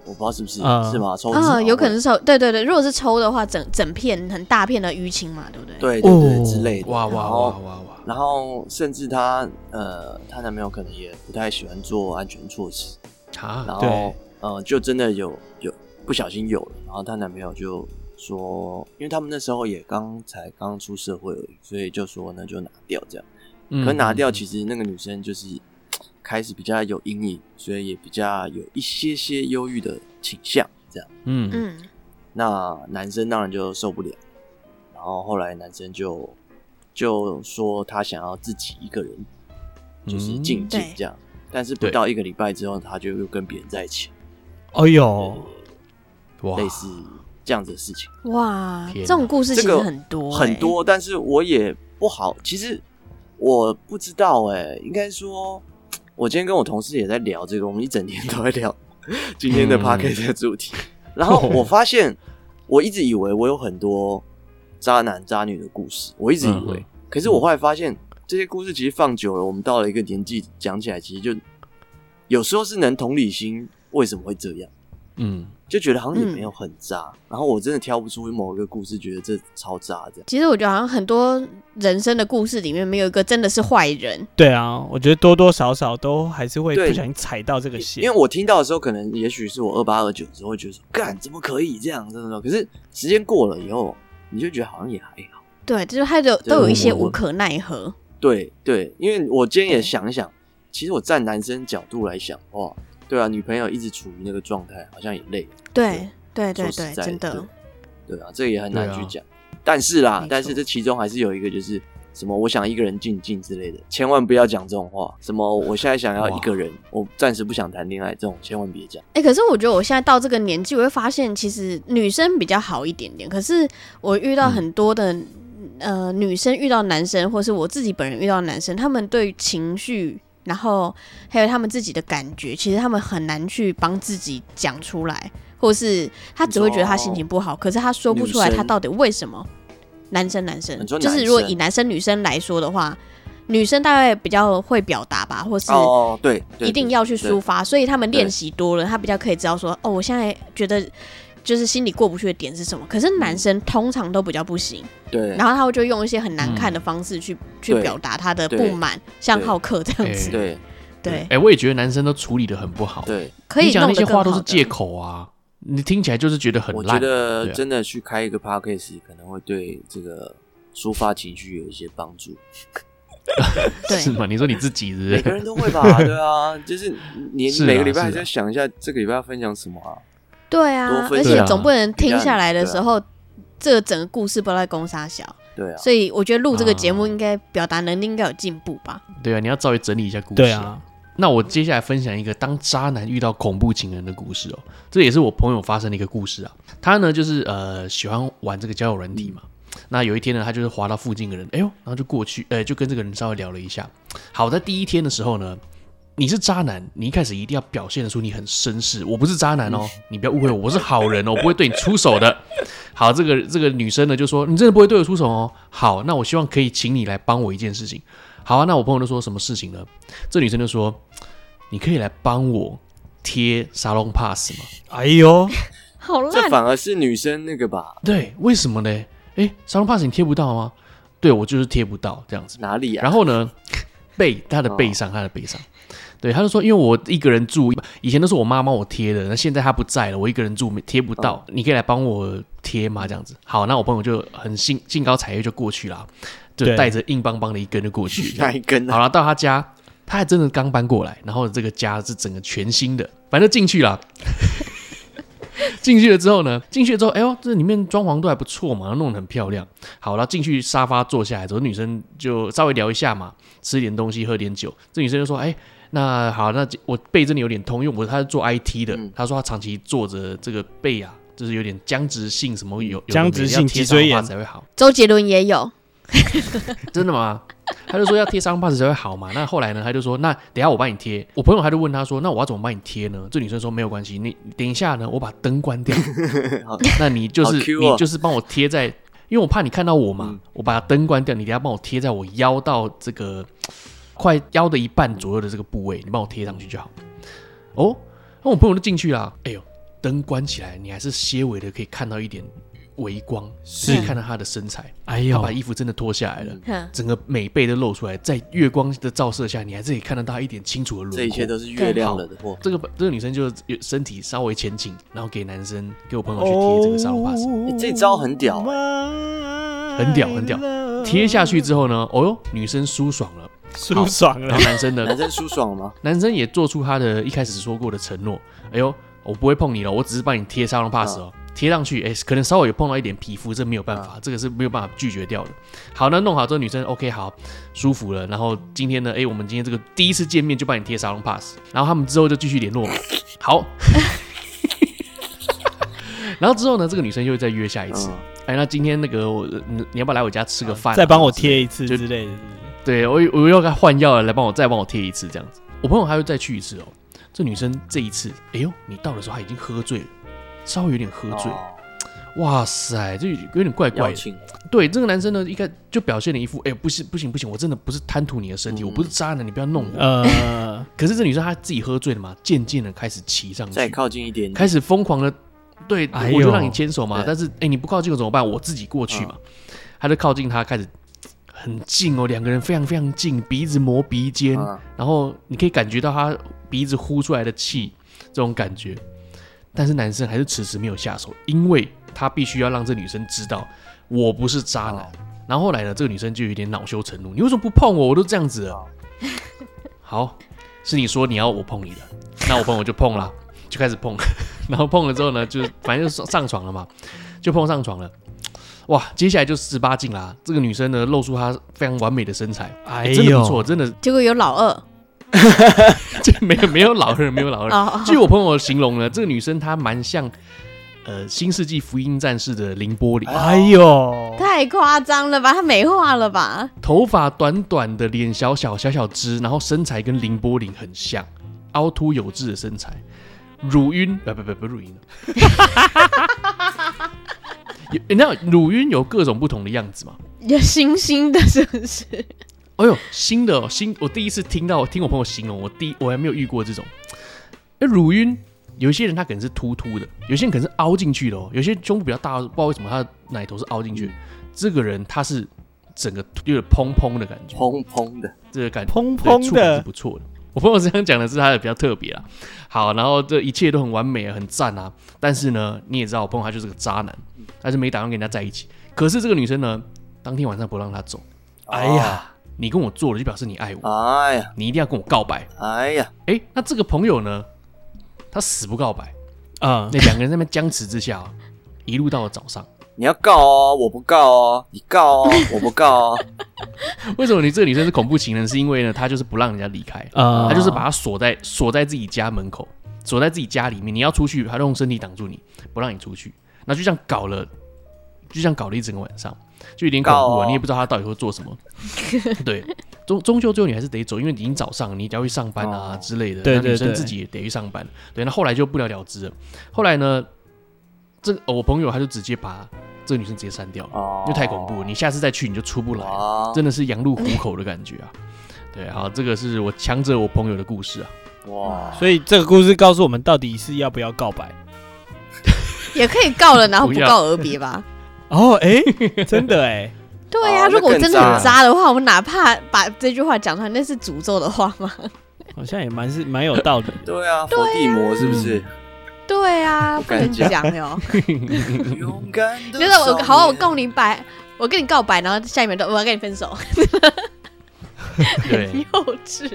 Speaker 4: 我不知道是不是、
Speaker 3: 嗯
Speaker 4: 是吗？抽脂好
Speaker 2: 啊，
Speaker 4: 像
Speaker 2: 有可能
Speaker 4: 哦会
Speaker 2: 是抽，对对对，如果是抽的话，整整片很大片的淤青嘛，对不对？
Speaker 4: 对对对、
Speaker 3: 哦
Speaker 4: 之类的，
Speaker 1: 哇
Speaker 4: 然
Speaker 1: 哇
Speaker 4: 后
Speaker 1: 哇哇哇！
Speaker 4: 然后甚至她呃，她男朋友可能也不太喜欢做安全措施，然
Speaker 1: 啊，
Speaker 4: 后
Speaker 3: 对
Speaker 4: 呃，就真的有有不小心有了，然后她男朋友就说，因为他们那时候也刚才刚出社会而已，所以就说那就拿掉这样。
Speaker 1: 嗯
Speaker 4: 可拿掉，其实那个女生就是开始比较有阴影，所以也比较有一些些忧郁的倾向这样。
Speaker 1: 嗯，
Speaker 2: 嗯，
Speaker 4: 那男生当然就受不了，然后后来男生就就说他想要自己一个人，就是静静
Speaker 2: 对
Speaker 4: 这样。但是不
Speaker 1: 嗯对
Speaker 4: 到一个礼拜之后，他就又跟别人在一起，
Speaker 3: 哎呦，
Speaker 4: 嗯
Speaker 1: 哦哇
Speaker 4: 类似这样子的事情
Speaker 2: 哇，
Speaker 1: 天
Speaker 2: 这
Speaker 1: 哪
Speaker 2: 种故事其
Speaker 4: 这
Speaker 2: 实
Speaker 4: 个
Speaker 2: 很多欸
Speaker 4: 很，多，但是我也不好。其实我不知道哎、应该说，我今天跟我同事也在聊这个，我们一整天都在 聊今天的
Speaker 1: 嗯
Speaker 4: p a r k e t 的主题。然 后我发现，我一直以为我有很多渣男渣女的故事，我一直以为，
Speaker 1: 嗯
Speaker 4: 可是我后来发现，这些故事其实放久了，我们到了一个年纪，讲起来其实就有时候是能同理心，为什么会这样？
Speaker 1: 嗯，
Speaker 4: 就觉得好像也没有很渣，然后我真的挑不出某一个故事，觉得这超渣这样。
Speaker 2: 其实我觉得好像很多人生的故事里面，没有一个真的是坏人，
Speaker 3: 对啊，我觉得多多少少都还是会
Speaker 4: 对
Speaker 3: 不小心踩到这个线，
Speaker 4: 因为我听到的时候，可能也许是我二八二九的时候会觉得说，干怎么可以这样，真的。可是时间过了以后，你就觉得好像也还好。
Speaker 2: 对，就是他有
Speaker 4: 对
Speaker 2: 都有一些
Speaker 4: 我我
Speaker 2: 无可奈何，
Speaker 4: 对对，因为我今天也想一想，其实我站男生角度来想，哇，对啊，女朋友一直处于那个状态，好像也累。
Speaker 2: 对对对
Speaker 4: 说实
Speaker 2: 对，
Speaker 4: 在
Speaker 2: 真的
Speaker 4: 的，对啊，这个也很难
Speaker 1: 对啊
Speaker 4: 去讲。但是啦
Speaker 2: 没，
Speaker 4: 但是
Speaker 2: 错
Speaker 4: 这其中还是有一个就是什么，我想一个人静静之类的，千万不要讲这种话。什么我现在想要一个人，我暂时不想谈恋爱，这种千万别讲。
Speaker 2: 哎、可是我觉得我现在到这个年纪，我会发现其实女生比较好一点点。可是我遇
Speaker 4: 嗯
Speaker 2: 到很多的、呃女生遇到男生，或是我自己本人遇到男生，他们对于情绪然后还有他们自己的感觉，其实他们很难去帮自己讲出来，或是他只会觉得他心情不好，可是他说不出来
Speaker 4: 女生
Speaker 2: 他到底为什么。男生男生
Speaker 4: 你说，男
Speaker 2: 就
Speaker 4: 生
Speaker 2: 是如果以男生女生来说的话，女生大概比较会表达吧，或是
Speaker 4: 哦，对，对对
Speaker 2: 一定要去
Speaker 4: 对
Speaker 2: 抒发，所以他们
Speaker 4: 对
Speaker 2: 练习多了，他比较可以知道说，哦，我现在觉得就是心里过不去的点是什么。可是男生通常都比较不行，
Speaker 4: 嗯对
Speaker 2: 然后他会就用一些很难
Speaker 1: 嗯
Speaker 2: 看的方式去、去
Speaker 4: 对
Speaker 2: 表达他的
Speaker 4: 对
Speaker 2: 不满，像
Speaker 4: 对
Speaker 2: 浩克这样子，
Speaker 1: 哎
Speaker 4: 对
Speaker 2: 对，
Speaker 1: 哎，我也觉得男生都处理的很不好，
Speaker 4: 对，
Speaker 2: 可
Speaker 1: 你
Speaker 2: 以
Speaker 1: 讲
Speaker 2: 弄
Speaker 1: 那些
Speaker 2: 得更
Speaker 1: 话
Speaker 2: 好
Speaker 1: 都是
Speaker 2: 的。
Speaker 1: 借口啊，你听起来就是觉得很
Speaker 4: 我觉
Speaker 1: 烂。
Speaker 4: 得
Speaker 1: 对啊
Speaker 4: 真的去开一个 podcast 可能会对这个抒发情绪有一些帮助。
Speaker 1: 是
Speaker 2: 对，
Speaker 1: 吗？你说你自己是不
Speaker 4: 每个
Speaker 1: 是？
Speaker 4: 人都 会吧？对啊，就是你
Speaker 1: 是啊
Speaker 4: 每个礼拜还是
Speaker 1: 是啊
Speaker 4: 要想一下这个礼拜要分享什么啊？
Speaker 2: 对啊
Speaker 4: 多，分
Speaker 2: 而
Speaker 1: 对
Speaker 2: 且
Speaker 1: 啊
Speaker 2: 总不能停下来的
Speaker 4: 对啊
Speaker 2: 时候，这整个故事不知道在攻啥小，
Speaker 4: 对啊，
Speaker 2: 所以我觉得录这个节目
Speaker 1: 啊
Speaker 2: 应该表达能力应该有进步吧。
Speaker 1: 对啊，你要稍微整理一下故事。
Speaker 3: 对啊，
Speaker 1: 那我接下来分享一个当渣男遇到恐怖情人的故事哦，这也是我朋友发生的一个故事啊。他呢就是呃喜欢玩这个交友软体嘛，那有一天呢他就是滑到附近的人，哎呦，然后就过去，呃就跟这个人稍微聊了一下。好在第一天的时候呢，你是渣男，你一开始一定要表现得出你很绅士，我不是渣男哦，你不要误会我，我是好人哦，我不会对你出手的。 好，这个这个女生呢就说你嗯真的不会对我出手哦，好，那我希望可以请你来帮我一件事情。好啊，那我朋友就说什么事情呢？这女生就说：“你可以来帮我贴沙龙 pass 吗
Speaker 3: 哎呦，
Speaker 2: 好
Speaker 4: 这
Speaker 2: 烂
Speaker 4: 反而是女生那个吧？？”
Speaker 1: 对，为什么呢？诶，沙龙 pass 你贴不到吗？对，我就是贴不到这样子。
Speaker 4: 哪里啊？
Speaker 1: 然后呢，背他的背上，他的背上。对，他就说，因为我一个人住，以前都是我妈帮我贴的，那现在她不在了，我一个人住没贴不到，你可以来帮我贴吗？这样子，好，那我朋友就很兴兴高采烈就过去啦，就
Speaker 3: 对
Speaker 1: 带着硬邦邦的一根就过 去，
Speaker 4: 哪一根
Speaker 1: 好
Speaker 4: 啊？
Speaker 1: 了，到他家，他还真的刚搬过来，然后这个家是整个全新的，反正进去了。 进去了之后呢，进去了之后，哎呦，这里面装潢都还不错嘛，弄得很漂亮。好，然后进去沙发坐下来之后，女生就稍微聊一下嘛，吃点东西，喝点酒。这女生就说：“哎，那好，那我背真的有点痛，因为我她是做 IT 的，
Speaker 3: 嗯
Speaker 1: 她说她长期坐着这个背啊，就是有点僵直性什么有有的
Speaker 3: 僵直
Speaker 1: 没的
Speaker 3: 性
Speaker 1: 要贴
Speaker 3: 脊椎
Speaker 1: 上
Speaker 3: 炎
Speaker 1: 话才会好。”
Speaker 2: 周杰伦也有，
Speaker 1: 真的吗？他就说要贴伤疤才会好嘛。那后来呢，他就说那等一下我帮你贴。我朋友他就问他说，那我要怎么帮你贴呢？这女生说没有关系，你等一下呢，我把灯关 掉，那你就是、
Speaker 4: 好 Q 哦
Speaker 1: 你就是帮我贴在，因为我怕你看到我嘛，
Speaker 4: 嗯
Speaker 1: 我把灯关掉，你等一下帮我贴在我腰到这个快腰的一半左右的这个部位，你帮我贴上去就好。哦，那我朋友就进去啦。哎呦，灯关起来，你还是些微的可以看到一点微光，可以看到她的身材。
Speaker 3: 哎
Speaker 1: 她
Speaker 3: 呦
Speaker 1: 把，衣服真的脱下来了。
Speaker 2: 哼，
Speaker 1: 整个美背都露出来，在月光的照射下，你还是可以看得到一点清楚的轮廓。
Speaker 4: 这一切都是月亮惹的祸。
Speaker 1: 这个这个女生就有身体稍微前倾，然后给男生给我朋友去贴这个沙
Speaker 3: 哦
Speaker 1: 龙 pass，、
Speaker 4: 欸这招很屌
Speaker 1: 很屌很屌。贴下去之后呢，哦哟，女生舒爽了，
Speaker 3: 舒爽
Speaker 1: 然
Speaker 3: 了
Speaker 1: 后，男生 呢
Speaker 4: 男，生舒爽吗？
Speaker 1: 男生也做出他的一开始说过的承诺，哎呦，我不会碰你了，我只是帮你贴沙龙 pass 哦。贴上去，哎、可能稍微有碰到一点皮肤，这没有办法，这个是没有办法拒绝掉的。好，那弄好之后，女生 OK 好，舒服了。然后今天呢，哎、我们今天这个第一次见面就帮你贴沙龙 pass，然后他们之后就继续联络嘛。好，然后之后呢，这个女生又再约下一次。
Speaker 4: 嗯
Speaker 1: 哎、那今天那个我，你你要不要来我家吃个饭、啊
Speaker 3: 再帮我贴一次
Speaker 1: 就
Speaker 3: 之类的。
Speaker 1: 对我我又要换药了，来帮我再帮我贴一次这样子。我朋友还会再去一次哦。这女生这一次，哎呦，你到的时候她已经喝醉了，稍微有点喝醉。
Speaker 4: 哦
Speaker 1: 哇塞，这有点怪怪
Speaker 4: 邀
Speaker 1: 的。
Speaker 4: 请
Speaker 1: 对，这个男生呢，应该就表现了一副，哎、不是不行不行，我真的不是贪图你的身体，
Speaker 4: 嗯
Speaker 1: 我不是渣男，你不要弄我。
Speaker 3: 呃，
Speaker 1: 可是这女生她自己喝醉了嘛，渐渐的开始骑上
Speaker 4: 再
Speaker 1: 去，
Speaker 4: 靠近一点点，
Speaker 1: 开始疯狂的，对，
Speaker 3: 哎呦
Speaker 1: 我就让你牵手嘛
Speaker 4: 对，嗯
Speaker 1: 但是哎、你不靠近我怎么办？我自己过去嘛。他就靠近她，开始很近哦，两个人非常非常近，鼻子磨鼻尖，
Speaker 4: 啊
Speaker 1: 然后你可以感觉到他鼻子呼出来的气这种感觉，但是男生还是迟迟没有下手，因为他必须要让这女生知道我不是渣男。
Speaker 4: 哦
Speaker 1: 然后后来呢，这个女生就有点恼羞成怒，你为什么不碰我？我都这样子了
Speaker 4: 哦。
Speaker 1: 好，是你说你要我碰你的，那我碰我就碰了，就开始碰， 然后碰了之后呢，就反正就上上床了嘛，就碰上床了。哇，接下来就十八禁啦！这个女生呢，露出她非常完美的身材，
Speaker 3: 哎
Speaker 1: 哎，真的不
Speaker 3: 呦
Speaker 1: 错，，真的
Speaker 2: 结果有老二
Speaker 1: 这没有没有老二，没有老二。
Speaker 2: 哦，
Speaker 1: 据我朋友形容呢，这个女生她蛮像呃《新世纪福音战士》的凌波丽，
Speaker 3: 哎呦，
Speaker 2: 太夸张了吧？他美化了吧？
Speaker 1: 头发短短的，脸小小小小只，然后身材跟凌波丽很像，凹凸有致的身材，乳晕呃不不不不乳晕了，啊 有你知道乳晕有各种不同的样子嘛？
Speaker 2: 有星星的，是不是？
Speaker 1: 哎呦，新的哦，新，我第一次听到，听我朋友形容，我第我还没有遇过这种。那乳晕，有一些人他可能是突突的，有些人可能是凹进去的哦，有些胸部比较大，不知道为什么他的奶头是凹进去。
Speaker 3: 嗯
Speaker 1: 这个人他是整个有点蓬蓬的感觉，
Speaker 4: 砰砰的，
Speaker 1: 这个感
Speaker 3: 蓬
Speaker 1: 对
Speaker 3: 蓬
Speaker 1: 触感是
Speaker 3: 的，
Speaker 1: 不错的。我朋友这样讲的是他的比较特别啊。好，然后这一切都很完美啊，很赞啊。但是呢，你也知道我朋友他就是个渣男，
Speaker 3: 嗯
Speaker 1: 他是没打算跟人家在一起。可是这个女生呢，当天晚上不让他走，哎呀，你跟我做了就表示你爱我，
Speaker 4: 哎呀，
Speaker 1: 你一定要跟我告白。
Speaker 4: 哎呀，
Speaker 1: 哎，那这个朋友呢，他死不告白，
Speaker 3: 嗯，
Speaker 1: 那两个人在那边僵持之下、啊，一路到了早上。
Speaker 4: 你要告哦，我不告哦，你告哦，我不告哦，
Speaker 1: 为什么你这个女生是恐怖情人？是因为呢，她就是不让人家离开，
Speaker 3: 啊
Speaker 1: 她就是把她锁在锁在自己家门口，锁在自己家里面。你要出去，她都用身体挡住你，不让你出去。那就这样搞了，就这样搞了一整个晚上，就有点恐怖
Speaker 4: 搞
Speaker 1: 啊！
Speaker 4: 哦
Speaker 1: 你也不知道她到底会做什么。 对，终终究最后你还是得走，因为已经早上，你得要去上班啊
Speaker 4: 哦
Speaker 1: 之类的。
Speaker 3: 对
Speaker 1: 那
Speaker 3: 对
Speaker 1: 女生
Speaker 3: 对
Speaker 1: 自己也得去上班。对，那后来就不了了之了。后来呢，这个哦我朋友他就直接把这个女生直接删掉了，
Speaker 4: 哦
Speaker 1: 因为太恐怖了。你下次再去你就出不来了。
Speaker 4: 啊，
Speaker 1: 真的是羊入虎口的感觉啊！对，好，这个是我强者我朋友的故 事啊。
Speaker 4: 哇，
Speaker 3: 所以这个故事告诉我们，到底是要不要告白？
Speaker 2: 也可以告了，然后
Speaker 1: 不
Speaker 2: 不
Speaker 1: 要
Speaker 2: 告而别吧？
Speaker 3: 哦，哎， 真的哎，
Speaker 2: 对呀、
Speaker 4: 哦那
Speaker 2: 如果我真的
Speaker 4: 更
Speaker 2: 很
Speaker 4: 渣
Speaker 2: 渣的话，我哪怕把这句话讲出来，那是诅咒的话吗？
Speaker 3: 好像也蛮是蛮有道理的。
Speaker 4: 对啊，佛地魔是不是？
Speaker 2: 对啊，不
Speaker 4: 敢
Speaker 2: 能
Speaker 4: 讲
Speaker 2: 讲 哟。
Speaker 4: 勇敢的，
Speaker 2: 就是啊我好，我告，你白，我跟你告白，然后下一秒都我要跟你分手，
Speaker 1: 对，
Speaker 2: 幼稚。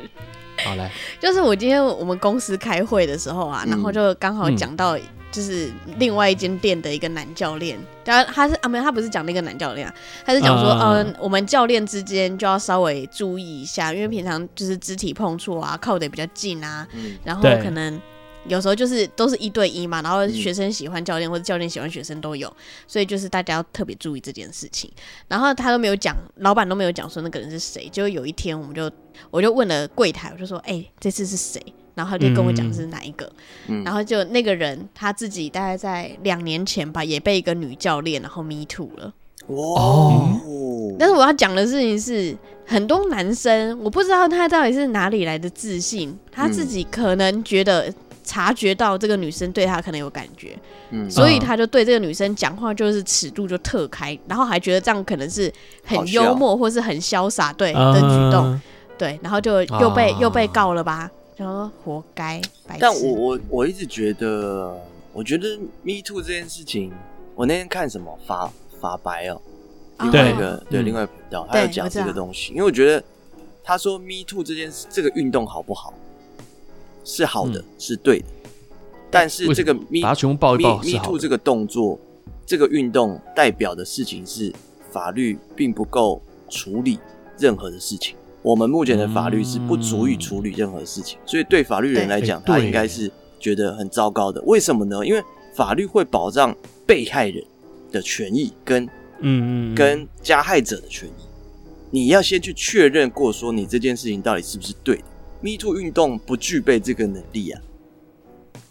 Speaker 1: 好来，
Speaker 2: 就是我今天我们公司开会的时候啊，
Speaker 4: 嗯
Speaker 2: 然后就刚好讲到就是另外一间店的一个男教练，他他是啊没有他不是讲那个男教练啊，他是讲说
Speaker 3: 啊
Speaker 2: 嗯、我们教练之间就要稍微注意一下，因为平常就是肢体碰触啊，靠得比较近啊，
Speaker 4: 嗯，
Speaker 2: 然后
Speaker 3: 对
Speaker 2: 可能。有时候就是都是一对一嘛，然后学生喜欢教练或者教练喜欢学生都有，所以就是大家要特别注意这件事情。然后他都没有讲，老板都没有讲说那个人是谁。结果有一天我们就我就问了柜台，我就说：“哎、这次是谁？”然后他就跟我讲
Speaker 3: 嗯
Speaker 2: 是哪一个。
Speaker 4: 嗯
Speaker 2: 然后就那个人他自己大概在两年前吧，也被一个女教练然后 me too 了。
Speaker 4: 哇
Speaker 3: 哦
Speaker 4: 哦，
Speaker 2: 但是我要讲的事情是，很多男生我不知道他到底是哪里来的自信，他
Speaker 4: 嗯
Speaker 2: 自己可能觉得察觉到这个女生对他可能有感觉，
Speaker 4: 嗯
Speaker 2: 所以他就对这个女生讲话就是尺度就特开，然后还觉得这样可能是很幽默或是很潇洒
Speaker 3: 哎
Speaker 2: 对的举动，
Speaker 3: 嗯
Speaker 2: 对，然后就又被、
Speaker 1: 啊
Speaker 2: 又被告了吧，然后活该，白痴
Speaker 4: 但我我我一直觉得，我觉得 Me Too 这件事情，我那天看什么法法白哦，另外
Speaker 3: 对
Speaker 2: 啊
Speaker 4: 一个、对
Speaker 1: 嗯
Speaker 4: 另外一个频道，他有
Speaker 2: 对我
Speaker 4: 讲
Speaker 2: 知
Speaker 4: 这
Speaker 2: 道
Speaker 4: 个东西，因为我觉得他说 Me Too 这件事，这个运动好不好，是好的，
Speaker 1: 嗯
Speaker 4: 是对的，但是
Speaker 1: 为
Speaker 4: 这
Speaker 1: 什
Speaker 4: 个
Speaker 1: 么
Speaker 4: Me
Speaker 1: 把它全部抱一
Speaker 4: Me
Speaker 1: 抱是
Speaker 4: Me
Speaker 1: 好
Speaker 4: Too 这
Speaker 1: 的。
Speaker 4: 个动作，这个运动代表的事情是法律并不够处理任何的事情。我们目前的法律是不足以处理任何事情，所以对法律人来讲，
Speaker 1: 嗯哎对
Speaker 4: 他应该是觉得很糟糕的。为什么呢？因为法律会保障被害人的权益跟
Speaker 3: 嗯嗯，
Speaker 4: 跟加害者的权益。你要先去确认过，说你这件事情到底是不是对的。Me Too 运动不具备这个能力啊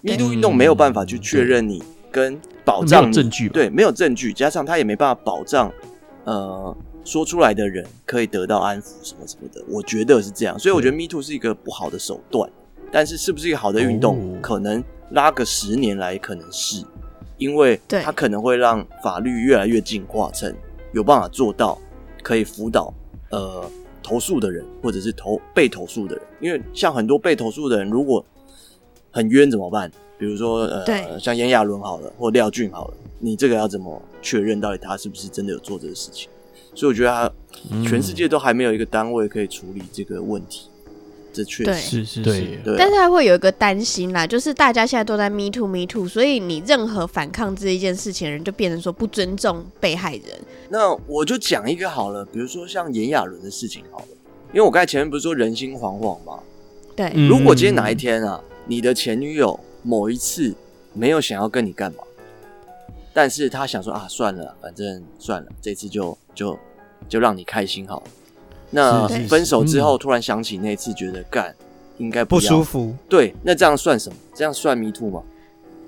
Speaker 4: ，Me Too 运动没有办法去确认你跟保
Speaker 1: 没有
Speaker 4: 障你
Speaker 1: 证据吧？
Speaker 4: 对，没有证据，加上他也没办法保障，呃，说出来的人可以得到安抚什么什么的，我觉得是这样，所以我觉得 Me Too 是一个不好的手段，但是是不是一个好的运动，
Speaker 1: 哦
Speaker 4: 可能拉个十年来可能是，因为
Speaker 2: 对
Speaker 4: 它可能会让法律越来越进化成有办法做到可以辅导呃投诉的人或者是投被投诉的人，因为像很多被投诉的人如果很冤怎么办？比如说呃，
Speaker 2: 对
Speaker 4: 像炎亚纶好了，或廖俊好了，你这个要怎么确认到底他是不是真的有做这个事情？所以我觉得他
Speaker 1: 嗯
Speaker 4: 全世界都还没有一个单位可以处理这个问题，这确
Speaker 2: 对
Speaker 4: 实
Speaker 3: 是是
Speaker 1: 对
Speaker 3: 是，，
Speaker 4: 对啊
Speaker 2: 但是还会有一个担心啦，就是大家现在都在 me too me too，所以你任何反抗这一件事情的人，就变成说不尊重被害人。
Speaker 4: 那我就讲一个好了，比如说像炎亚纶的事情好了，因为我刚才前面不是说人心惶惶吗？
Speaker 2: 对，
Speaker 3: 嗯
Speaker 4: 如果今天哪一天啊，你的前女友某一次没有想要跟你干嘛，但是他想说啊，算了，反正算了，这次就就就让你开心好了。那
Speaker 2: 是是是
Speaker 4: 分手之后，
Speaker 1: 嗯
Speaker 4: 突然想起那次，觉得干应该
Speaker 3: 不
Speaker 4: 要
Speaker 3: 舒。服，
Speaker 4: 对，那这样算什么？这样算 me too 吗？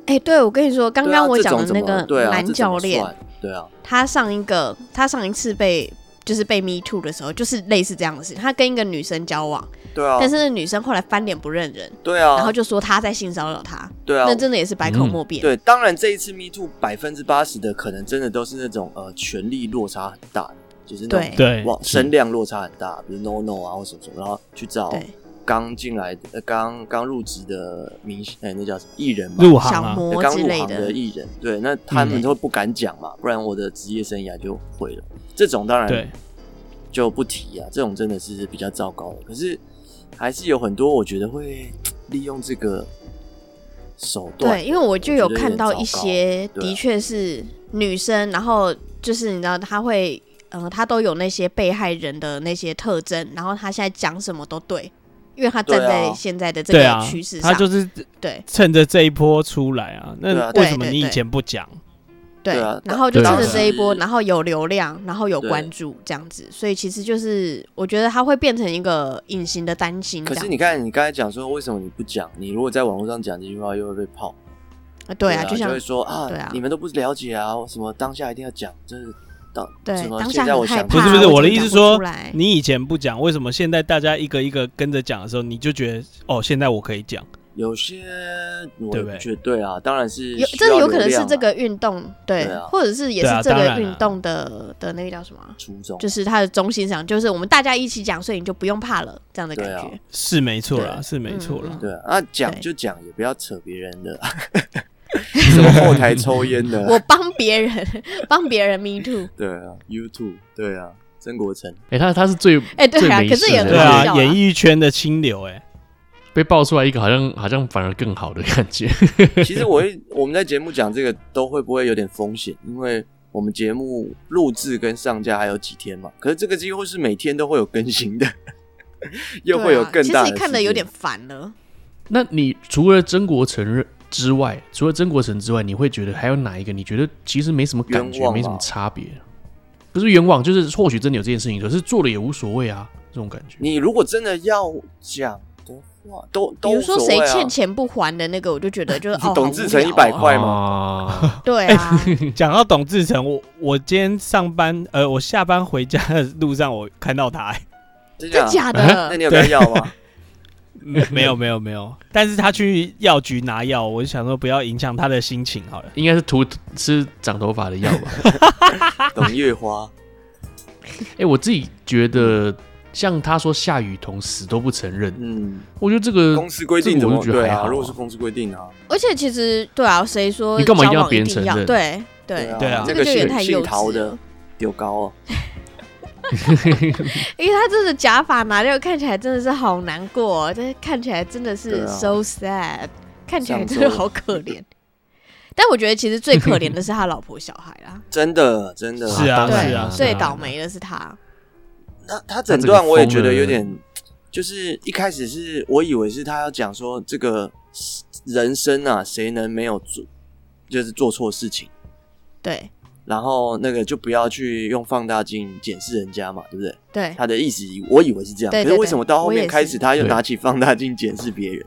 Speaker 2: 哎、对我跟你说，刚
Speaker 4: 对啊
Speaker 2: 刚我
Speaker 4: 这
Speaker 2: 讲
Speaker 4: 种
Speaker 2: 的
Speaker 4: 怎
Speaker 2: 那
Speaker 4: 么
Speaker 2: 个
Speaker 4: 对啊
Speaker 2: 男
Speaker 4: 这怎
Speaker 2: 教
Speaker 4: 么
Speaker 2: 练，
Speaker 4: 算对啊，
Speaker 2: 他上一个他上一次被就是被 me too 的时候，就是类似这样的事情。他跟一个女生交往，
Speaker 4: 对啊，
Speaker 2: 但是那女生后来翻脸不认人，
Speaker 4: 对啊，
Speaker 2: 然后就说他在性骚扰她，
Speaker 4: 对啊
Speaker 2: 那，真的也是百口莫辩。
Speaker 4: 对，当然这一次 me too 百分之八十的可能真的都是那种呃权力落差很大的，就是那种
Speaker 2: 对
Speaker 3: 对嗯
Speaker 4: 哇
Speaker 1: 是
Speaker 4: 声量落差很大，比如 no no 啊或什么什么，然后去找
Speaker 2: 对
Speaker 4: 刚进来的呃刚刚入职的明星，哎、那叫什么艺人嘛，
Speaker 3: 入行嗯
Speaker 2: 小
Speaker 3: 啊，
Speaker 2: 魔
Speaker 4: 对刚
Speaker 2: 之
Speaker 4: 入
Speaker 2: 类
Speaker 4: 行的
Speaker 2: 的，
Speaker 4: 艺人，对，那他们都不敢讲嘛，不然我的职业生涯就毁了。这种当然
Speaker 3: 对，
Speaker 4: 就不提啊，这种真的是比较糟糕的。可是还是有很多我觉得会利用这个手段，
Speaker 2: 对，因为我就有看到一些
Speaker 4: 我觉得有点糟糕对啊
Speaker 2: 的确是女生，然后就是你知道她会。呃，她都有那些被害人的那些特征，然后她现在讲什么都对，因为她站
Speaker 4: 对啊
Speaker 2: 在现在的这
Speaker 3: 对
Speaker 2: 个
Speaker 3: 啊
Speaker 2: 趋势，上，
Speaker 3: 他就是
Speaker 2: 对
Speaker 3: 趁着这一波出来啊。
Speaker 4: 对啊
Speaker 3: 那
Speaker 4: 对
Speaker 3: 为什么
Speaker 2: 对
Speaker 3: 你以
Speaker 2: 对
Speaker 3: 前不讲？
Speaker 2: 对
Speaker 4: 对啊，
Speaker 2: 然后就趁
Speaker 1: 当
Speaker 2: 着
Speaker 1: 时
Speaker 2: 这一波，然后有流量，然后有
Speaker 4: 对
Speaker 2: 关注这样子，所以其实就是我觉得它会变成一个隐形的担心嗯这
Speaker 4: 可
Speaker 2: 样。
Speaker 4: 是你看，你刚才讲说为什么你不讲？你如果在网络上讲这句话，又会被泡。
Speaker 2: 啊，对啊，
Speaker 4: 就
Speaker 2: 像
Speaker 4: 会说啊，
Speaker 2: 对啊
Speaker 4: 你们都不了解啊，什么当下一定要讲，就是当
Speaker 2: 对
Speaker 4: 什么
Speaker 2: 当
Speaker 4: 现
Speaker 2: 下
Speaker 4: 在我
Speaker 2: 很害
Speaker 4: 想
Speaker 2: 怕，
Speaker 3: 不是不是
Speaker 2: 为什么
Speaker 3: 我的意思
Speaker 2: 讲不
Speaker 3: 说
Speaker 2: 出来
Speaker 3: 你以前不讲，为什么现在大家一个一个跟着讲的时候，你就觉得哦，现在我可以讲？
Speaker 4: 有些我
Speaker 3: 对不对
Speaker 4: 觉得对啊，当然是
Speaker 2: 有
Speaker 4: 需
Speaker 2: 这
Speaker 4: 要
Speaker 2: 有可能
Speaker 4: 流量
Speaker 2: 是
Speaker 4: 啊
Speaker 2: 这个运动对
Speaker 4: 对啊，
Speaker 2: 或者是也
Speaker 3: 对
Speaker 2: 是
Speaker 3: 啊
Speaker 2: 这
Speaker 3: 当
Speaker 2: 个
Speaker 3: 然
Speaker 2: 运
Speaker 3: 啊
Speaker 2: 动的的那个叫什么啊，
Speaker 4: 初衷，
Speaker 2: 就是它的中心上，就是我们大家一起讲，所以你就不用怕了这样的感
Speaker 4: 对啊
Speaker 2: 觉。
Speaker 3: 是没错啦，
Speaker 4: 对
Speaker 3: 是没错啦
Speaker 2: 嗯。
Speaker 4: 对啊，那讲
Speaker 2: 对
Speaker 4: 就讲，也不要扯别人 的，什么后台抽烟的，
Speaker 2: 我帮别人，帮别人 me too。
Speaker 4: 对啊，YouTube，对啊，曾国成，
Speaker 1: 哎、他他是最
Speaker 2: 哎，对啊，
Speaker 1: 最没
Speaker 2: 可是
Speaker 1: 事
Speaker 2: 也
Speaker 1: 的
Speaker 2: 很
Speaker 3: 对
Speaker 2: 好
Speaker 3: 啊
Speaker 2: 笑，
Speaker 3: 演艺圈的清流，哎，
Speaker 1: 被爆出来一个，好像好像反而更好的感觉。
Speaker 4: 其实我会我们在节目讲这个都会不会有点风险？因为我们节目录制跟上架还有几天嘛，可是这个几乎是每天都会有更新的， 又
Speaker 2: 对
Speaker 4: 会有
Speaker 2: 啊
Speaker 4: 更大
Speaker 2: 其
Speaker 4: 的事
Speaker 2: 实
Speaker 4: 件。
Speaker 2: 看的有点烦了。
Speaker 1: 那你除了曾国成之外，除了曾国成之外，你会觉得还有哪一个？你觉得其实没什么感
Speaker 4: 冤
Speaker 1: 觉，
Speaker 4: 枉吧啊
Speaker 1: 没什么差别，不是冤枉，就是或许真的有这件事情，可是做了也无所谓啊，这种感觉。
Speaker 4: 你如果真的要讲的话，都都
Speaker 2: 比如说
Speaker 4: 无所
Speaker 2: 谁
Speaker 4: 谓啊
Speaker 2: 欠钱不还的那个，我就觉 得就是哦，
Speaker 4: 董
Speaker 2: 好
Speaker 4: 志
Speaker 2: 无
Speaker 4: 成
Speaker 2: 聊
Speaker 4: 100
Speaker 2: 哦
Speaker 4: 块吗
Speaker 1: 吗？
Speaker 2: 对啊，
Speaker 1: 哎
Speaker 3: 讲到董志成，我我今天上班，呃，我下班回家的路上，我看到他，哎
Speaker 4: 真
Speaker 2: 真
Speaker 4: 的假
Speaker 2: 假
Speaker 1: 哎
Speaker 4: 的？那
Speaker 2: 的？
Speaker 4: 你有跟他要啊 吗？
Speaker 3: 没没有没有没有，但是他去药局拿药，我就想说不要影响他的心情好了。
Speaker 1: 应该是涂 吃长头发的药吧？
Speaker 4: 董月花，
Speaker 1: 哎、我自己觉得，像他说夏雨桐死都不承认，
Speaker 4: 嗯，
Speaker 1: 我觉得这个
Speaker 4: 公司规定怎么
Speaker 1: 这个我就觉
Speaker 4: 对
Speaker 1: 得还好
Speaker 4: 啊？
Speaker 1: 啊
Speaker 4: 如果是公司规定啊，
Speaker 2: 而且其实对啊，谁说
Speaker 1: 你干嘛一
Speaker 2: 交
Speaker 1: 定要
Speaker 2: 往
Speaker 1: 别
Speaker 2: 一
Speaker 1: 人
Speaker 2: 定
Speaker 1: 承
Speaker 2: 要？
Speaker 1: 认
Speaker 2: 对对
Speaker 4: 啊，
Speaker 3: 对啊
Speaker 2: 这
Speaker 4: 这
Speaker 2: 个
Speaker 4: 个
Speaker 2: 就有点
Speaker 4: 姓
Speaker 2: 太幼
Speaker 4: 姓
Speaker 2: 稚
Speaker 4: 陶
Speaker 2: 了
Speaker 4: 的。有高哦，
Speaker 2: 因为他这个假发拿掉，看起来真的是好难过、哦，这看起来真的
Speaker 4: 对
Speaker 2: 是
Speaker 4: 啊
Speaker 2: so sad，、看起来
Speaker 4: 上周
Speaker 2: 真的好可怜。 但我觉得其实最可怜的是他老婆小孩 啦，
Speaker 4: 真的真的
Speaker 3: 是啊
Speaker 1: 当然
Speaker 2: 对，
Speaker 1: 啊
Speaker 3: 是
Speaker 2: 最倒霉的是他。
Speaker 4: 他他整段我也觉得有点，就是一开始是我以为是他要讲说这个人生啊，谁能没有做就是做错事情，
Speaker 2: 对
Speaker 4: 然后那个就不要去用放大镜检视人家嘛，对不对？
Speaker 2: 对，
Speaker 4: 他的意思我以为是这样，
Speaker 2: 哎对对
Speaker 4: 可是为什么到后
Speaker 2: 对我也
Speaker 4: 面
Speaker 2: 是
Speaker 4: 开始他又拿起放大镜检视 别人？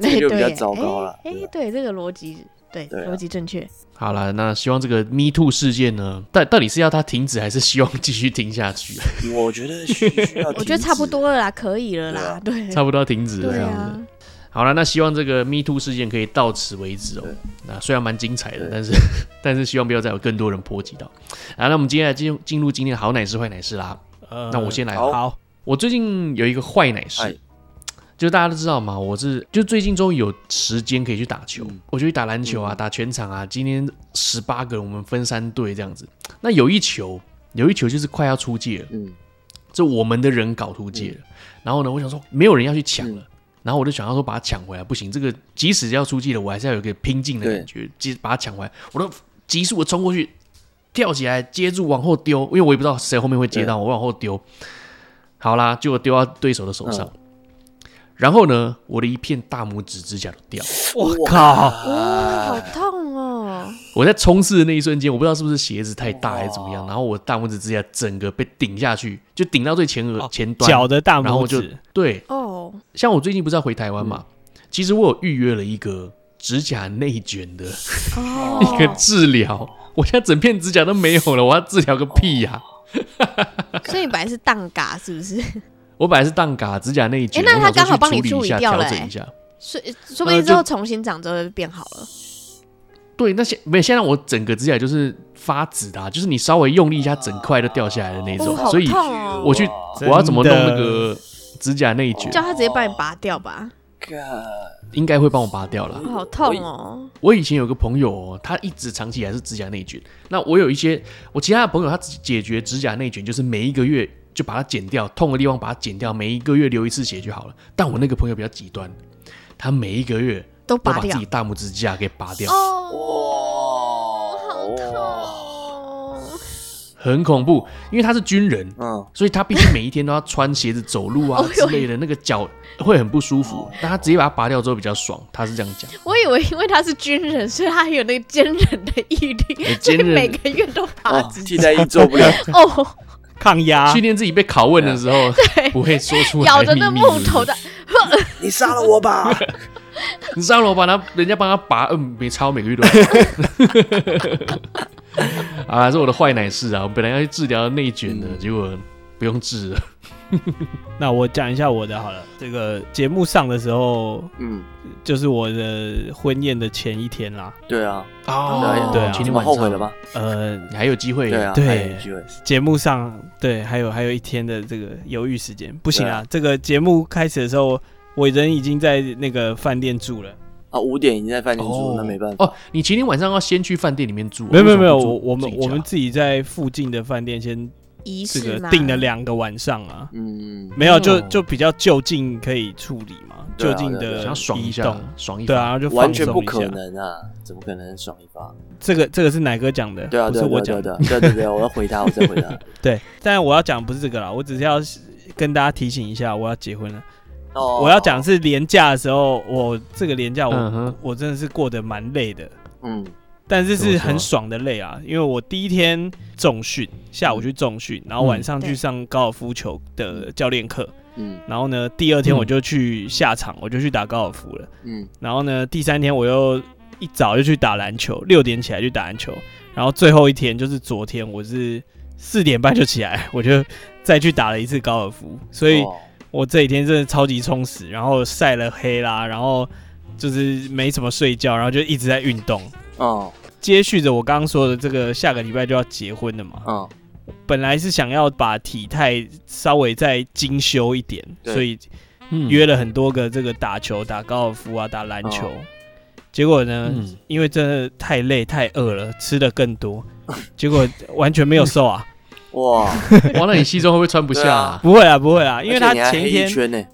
Speaker 4: 这个就比较糟糕了
Speaker 2: 哎、
Speaker 4: 对
Speaker 2: 诶
Speaker 4: 啊
Speaker 2: 对这个逻辑，对
Speaker 4: 对啊
Speaker 2: 逻辑正确。
Speaker 1: 好啦，那希望这个 Me Too 事件呢，到到底是要它停止，还是希望继续停下 去？
Speaker 4: 我觉得需需要停止，啊
Speaker 2: 我觉得差不多了啦，可以了啦，对
Speaker 1: 差不多要停止了这
Speaker 2: 对
Speaker 1: 样子。
Speaker 2: 啊，
Speaker 1: 好了，那希望这个 Me Too 事件可以到此为止哦。那虽然蛮精彩的，
Speaker 4: 对
Speaker 1: 但是 但是希望不要再有更多人波及到。好，那我们接下来进入进入今天的好奶师坏奶师啦。
Speaker 3: 呃
Speaker 1: 那我先来吧
Speaker 4: 好
Speaker 3: 好，
Speaker 1: 我最近有一个坏奶师，
Speaker 4: 哎
Speaker 1: 就大家都知道嘛，我是就最近终于有时间可以去打球，我就去打篮球啊，打全场啊。今天十八个人，我们分三队这样子。那有一球，有一球就是快要出界了，
Speaker 4: 嗯，
Speaker 1: 这我们的人搞出界了。然后呢，我想说没有人要去抢了，然后我就想要说把它抢回来，不行，这个即使要出界了，我还是要有一个拼劲的感觉，即把它抢回来，我都急速的冲过去，跳起来接住往后丢，因为我也不知道谁后面会接到，我往后丢。好啦，结果丢到对手的手上。然后呢，我的一片大拇指指甲都掉了。
Speaker 3: 我靠！
Speaker 2: 啊
Speaker 4: 啊
Speaker 2: 哇，好痛哦！
Speaker 1: 我在冲刺的那一瞬间，我不知道是不是鞋子太大还是怎么
Speaker 2: 哦
Speaker 1: 样，然后我大拇指指甲整个被顶下去，就顶到最前额、
Speaker 3: 哦
Speaker 1: 前端。
Speaker 3: 脚的大
Speaker 1: 然后
Speaker 3: 拇
Speaker 1: 我就
Speaker 3: 指，
Speaker 1: 对，
Speaker 2: 哦，
Speaker 1: 像我最近不是要回台湾嘛，
Speaker 2: 嗯
Speaker 1: 其实我有预约了一个指甲内卷的
Speaker 2: 哦，
Speaker 1: 一个治疗，我现在整片指甲都没有了，我要治疗个屁呀、
Speaker 2: 所以你本来是荡嘎是不是？
Speaker 1: 我本来是当嘎指甲内卷，
Speaker 2: 诶那
Speaker 1: 我
Speaker 2: 他
Speaker 1: 想说
Speaker 2: 刚好
Speaker 1: 去
Speaker 2: 帮你
Speaker 1: 处理一
Speaker 2: 处
Speaker 1: 下，
Speaker 2: 理掉了
Speaker 1: 调整
Speaker 2: 诶
Speaker 1: 一下。
Speaker 2: 所以说不定之后重新长之后就变好了。
Speaker 1: 对，那现没有现在我整个指甲就是发紫的、啊，就是你稍微用力一下，整块都掉下来的那种。
Speaker 2: 哦哦好
Speaker 1: 所以
Speaker 2: 痛哦
Speaker 1: 我去，我
Speaker 3: 真
Speaker 1: 要怎么弄
Speaker 3: 的
Speaker 1: 那个指甲内卷，
Speaker 2: 叫他直接帮你拔掉吧，
Speaker 4: God，
Speaker 1: 应该会帮我拔掉啦。
Speaker 2: 好痛哦！
Speaker 1: 我以前有个朋友、哦，他一直长期以来是指甲内卷。那我有一些我其他的朋友，他只解决指甲内卷就是每一个月就把它剪掉，痛的地方把它剪掉，每一个月流一次血就好了。但我那个朋友比较极端，他每一个月
Speaker 2: 都
Speaker 1: 都
Speaker 2: 拔
Speaker 1: 把自
Speaker 2: 掉
Speaker 1: 己大拇指甲给拔掉，
Speaker 2: 哦，好痛哦！
Speaker 1: 很恐怖。因为他是军人，
Speaker 4: 嗯，
Speaker 1: 所以他必须每一天都要穿鞋子走路啊之类的，那个脚会很不舒服。但他直接把它拔掉之后比较爽，他是这样讲。
Speaker 2: 我以为因为他是军人，所以他有那个坚韧的毅力，
Speaker 1: 哎
Speaker 2: 所
Speaker 1: 坚
Speaker 2: 以
Speaker 1: 韧
Speaker 2: 每个月都拔
Speaker 4: 哦
Speaker 2: 指，
Speaker 4: 替代役做 不了，
Speaker 2: 哦，
Speaker 3: 抗压
Speaker 1: 训，练自己被拷问的时候， 不会说出来
Speaker 2: 咬着那
Speaker 1: 秘密
Speaker 2: 木头的，
Speaker 4: 你杀了我吧！
Speaker 1: 你上楼把他，人家帮他拔，嗯，没超每个月都有。 啊，这是我的坏奶事啊！我本来要去治疗内卷
Speaker 3: 嗯
Speaker 1: 的，结果不用治了。
Speaker 3: 那我讲一下我的好了。这个节目上的时候，
Speaker 4: 嗯，
Speaker 3: 就是我的婚宴的前一天啦。
Speaker 4: 对啊，
Speaker 2: 哦
Speaker 3: 对啊
Speaker 1: 前
Speaker 4: 你
Speaker 1: 天
Speaker 4: 们
Speaker 1: 晚
Speaker 4: 后
Speaker 1: 上
Speaker 4: 悔了？吧？
Speaker 3: 呃，
Speaker 1: 你还有机会
Speaker 4: 对啊，
Speaker 3: 对
Speaker 4: 还有机会
Speaker 3: 节目上对，还有还有一天的这个犹豫时间，不行
Speaker 4: 对
Speaker 3: 啊
Speaker 4: 啊！
Speaker 3: 这个节目开始的时候，我人已经在那个饭店住了。
Speaker 4: 啊，五点已经在饭店住，那没办法。
Speaker 1: 哦，你前天晚上要先去饭店里面住？
Speaker 3: 没有没有没有，
Speaker 1: 为什么
Speaker 3: 我
Speaker 1: 不住
Speaker 3: 我们
Speaker 1: 自己家
Speaker 3: 我们自己在附近的饭店先
Speaker 2: 仪
Speaker 3: 这
Speaker 2: 式
Speaker 3: 个
Speaker 2: 吗？
Speaker 3: 订了两个晚上啊，
Speaker 4: 嗯，
Speaker 3: 没有就
Speaker 1: 哦
Speaker 3: 就比较就近可以处理嘛，
Speaker 4: 对
Speaker 3: 就
Speaker 4: 啊
Speaker 3: 近
Speaker 4: 对啊
Speaker 3: 的
Speaker 1: 想要爽一
Speaker 3: 移
Speaker 1: 下
Speaker 3: 动，，
Speaker 1: 爽一
Speaker 3: 对啊，然
Speaker 1: 下。
Speaker 3: 后就
Speaker 4: 完
Speaker 3: 放
Speaker 4: 全
Speaker 3: 松
Speaker 4: 不
Speaker 3: 一
Speaker 4: 可
Speaker 3: 下。
Speaker 4: 能啊，怎么可能爽一发？
Speaker 3: 这个这个是奶哥讲的，
Speaker 4: 对啊，
Speaker 3: 不
Speaker 4: 对
Speaker 3: 是
Speaker 4: 啊，
Speaker 3: 我
Speaker 4: 对啊
Speaker 3: 讲
Speaker 4: 对啊
Speaker 3: 的。
Speaker 4: 对啊对啊对啊，我要回答，我再回答。
Speaker 3: 对，但我要讲不是这个啦，我只是要跟大家提醒一下，我要结婚了。
Speaker 4: 哦
Speaker 3: 我要讲，是廉价的时候，我这个廉价我、
Speaker 1: 嗯哼
Speaker 3: 我真的是过得蛮累的，
Speaker 4: 嗯，
Speaker 3: 但是
Speaker 1: 怎么
Speaker 3: 是
Speaker 1: 说
Speaker 3: 很爽的累啊，因为我第一天重训，下午去重训，
Speaker 1: 嗯
Speaker 3: 然后晚上去
Speaker 2: 对
Speaker 3: 上高尔夫球的教练课，
Speaker 4: 嗯
Speaker 3: 然后呢第二天
Speaker 1: 嗯
Speaker 3: 我就去下场，我就去打高尔夫了，
Speaker 4: 嗯，
Speaker 3: 然后呢第三天我又一早就去打篮球，六点起来去打篮球，然后最后一天就是昨天我是四点半就起来，我就再去打了一次高尔夫，所以。
Speaker 4: 哦
Speaker 3: 我这几天真的超级充实，然后晒了黑啦，然后就是没怎么睡觉，然后就一直在运动。
Speaker 4: 哦
Speaker 3: 接续着我刚刚说的这个，下个礼拜就要结婚了嘛，
Speaker 4: 哦，
Speaker 3: 本来是想要把体态稍微再精修一点，
Speaker 4: 对
Speaker 3: 所以
Speaker 1: 嗯
Speaker 3: 约了很多个这个打球、打高尔夫啊、打篮球。
Speaker 4: 哦
Speaker 3: 结果呢，
Speaker 1: 嗯
Speaker 3: 因为真的太累、太饿了，吃的更多，结果完全没有瘦啊！
Speaker 4: 哇，
Speaker 1: 嗯哇，那你西装会不会穿不下啊？
Speaker 3: 不会啊，不会啊，因为他
Speaker 4: 而且你还
Speaker 3: 前一
Speaker 4: 黑
Speaker 3: 天、
Speaker 4: 圈呢，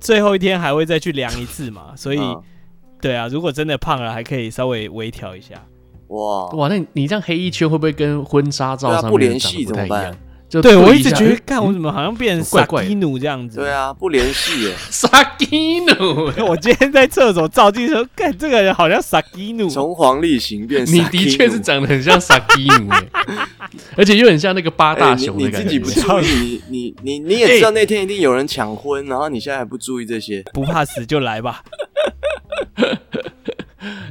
Speaker 3: 最后一天还会再去量一次嘛，所以。
Speaker 4: 嗯
Speaker 3: 对啊，如果真的胖了，还可以稍微微调一下。
Speaker 4: 哇，
Speaker 1: 哇，那你你这样黑一圈会不会跟婚纱照
Speaker 4: 对啊
Speaker 1: 上面
Speaker 4: 不联
Speaker 1: 长得
Speaker 4: 系
Speaker 1: 不
Speaker 4: 怎么
Speaker 1: 太一
Speaker 4: 办
Speaker 1: 样？就
Speaker 3: 对我一
Speaker 1: 下
Speaker 3: 直觉得
Speaker 1: 哎，
Speaker 3: 干我怎么好像变成
Speaker 1: 怪
Speaker 3: 傻
Speaker 1: 怪的
Speaker 3: 逼奴这样子？
Speaker 4: 对，啊，不联系耶，
Speaker 1: 萨基努，
Speaker 3: 我今天在厕所照镜的时候，干这个人好像傻逼奴。
Speaker 4: 从黄立行变
Speaker 1: 你的确是长得很像萨基 努欸，而且又很像那个八
Speaker 4: 哎
Speaker 1: 大
Speaker 4: 你
Speaker 1: 雄
Speaker 4: 你
Speaker 1: 的感
Speaker 4: 自
Speaker 1: 觉。
Speaker 4: 己不注意，你你你你也知道那天一定有人抢婚，然后你现在还不注意这些，
Speaker 3: 不怕死就来吧，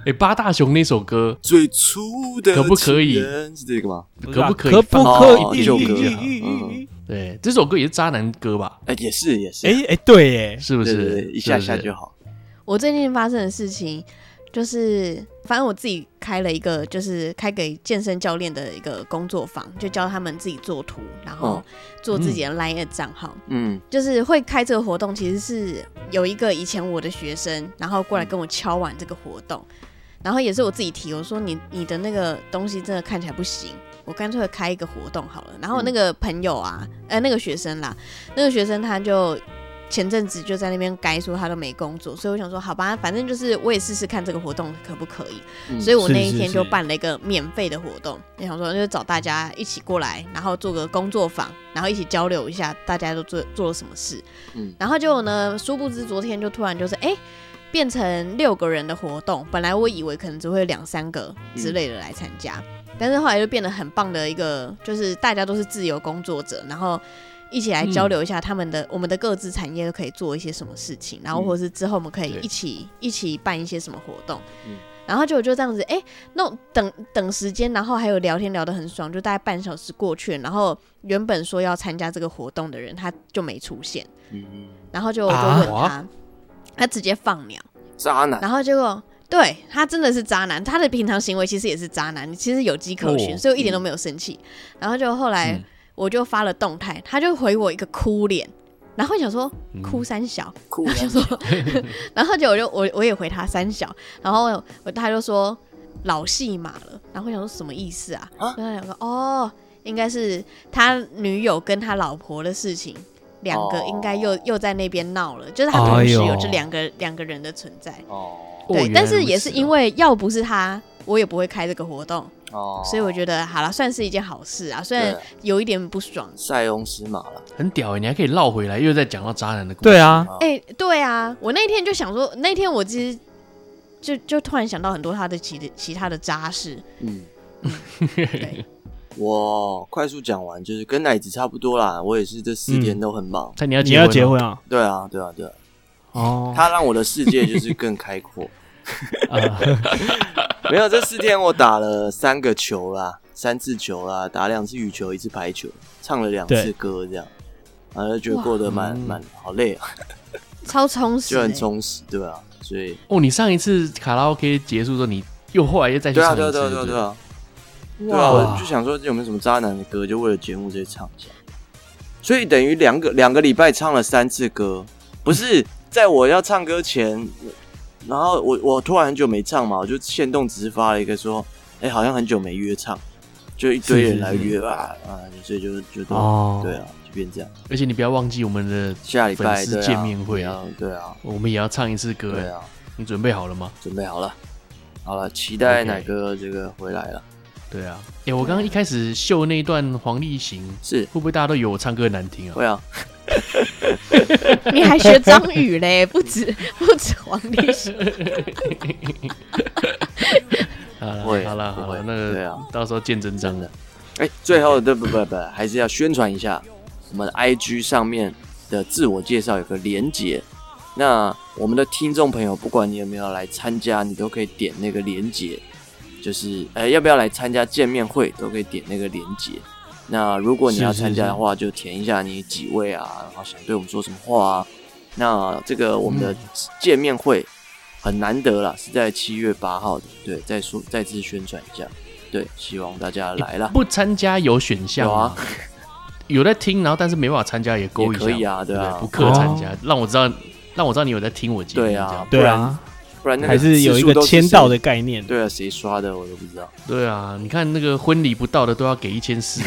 Speaker 1: 哎、八大雄那首歌
Speaker 4: 最初的
Speaker 1: 可不可以
Speaker 4: 情人是这个吗？
Speaker 3: 不是
Speaker 1: 可
Speaker 3: 吧
Speaker 1: 不可以
Speaker 3: 可
Speaker 1: 放
Speaker 3: 不
Speaker 1: 到
Speaker 4: 哦
Speaker 3: 可
Speaker 4: 一
Speaker 3: 以？
Speaker 4: 首歌
Speaker 3: 咦
Speaker 1: 对，这首歌也是渣男歌吧？
Speaker 4: 哎，也是也是，
Speaker 3: 哎哎，对耶，
Speaker 1: 是不
Speaker 4: 对
Speaker 1: 是？
Speaker 4: 对对，一下下
Speaker 1: 是不
Speaker 4: 就是好。
Speaker 2: 我最近发生的事情就是，反正我自己开了一个，就是开给健身教练的一个工作坊，就教他们自己做图，然后
Speaker 4: 哦
Speaker 2: 做自己的 Line 的账号。
Speaker 4: 嗯，
Speaker 2: 就是会开这个活动，其实是有一个以前我的学生，然后过来跟我敲完这个活动，然后也是我自己提，我说你你的那个东西真的看起来不行，我干脆开一个活动好了。然后那个朋友啊，呃，那个学生啦，那个学生他就前阵子就在那边该说他都没工作，所以我想说，好吧，反正就是我也试试看这个活动可不可以。
Speaker 4: 嗯
Speaker 2: 所以我那一
Speaker 1: 是是
Speaker 2: 天就是办了一个免费的活动，也想说就找大家一起过来，然后做个工作坊，然后一起交流一下大家都做做了什么事。
Speaker 4: 嗯
Speaker 2: 然后结果呢，殊不知昨天就突然就是哎。变成六个人的活动，本来我以为可能只会两三个
Speaker 4: 嗯
Speaker 2: 之类的来参加，但是后来就变得很棒的一个，就是大家都是自由工作者，然后一起
Speaker 1: 嗯
Speaker 2: 来交流一下他们的、我们的各自产业可以做一些什么事情，然后
Speaker 4: 嗯
Speaker 2: 或者是之后我们可以
Speaker 1: 对
Speaker 2: 一起一起办一些什么活动。
Speaker 4: 嗯
Speaker 2: 然后结果就这样子，哎、那等等时间，然后还有聊天聊得很爽，就大概半小时过去，然后原本说要参加这个活动的人他就没出现，
Speaker 4: 嗯
Speaker 2: 然后就我就
Speaker 1: 啊
Speaker 2: 问他，
Speaker 1: 哇
Speaker 2: 他直接放鸟。
Speaker 4: 渣男，
Speaker 2: 然后结果对他真的是渣男，他的平常行为其实也是渣男，其实有迹可循，
Speaker 1: 哦
Speaker 2: 所以我一点都没有生气。然后就后来
Speaker 1: 嗯
Speaker 2: 我就发了动态，他就回我一个哭脸，然后我想说
Speaker 1: 嗯
Speaker 2: 哭三小，
Speaker 4: 酷
Speaker 2: 然后就说，然后结果我就我我也回他三小，然后我他就说老戏码了，然后我想说什么意思啊？
Speaker 4: 啊
Speaker 2: 然后两个哦，应该是他女友跟他老婆的事情，两个
Speaker 4: 哦
Speaker 2: 应该又、又在那边闹了，就是他同时
Speaker 1: 哎
Speaker 2: 有
Speaker 1: 呦
Speaker 2: 这两个、两个人的存在。
Speaker 4: 哦
Speaker 1: 哦
Speaker 2: 对，
Speaker 1: 原
Speaker 2: 但
Speaker 1: 来
Speaker 2: 是
Speaker 1: 如
Speaker 2: 也
Speaker 1: 此
Speaker 2: 是
Speaker 1: 啊
Speaker 2: 因为要不是他，我也不会开这个活动，
Speaker 4: 哦，
Speaker 2: 所以我觉得好了，算是一件好事啊。虽然
Speaker 4: 对
Speaker 2: 有一点不爽，
Speaker 4: 塞翁失马了，
Speaker 1: 很屌哎、你还可以绕回来，又在讲到渣男的故事。
Speaker 3: 对，啊，
Speaker 4: 哦
Speaker 2: 哎、对啊，我那天就想说，那天我其实就就突然想到很多他的其其他的渣事，
Speaker 4: 嗯。
Speaker 2: 对，
Speaker 4: 我快速讲完，就是跟奶子差不多啦。我也是这四
Speaker 1: 嗯
Speaker 4: 天都很忙。
Speaker 1: 看你要
Speaker 3: 你要
Speaker 1: 结
Speaker 3: 结
Speaker 1: 婚
Speaker 3: 婚
Speaker 1: 了
Speaker 3: 啊？
Speaker 4: 对啊，对啊，对啊。
Speaker 3: 哦，
Speaker 4: 他让我的世界就是更开阔。
Speaker 1: 呃
Speaker 4: 没有，这四天我打了三个球啦，三次球啦，打两次羽球，一次排球，唱了两次
Speaker 3: 对
Speaker 4: 歌，这样，然后就觉得过得蛮
Speaker 1: 哇
Speaker 4: 蛮好累啊，
Speaker 2: 超充实、
Speaker 4: 就
Speaker 2: 欸，
Speaker 4: 很充实，对啊，所以
Speaker 1: 哦，你上一次卡拉 OK 结束之后，你又后来又再去
Speaker 4: 对
Speaker 1: 唱
Speaker 4: 啊，对
Speaker 1: 一
Speaker 4: 啊，
Speaker 1: 次，
Speaker 4: 对啊，对啊，
Speaker 1: 不
Speaker 4: 对啊，对啊，
Speaker 1: 哇
Speaker 4: 我就想说有没有什么渣男的歌，就为了节目直接唱一下。所以等于两个两个礼拜唱了三次歌，不
Speaker 1: 嗯
Speaker 4: 是在我要唱歌前，然后我我突然很久没唱嘛，我就现动只是发了一个说，哎、好像很久没约唱，就一堆
Speaker 1: 是
Speaker 4: 人
Speaker 1: 是
Speaker 4: 来
Speaker 1: 是
Speaker 4: 约啊啊，所以就就都、
Speaker 1: 哦
Speaker 4: 对啊，就变这样。
Speaker 1: 而且你不要忘记我们的
Speaker 4: 下礼拜
Speaker 1: 粉丝
Speaker 4: 对啊
Speaker 1: 见面会啊，
Speaker 4: 对啊，
Speaker 1: 我们也要唱一次歌、欸
Speaker 4: 对啊，
Speaker 1: 你准备好了吗？
Speaker 4: 准备好了，好了，期待
Speaker 1: OK
Speaker 4: 奶哥这个回来了，
Speaker 1: 对啊，哎、我刚刚一开始秀那一段黄立行，
Speaker 4: 是
Speaker 1: 会不会大家都以为我唱歌难听啊？
Speaker 4: 会啊。
Speaker 2: 欸你还学张宇嘞，不止不止黄立 行，
Speaker 1: 好了
Speaker 4: 不会
Speaker 1: 好了好
Speaker 4: 不会
Speaker 1: 了，那
Speaker 4: 对
Speaker 1: 个
Speaker 4: 啊
Speaker 1: 到时候见真章
Speaker 4: 真
Speaker 1: 了
Speaker 4: 的。哎，最后对不不不，还是要宣传一下我们 IG 上面的自我介绍有个连结。那我们的听众朋友，不管你有没有来参加，你都可以点那个连结，就是呃要不要来参加见面会，都可以点那个连结。那如果你要
Speaker 1: 是是
Speaker 4: 参加的话，就填一下你几位啊，然后想对我们说什么话啊。那这个我们的见面会很难得了，是在七月八号的，对，再说再次宣传一下，对，希望大家来啦。
Speaker 1: 不参加有选
Speaker 4: 啊
Speaker 1: 项吗？有在听，然后但是没办法参加也勾一下，
Speaker 4: 也可以啊对
Speaker 1: 对
Speaker 4: 啊
Speaker 1: 不对不克参加，让我知道，让我知道你有在听我节目。
Speaker 4: 对
Speaker 1: 这
Speaker 4: 啊
Speaker 1: 样，
Speaker 3: 对啊，
Speaker 4: 不然那个
Speaker 3: 还是有一个
Speaker 4: 次数都是
Speaker 3: 签到
Speaker 4: 谁
Speaker 3: 的，概念。
Speaker 4: 对啊，谁刷的我都不知道。
Speaker 1: 对啊，你看那个婚礼不到的都要给一千四，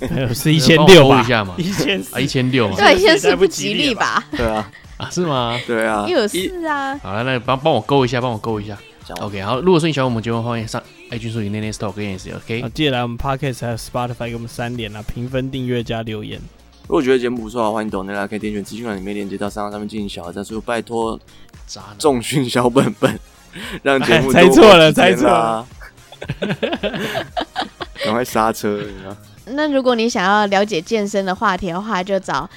Speaker 3: 对，是 一千六
Speaker 1: 帮我
Speaker 3: 吧
Speaker 1: 勾一？下嘛，
Speaker 3: 一千
Speaker 1: 啊一千六嘛，
Speaker 2: 对，现在
Speaker 3: 也
Speaker 2: 是
Speaker 3: 太
Speaker 2: 不
Speaker 3: 不
Speaker 2: 吉
Speaker 3: 吉
Speaker 2: 利
Speaker 3: 利了
Speaker 2: 吧？
Speaker 4: 对啊，
Speaker 1: 啊是吗？
Speaker 4: 对 啊，
Speaker 2: 又有
Speaker 4: 一
Speaker 2: 事啊，
Speaker 1: 好了，那帮帮我勾一下，帮我勾一下。
Speaker 4: 讲完
Speaker 1: OK，好，如果说你喜欢我们节目，欢迎上 i 君说你内内 store 跟 S OK
Speaker 3: 啊，。记得来我们 Podcast 还有 Spotify 给我们三连啊，评分、订阅加留言。
Speaker 4: 如果觉得节目不错的话，啊欢迎抖内拉可以点选资讯栏里面链接到商号上面进行小额赞助，拜托
Speaker 1: 渣男，
Speaker 4: 重训小本本， 让节目
Speaker 3: 哎猜
Speaker 4: 多
Speaker 3: 错了
Speaker 4: 活几天
Speaker 3: 猜错
Speaker 4: 啦，啊 赶快刹车！你知道
Speaker 2: 那如果你想要了解健身的话题的话，就找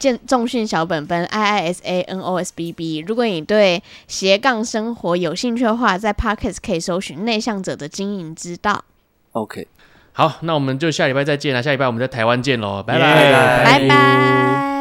Speaker 2: 健重训小本本 I I S A N O S B B。如果你对斜杠生活有兴趣的话，在 Pockets 可以搜寻内向者的经营之道。
Speaker 4: OK，
Speaker 1: 好，那我们就下礼拜再见啦，下礼拜我们在台湾见喽，拜
Speaker 3: 耶
Speaker 1: 拜。
Speaker 4: 拜
Speaker 2: 拜拜。